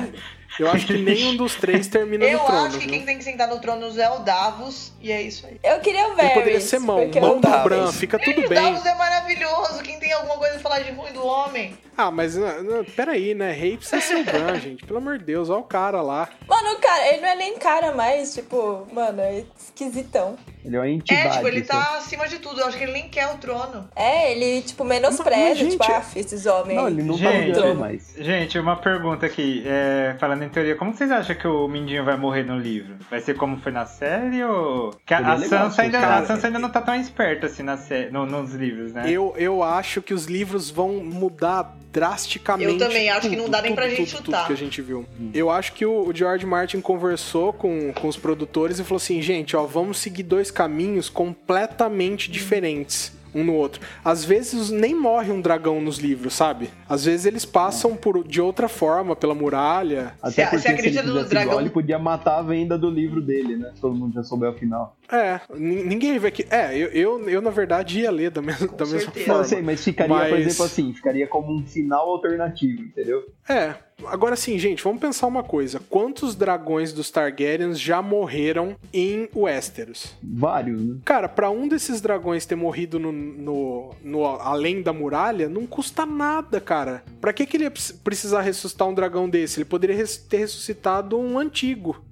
Eu acho que nenhum dos três termina
Eu
no trono.
acho que
viu?
quem tem que sentar no trono é o Davos, e é isso aí.
Eu queria o Varys.
Ele poderia ser mão,
porque eu
mão
não-
da Bran, fica tudo
o
bem.
Davos é maravilhoso, quem tem alguma coisa a falar de ruim do homem.
Ah, mas ah, não, peraí, né? Rei precisa ser o Bran, gente. Pelo amor de Deus, olha o cara lá.
Mano, o cara, ele não é nem cara mais, tipo, mano, é esquisitão.
Ele é uma
É,
entidade.
tipo, ele
só.
tá acima de tudo, eu acho que ele nem quer o trono.
É, ele, tipo,
Mas,
menospreza,
mas,
tipo,
gente,
ah, esses homens.
Não, ele não tá
Gente.
olhando mais.
gente, uma pergunta aqui. é, falando em teoria, como vocês acham que o Mindinho vai morrer no livro? Vai ser como foi na série ou. Que a,
Seria
a
legal se
Sansa ainda,
cara-
a Sansa ainda não tá tão esperta assim na sé- no- nos livros, né?
Eu, eu acho que os livros vão mudar drasticamente.
Eu também acho que
tudo,
não dá nem pra
tudo,
gente
tudo,
chutar.
Tudo que a gente viu. Eu acho que o, o George Martin conversou com, com os
Hum.
produtores e falou assim: gente, ó, vamos seguir dois caminhos completamente diferentes. um no outro. Às vezes nem morre um dragão nos livros, sabe? Às vezes eles passam por de outra forma, pela muralha.
Você-
Até
você
porque se ele
acredita no
fizesse
dragão?
igual, ele podia matar a venda do livro dele, né? Se todo mundo já souber o final.
É, nin- ninguém vê que. É, eu, eu, eu, na verdade ia ler da, mes- da mesma
certeza.
forma.
Não, eu sei, mas ficaria, por
Mas-
exemplo, assim, ficaria como um final alternativo, entendeu?
É, agora sim, gente, vamos pensar uma coisa. Quantos dragões dos Targaryens já morreram em Westeros?
Vários, né?
Cara, pra um desses dragões ter morrido no, no- no- além da muralha, não custa nada, cara. Pra que, que ele ia precis- precisar ressuscitar um dragão desse? Ele poderia res- ter ressuscitado um antigo.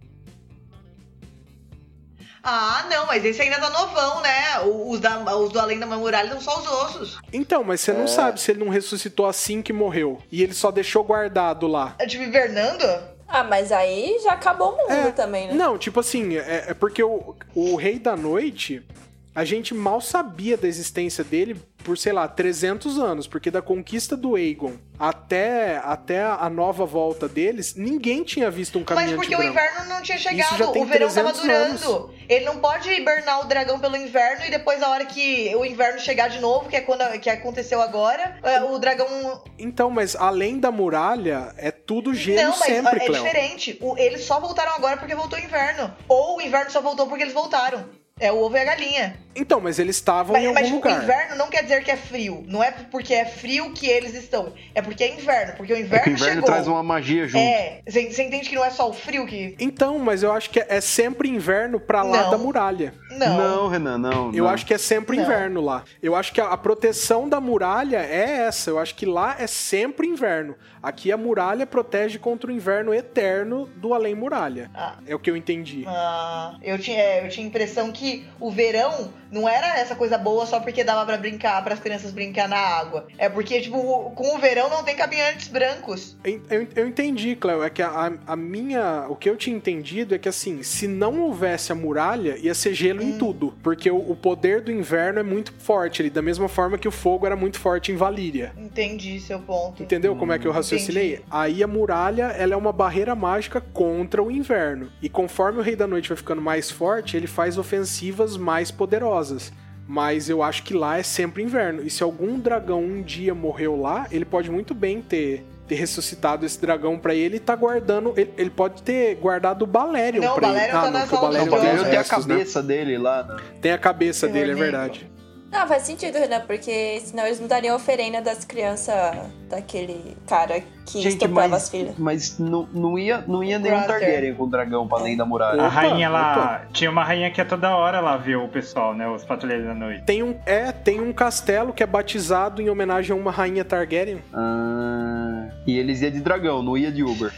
Ah, não, mas esse ainda tá novão, né? O- Os, da, os do Além da Muralha são só os ossos.
Então, mas você não sabe se ele não ressuscitou assim que morreu. E ele só deixou guardado lá.
Eu tive É, tipo, hibernando?
Ah, mas aí já acabou o mundo também, né?
Não, tipo assim, é, é porque o, o Rei da Noite, a gente mal sabia da existência dele por, sei lá, 300 anos, porque da conquista do Aegon até, até a nova volta deles, ninguém tinha visto um
Mas
caminhante
porque o
branco.
inverno não tinha chegado,
já tem
o verão tava
300
durando. Ele não pode hibernar o dragão pelo inverno e depois, a hora que o inverno chegar de novo, que é quando que aconteceu agora, é, o dragão.
Então, mas além da muralha, é tudo gelo
não, mas
sempre,
é
Cleo.
diferente. O- eles só voltaram agora porque voltou o inverno. Ou o inverno só voltou porque eles voltaram. É o ovo e a galinha.
Então, mas eles estavam
Mas,
em algum
mas, tipo,
lugar.
o inverno não quer dizer que é frio. Não é porque é frio que eles estão. É porque é inverno. Porque o
É
inverno,
que o inverno
chegou.
um
traz uma magia junto.
É, você você entende que não é só o frio que.
Então, mas eu acho que é é sempre inverno pra lá
Não.
da muralha.
Não.
Não, Renan, não.
tipo,
Eu
né?
não.
acho que é sempre
Não.
inverno lá. Eu acho que a, a proteção da muralha é essa. Eu acho que lá é sempre inverno. Aqui a muralha protege contra o inverno eterno do além muralha.
Ah.
É o que eu entendi.
Ah, eu tinha, é, eu tinha a impressão que o verão não era essa coisa boa só porque dava pra brincar, para as crianças brincar na água. É porque, tipo, o- com o verão não tem caminhantes brancos.
Eu, eu- eu entendi, Cleo. É que a, a- a minha. O que eu tinha entendido é que assim, se não houvesse a muralha, ia ser gelo
Hum.
em tudo. Porque o, o poder do inverno é muito forte ali, da mesma forma que o fogo era muito forte em Valíria.
Entendi seu ponto.
Entendeu como
Hum,
é que eu raciocinei? Aí a muralha, ela é uma barreira mágica contra o inverno. E conforme o Rei da Noite vai ficando mais forte, ele faz ofensivas mais poderosas. Mas eu acho que lá é sempre inverno. E se algum dragão um dia morreu lá, ele pode muito bem ter, ter ressuscitado esse dragão pra ele e tá guardando. Ele, ele pode ter guardado o Balerion
Não, o
pra ele. Ah,
Balerion tá na
porque o
sala
Balerion
do João.
tem os
Ele tem a
restos, né?
cabeça dele lá. né?
Tem a cabeça dele, é
Senhor
verdade.
Ah, faz sentido, Renan, porque senão eles não dariam a oferenda das crianças daquele cara que estuprava as
mas,
filhas.
mas não, não ia, não ia nenhum
Brother.
Targaryen com o dragão pra além da muralha.
Opa,
É.
a rainha lá. Tinha uma rainha que ia toda hora lá ver o pessoal, né? Os patrulheiros da noite.
Tem um, é, tem um castelo que é batizado em homenagem a uma rainha Targaryen.
Ah, e eles iam de dragão, não ia de Uber.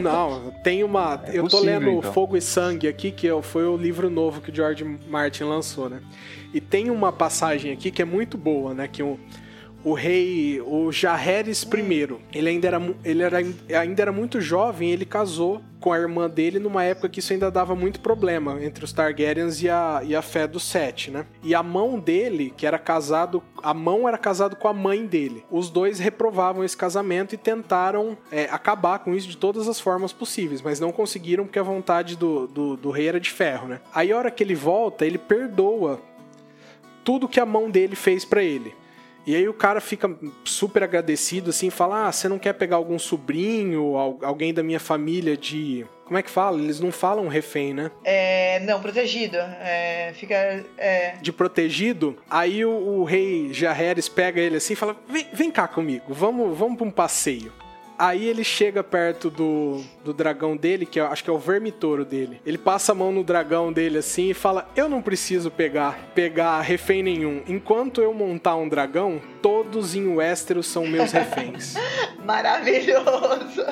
Não, tem uma.
É
eu tô
possível,
lendo
então.
Fogo e Sangue aqui, que é o- foi o livro novo que o George Martin lançou, né? E tem uma passagem aqui que é muito boa, né? Que o, o rei, o Jaehaerys I, ele, ainda era, mu- ele era, ainda era muito jovem, ele casou com a irmã dele numa época que isso ainda dava muito problema entre os Targaryens e a, e a fé do Sete, né? E a mão dele, que era casado, a mão era casado com a mãe dele. Os dois reprovavam esse casamento e tentaram é, acabar com isso de todas as formas possíveis, mas não conseguiram porque a vontade do, do, do rei era de ferro, né? Aí a hora que ele volta, ele perdoa tudo que a mão dele fez pra ele. E aí o cara fica super agradecido, assim, fala: Ah, você não quer pegar algum sobrinho, al- alguém da minha família de. Como é que fala? Eles não falam refém, né?
É, não, protegido. É, fica. É,
De protegido. Aí o, o rei Jaehaerys pega ele assim e fala: Vem, vem cá comigo, vamos, vamos pra um passeio. Aí ele chega perto do, do dragão dele, que eu acho que é o vermitouro dele. Ele passa a mão no dragão dele assim e fala: Eu não preciso pegar pegar refém nenhum. Enquanto eu montar um dragão, todos em Westeros são meus reféns.
maravilhoso.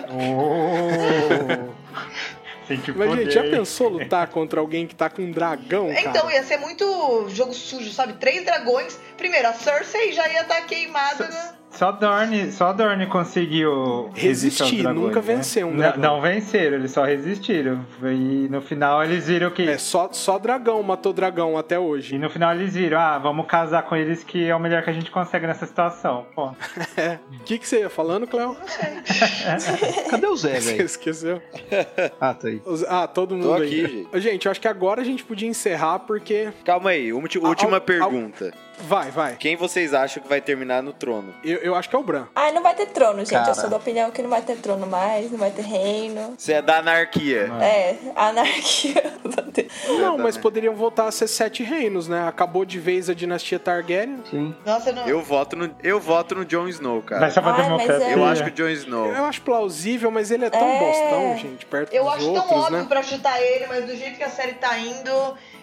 Sente o
Oh. Mas,
poder.
gente, já pensou lutar contra alguém que tá com um dragão, cara?
Então, ia ser muito jogo sujo, sabe? Três dragões. Primeiro, a Cersei já ia estar queimada. né?
Só Dorne, só Dorne conseguiu
Resistir,
aos dragões,
nunca
né?
vencer um
Não-
dragão.
Não, venceram, eles só resistiram. E no final eles viram que.
É, só, só dragão matou dragão até
E
hoje.
no final eles viram, ah, vamos casar com eles que é o melhor que a gente consegue nessa situação. Pô,
O É. que, que você ia falando, Cléo?
Cadê o
É,
Zé,
Você
velho?
esqueceu?
Ah, tá aí.
Os- Ah, todo mundo
Tô
aí.
aqui, gente.
eu acho que agora a gente podia encerrar porque
Ah,
Calma aí, ulti- última
al-
pergunta.
Vai, vai.
Quem vocês acham que vai terminar no trono?
Eu, eu acho que é o Bran.
Ai, Ah, não vai ter trono, gente.
Cara.
Eu sou da opinião que não vai ter trono mais, não vai ter reino.
Você é da anarquia.
Ah.
é
É, anarquia. Não vai ter.
Não, mas poderiam voltar a ser sete reinos, né? Acabou de vez a dinastia Targaryen.
Sim.
Nossa, eu não.
Eu voto no, eu voto no Jon Snow,
Vai
cara.
só fazer
Ai,
uma
mas
festa.
é-
Eu acho que o Jon Snow.
Eu acho plausível, mas ele é tão
É.
bostão, gente, perto
Eu
dos
acho
outros,
tão óbvio
né?
pra chutar ele, mas do jeito que a série tá indo,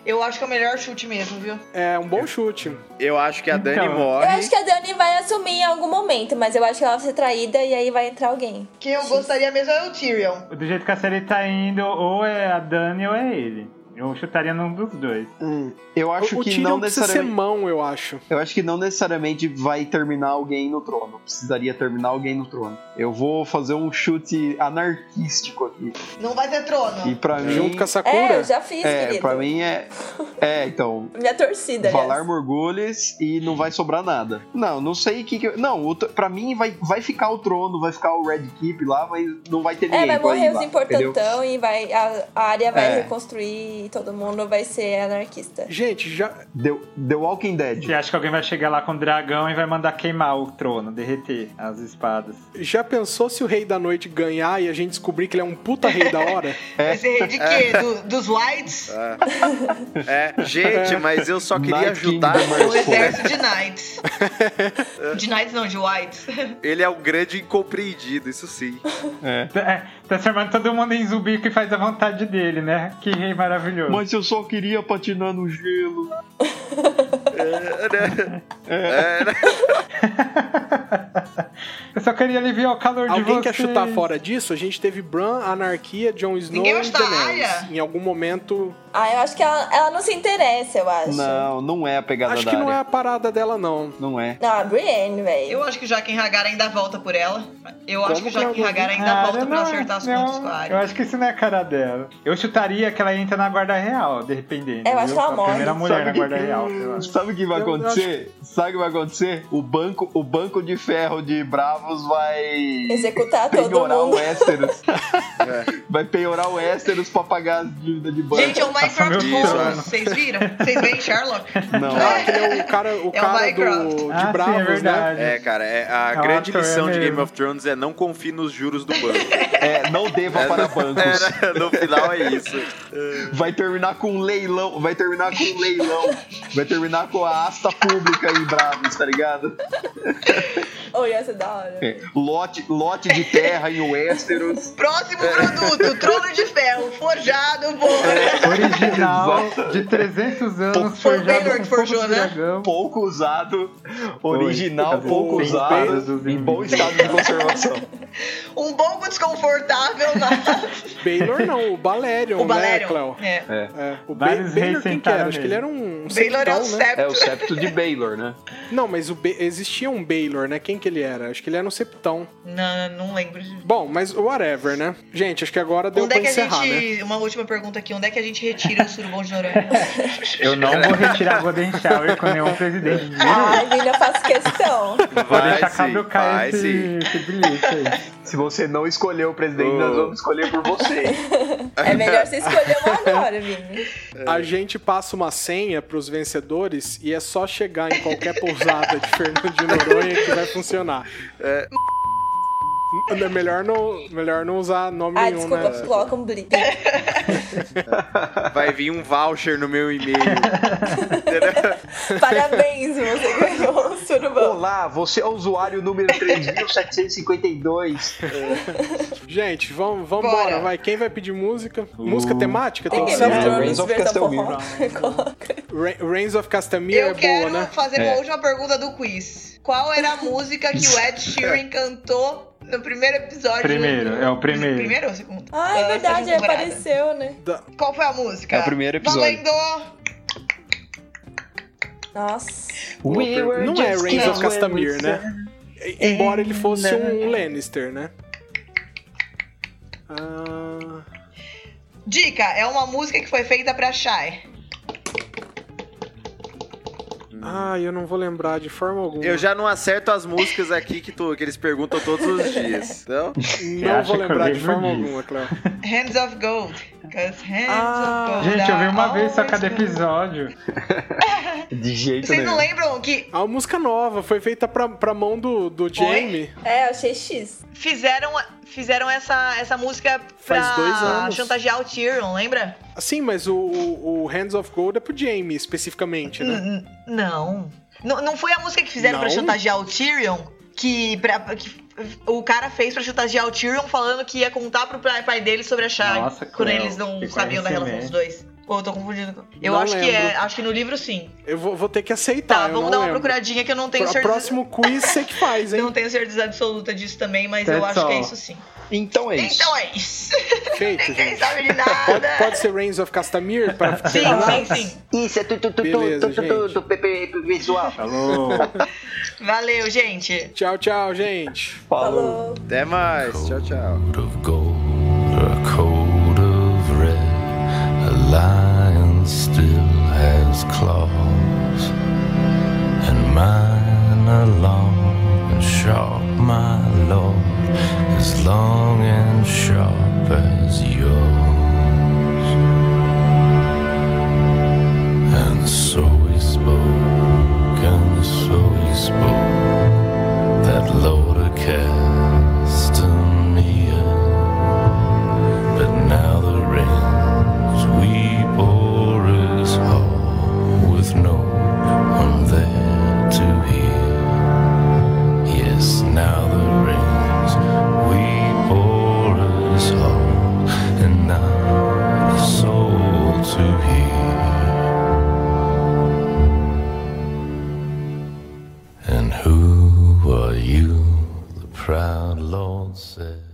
eu acho que é o melhor chute mesmo, viu?
É um bom chute.
Eu acho que a Dani
Então.
morre.
Eu acho que a Dani vai assumir em algum momento, mas eu acho que ela vai ser traída e aí vai entrar alguém.
Quem eu gostaria mesmo é o Tyrion.
Do jeito que a série tá indo, ou é a Dani ou é ele. Eu chutaria num dos dois.
Hum, Eu acho
o o
que
Tyrion
não
precisa ser
necessariamente.
mão, eu acho.
Eu acho que não necessariamente vai terminar alguém no trono. Precisaria terminar alguém no trono. Eu vou fazer um chute anarquístico aqui.
Não vai ter
E
trono.
pra mim.
Junto com a
É,
Sakura.
eu já fiz,
É,
querido.
pra mim é. É, então.
Minha torcida,
Valar
aliás.
Morgulhes e não vai sobrar nada. Não, não sei o que. que- não, o tr- pra mim vai, vai ficar o trono, vai ficar o Red Keep lá, mas não vai ter
É,
ninguém.
vai
pra ir
morrer os
lá, entendeu?
importantão e vai, a, a área vai
É.
reconstruir e todo mundo vai ser anarquista.
Gente, já.
The, The Walking Dead.
é
Você acha que alguém vai chegar lá com o dragão e vai mandar queimar o trono, derreter as espadas?
Já pensou se o Rei da Noite ganhar e a gente descobrir que ele é um puta rei da hora?
Vai ser rei é de quê? Do- dos Whites?
É, gente, mas eu só queria
Night
ajudar.
tá?
Kingdom,
O exército de Knights. De Knights não, de Whites.
Ele é um grande incompreendido, isso sim.
Tá- É, transformando todo mundo em zumbi que faz a vontade dele, né? Que rei maravilhoso.
Mas eu só queria patinar no gelo.
Eu só queria aliviar o calor de vocês.
Alguém quer chutar fora disso? A gente teve Bran, Anarquia, Jon Snow
Ninguém vai
e
chutar a
Daenerys.
Arya?
Em algum momento.
Ah, eu acho que ela, ela não se interessa, eu acho.
Não, não é a pegada
Acho
da
que não é
área.
a parada dela, não.
Não é.
Não, a Brienne, velho.
Eu acho que o Joaquim Hagar ainda volta por ela. Eu acho
Como
que o Joaquim
que ela-
Hagar ainda
Ah,
volta pra
não,
acertar as
não,
contas com a
Eu
área.
acho que isso não é a cara dela. Eu chutaria que ela entra na guarda real, de repente.
Eu acho que ela
A primeira
morre.
mulher
Sabe
na
que-
guarda real, eu acho.
Sabe o que vai
Eu
acontecer? Sabe o que vai acontecer? O banco, o banco de ferro de Bravos vai
Executar todo
penhorar o
mundo.
Westeros. Vai penhorar o Westeros pra pagar as dívidas de banco.
Gente, é o Minecraft
meu
Russo.
trono.
Vocês viram? Vocês veem Sherlock?
Não.
Ah, aquele é o cara, o
É o
cara
Minecraft.
do, de
Ah,
Bravos,
sim, é
né?
verdade.
É, cara, é- a
É um
grande
ator, é
lição de
mesmo.
Game of Thrones é não confie nos juros do banco.
É, não deva para bancos.
Era- no final é isso.
Vai terminar com um leilão. Vai terminar com um leilão. Vai terminar com a asta pública em Bravos, tá ligado?
Ou ia ser da hora.
É, Lote, lote de terra em Westeros.
Próximo produto, trono de ferro, forjado,
É.
bora.
Original,
Exato.
de 300 anos,
Foi o Taylor
forjado
que
com
forjou,
forjou,
né?
dragão.
Pouco usado. Original,
Oi.
pouco
Sim,
usado.
pesos
Em
em-
bom estado de conservação.
Um pouco desconfortável, mas...
Baylor não, o Balerion,
O
né,
Balerion.
Cleo?
É.
É, o ba
Vários reis
Baylor quem que era?
sentaram
Acho que ele
nele.
era um
Baylor é o
septão, né?
septo.
É o septo de Baylor, né?
Não, mas o Ba- existia um Baylor, né? Quem que ele era? Acho que ele era um septão.
Não, não lembro. de-
Bom, mas whatever, né? Gente, acho que agora deu
Onde
pra
é que a
encerrar, né?
gente... Uma última pergunta aqui. Onde é que a gente retira o surubom de Noronha?
Eu não vou retirar Golden Shower com nenhum presidente. Juro.
Ah.
Ai, Vini, eu faço questão.
Vou
Vai
deixar
sim,
caducar
vai sim.
esse, esse bilhete aí.
Se você não escolheu o presidente,
Oh.
nós vamos escolher por você.
É melhor você escolher uma agora, Vini.
A gente passa uma senha pros vencedores e é só chegar em qualquer pousada de Fernando de Noronha que vai funcionar. É... Melhor não, melhor não usar nome
Ah,
nenhum,
desculpa,
né?
coloca um blip.
Vai vir um voucher no meu e-mail.
Parabéns, você ganhou o surubão.
Olá, você é o usuário número 3752.
Gente, vamos vamos
Bora.
embora, vai. Quem vai pedir música? Música temática? Tem
Tem
que
Game
ser.
of
É,
Thrones,
Reigns of
versão
Castamere.
forró. Coloca.
Ra- Reigns of Castamere é
Eu
boa,
quero
né?
fazer uma
É.
última pergunta do quiz. Qual era a música que o Ed Sheeran cantou no primeiro episódio?
Primeiro, é o primeiro.
Primeiro ou segundo?
Ah, é
Da
verdade,
segunda temporada.
apareceu, né?
Da-
Qual foi a música?
É o primeiro episódio.
Valendo!
Nossa.
We were
Não é
just
Reigns
kids
of
when
Castamere,
we
né? E- Embora ele fosse um Lannister, né? Ah,
Dica, é uma música que foi feita pra Shai.
Ah, eu não vou lembrar de forma alguma.
Eu já não acerto as músicas aqui que, tu- que eles perguntam todos os dias. Então,
não
acha
vou
que eu
lembrar de
lembro
forma
disso?
alguma, Cléo.
Hands of Gold. 'Cause hands
Ah,
of gold
Gente, eu vi
are
uma vez só
always
cada
gold.
episódio.
De jeito
Vocês
nenhum.
não lembram que
A música nova foi feita pra, pra mão do, do Jamie.
É, eu achei X.
fizeram, fizeram essa, essa música pra
Faz dois anos.
chantagear o Tyrion, lembra?
Sim, Assim, mas o, o, o Hands of Gold é pro Jamie, especificamente, né?
N- n- Não. N- não foi a música que fizeram pra
Não?
chantagear o Tyrion? Que, pra, que o cara fez pra chantagear o Tyrion falando que ia contar pro pai pai dele sobre a Shai.
Nossa,
quando
Cleo,
eles não
que
sabiam da relação dos
conhecimento.
dois. Ou eu tô confundindo. com- Eu
Não
acho que é.
lembro.
Acho que no livro sim.
Eu vou, vou ter que aceitar.
Tá,
eu
vamos
não
dar uma
lembro.
procuradinha que eu não tenho
Pro-
certeza.
Próximo quiz você que faz, hein?
Não tenho certeza absoluta disso também, mas eu
That's
acho que é
all.
isso sim.
Então é isso.
Então é isso.
Feito,
Ninguém
gente.
sabe de
Pode,
nada.
pode ser Reigns of Castamir pra ficar
Sim, sim, sim.
Isso é tu, tu, tu,
Beleza,
tu, tu, tu,
gente.
tu, pepe, pepe, visual.
Falou.
Valeu, gente.
Tchau, tchau, gente.
Falou.
até mais. Tchau, tchau.
coat of gold or a coat of red. A lion still has claws, and mine are long and sharp, my lord, as long and sharp as yours. And so he spoke, and so he spoke that loader cast me But now the rains weep o'er his hall with no one there to hear. Yes, now the rains weep o'er his hall and not a soul to hear. And who are you? The proud lord said.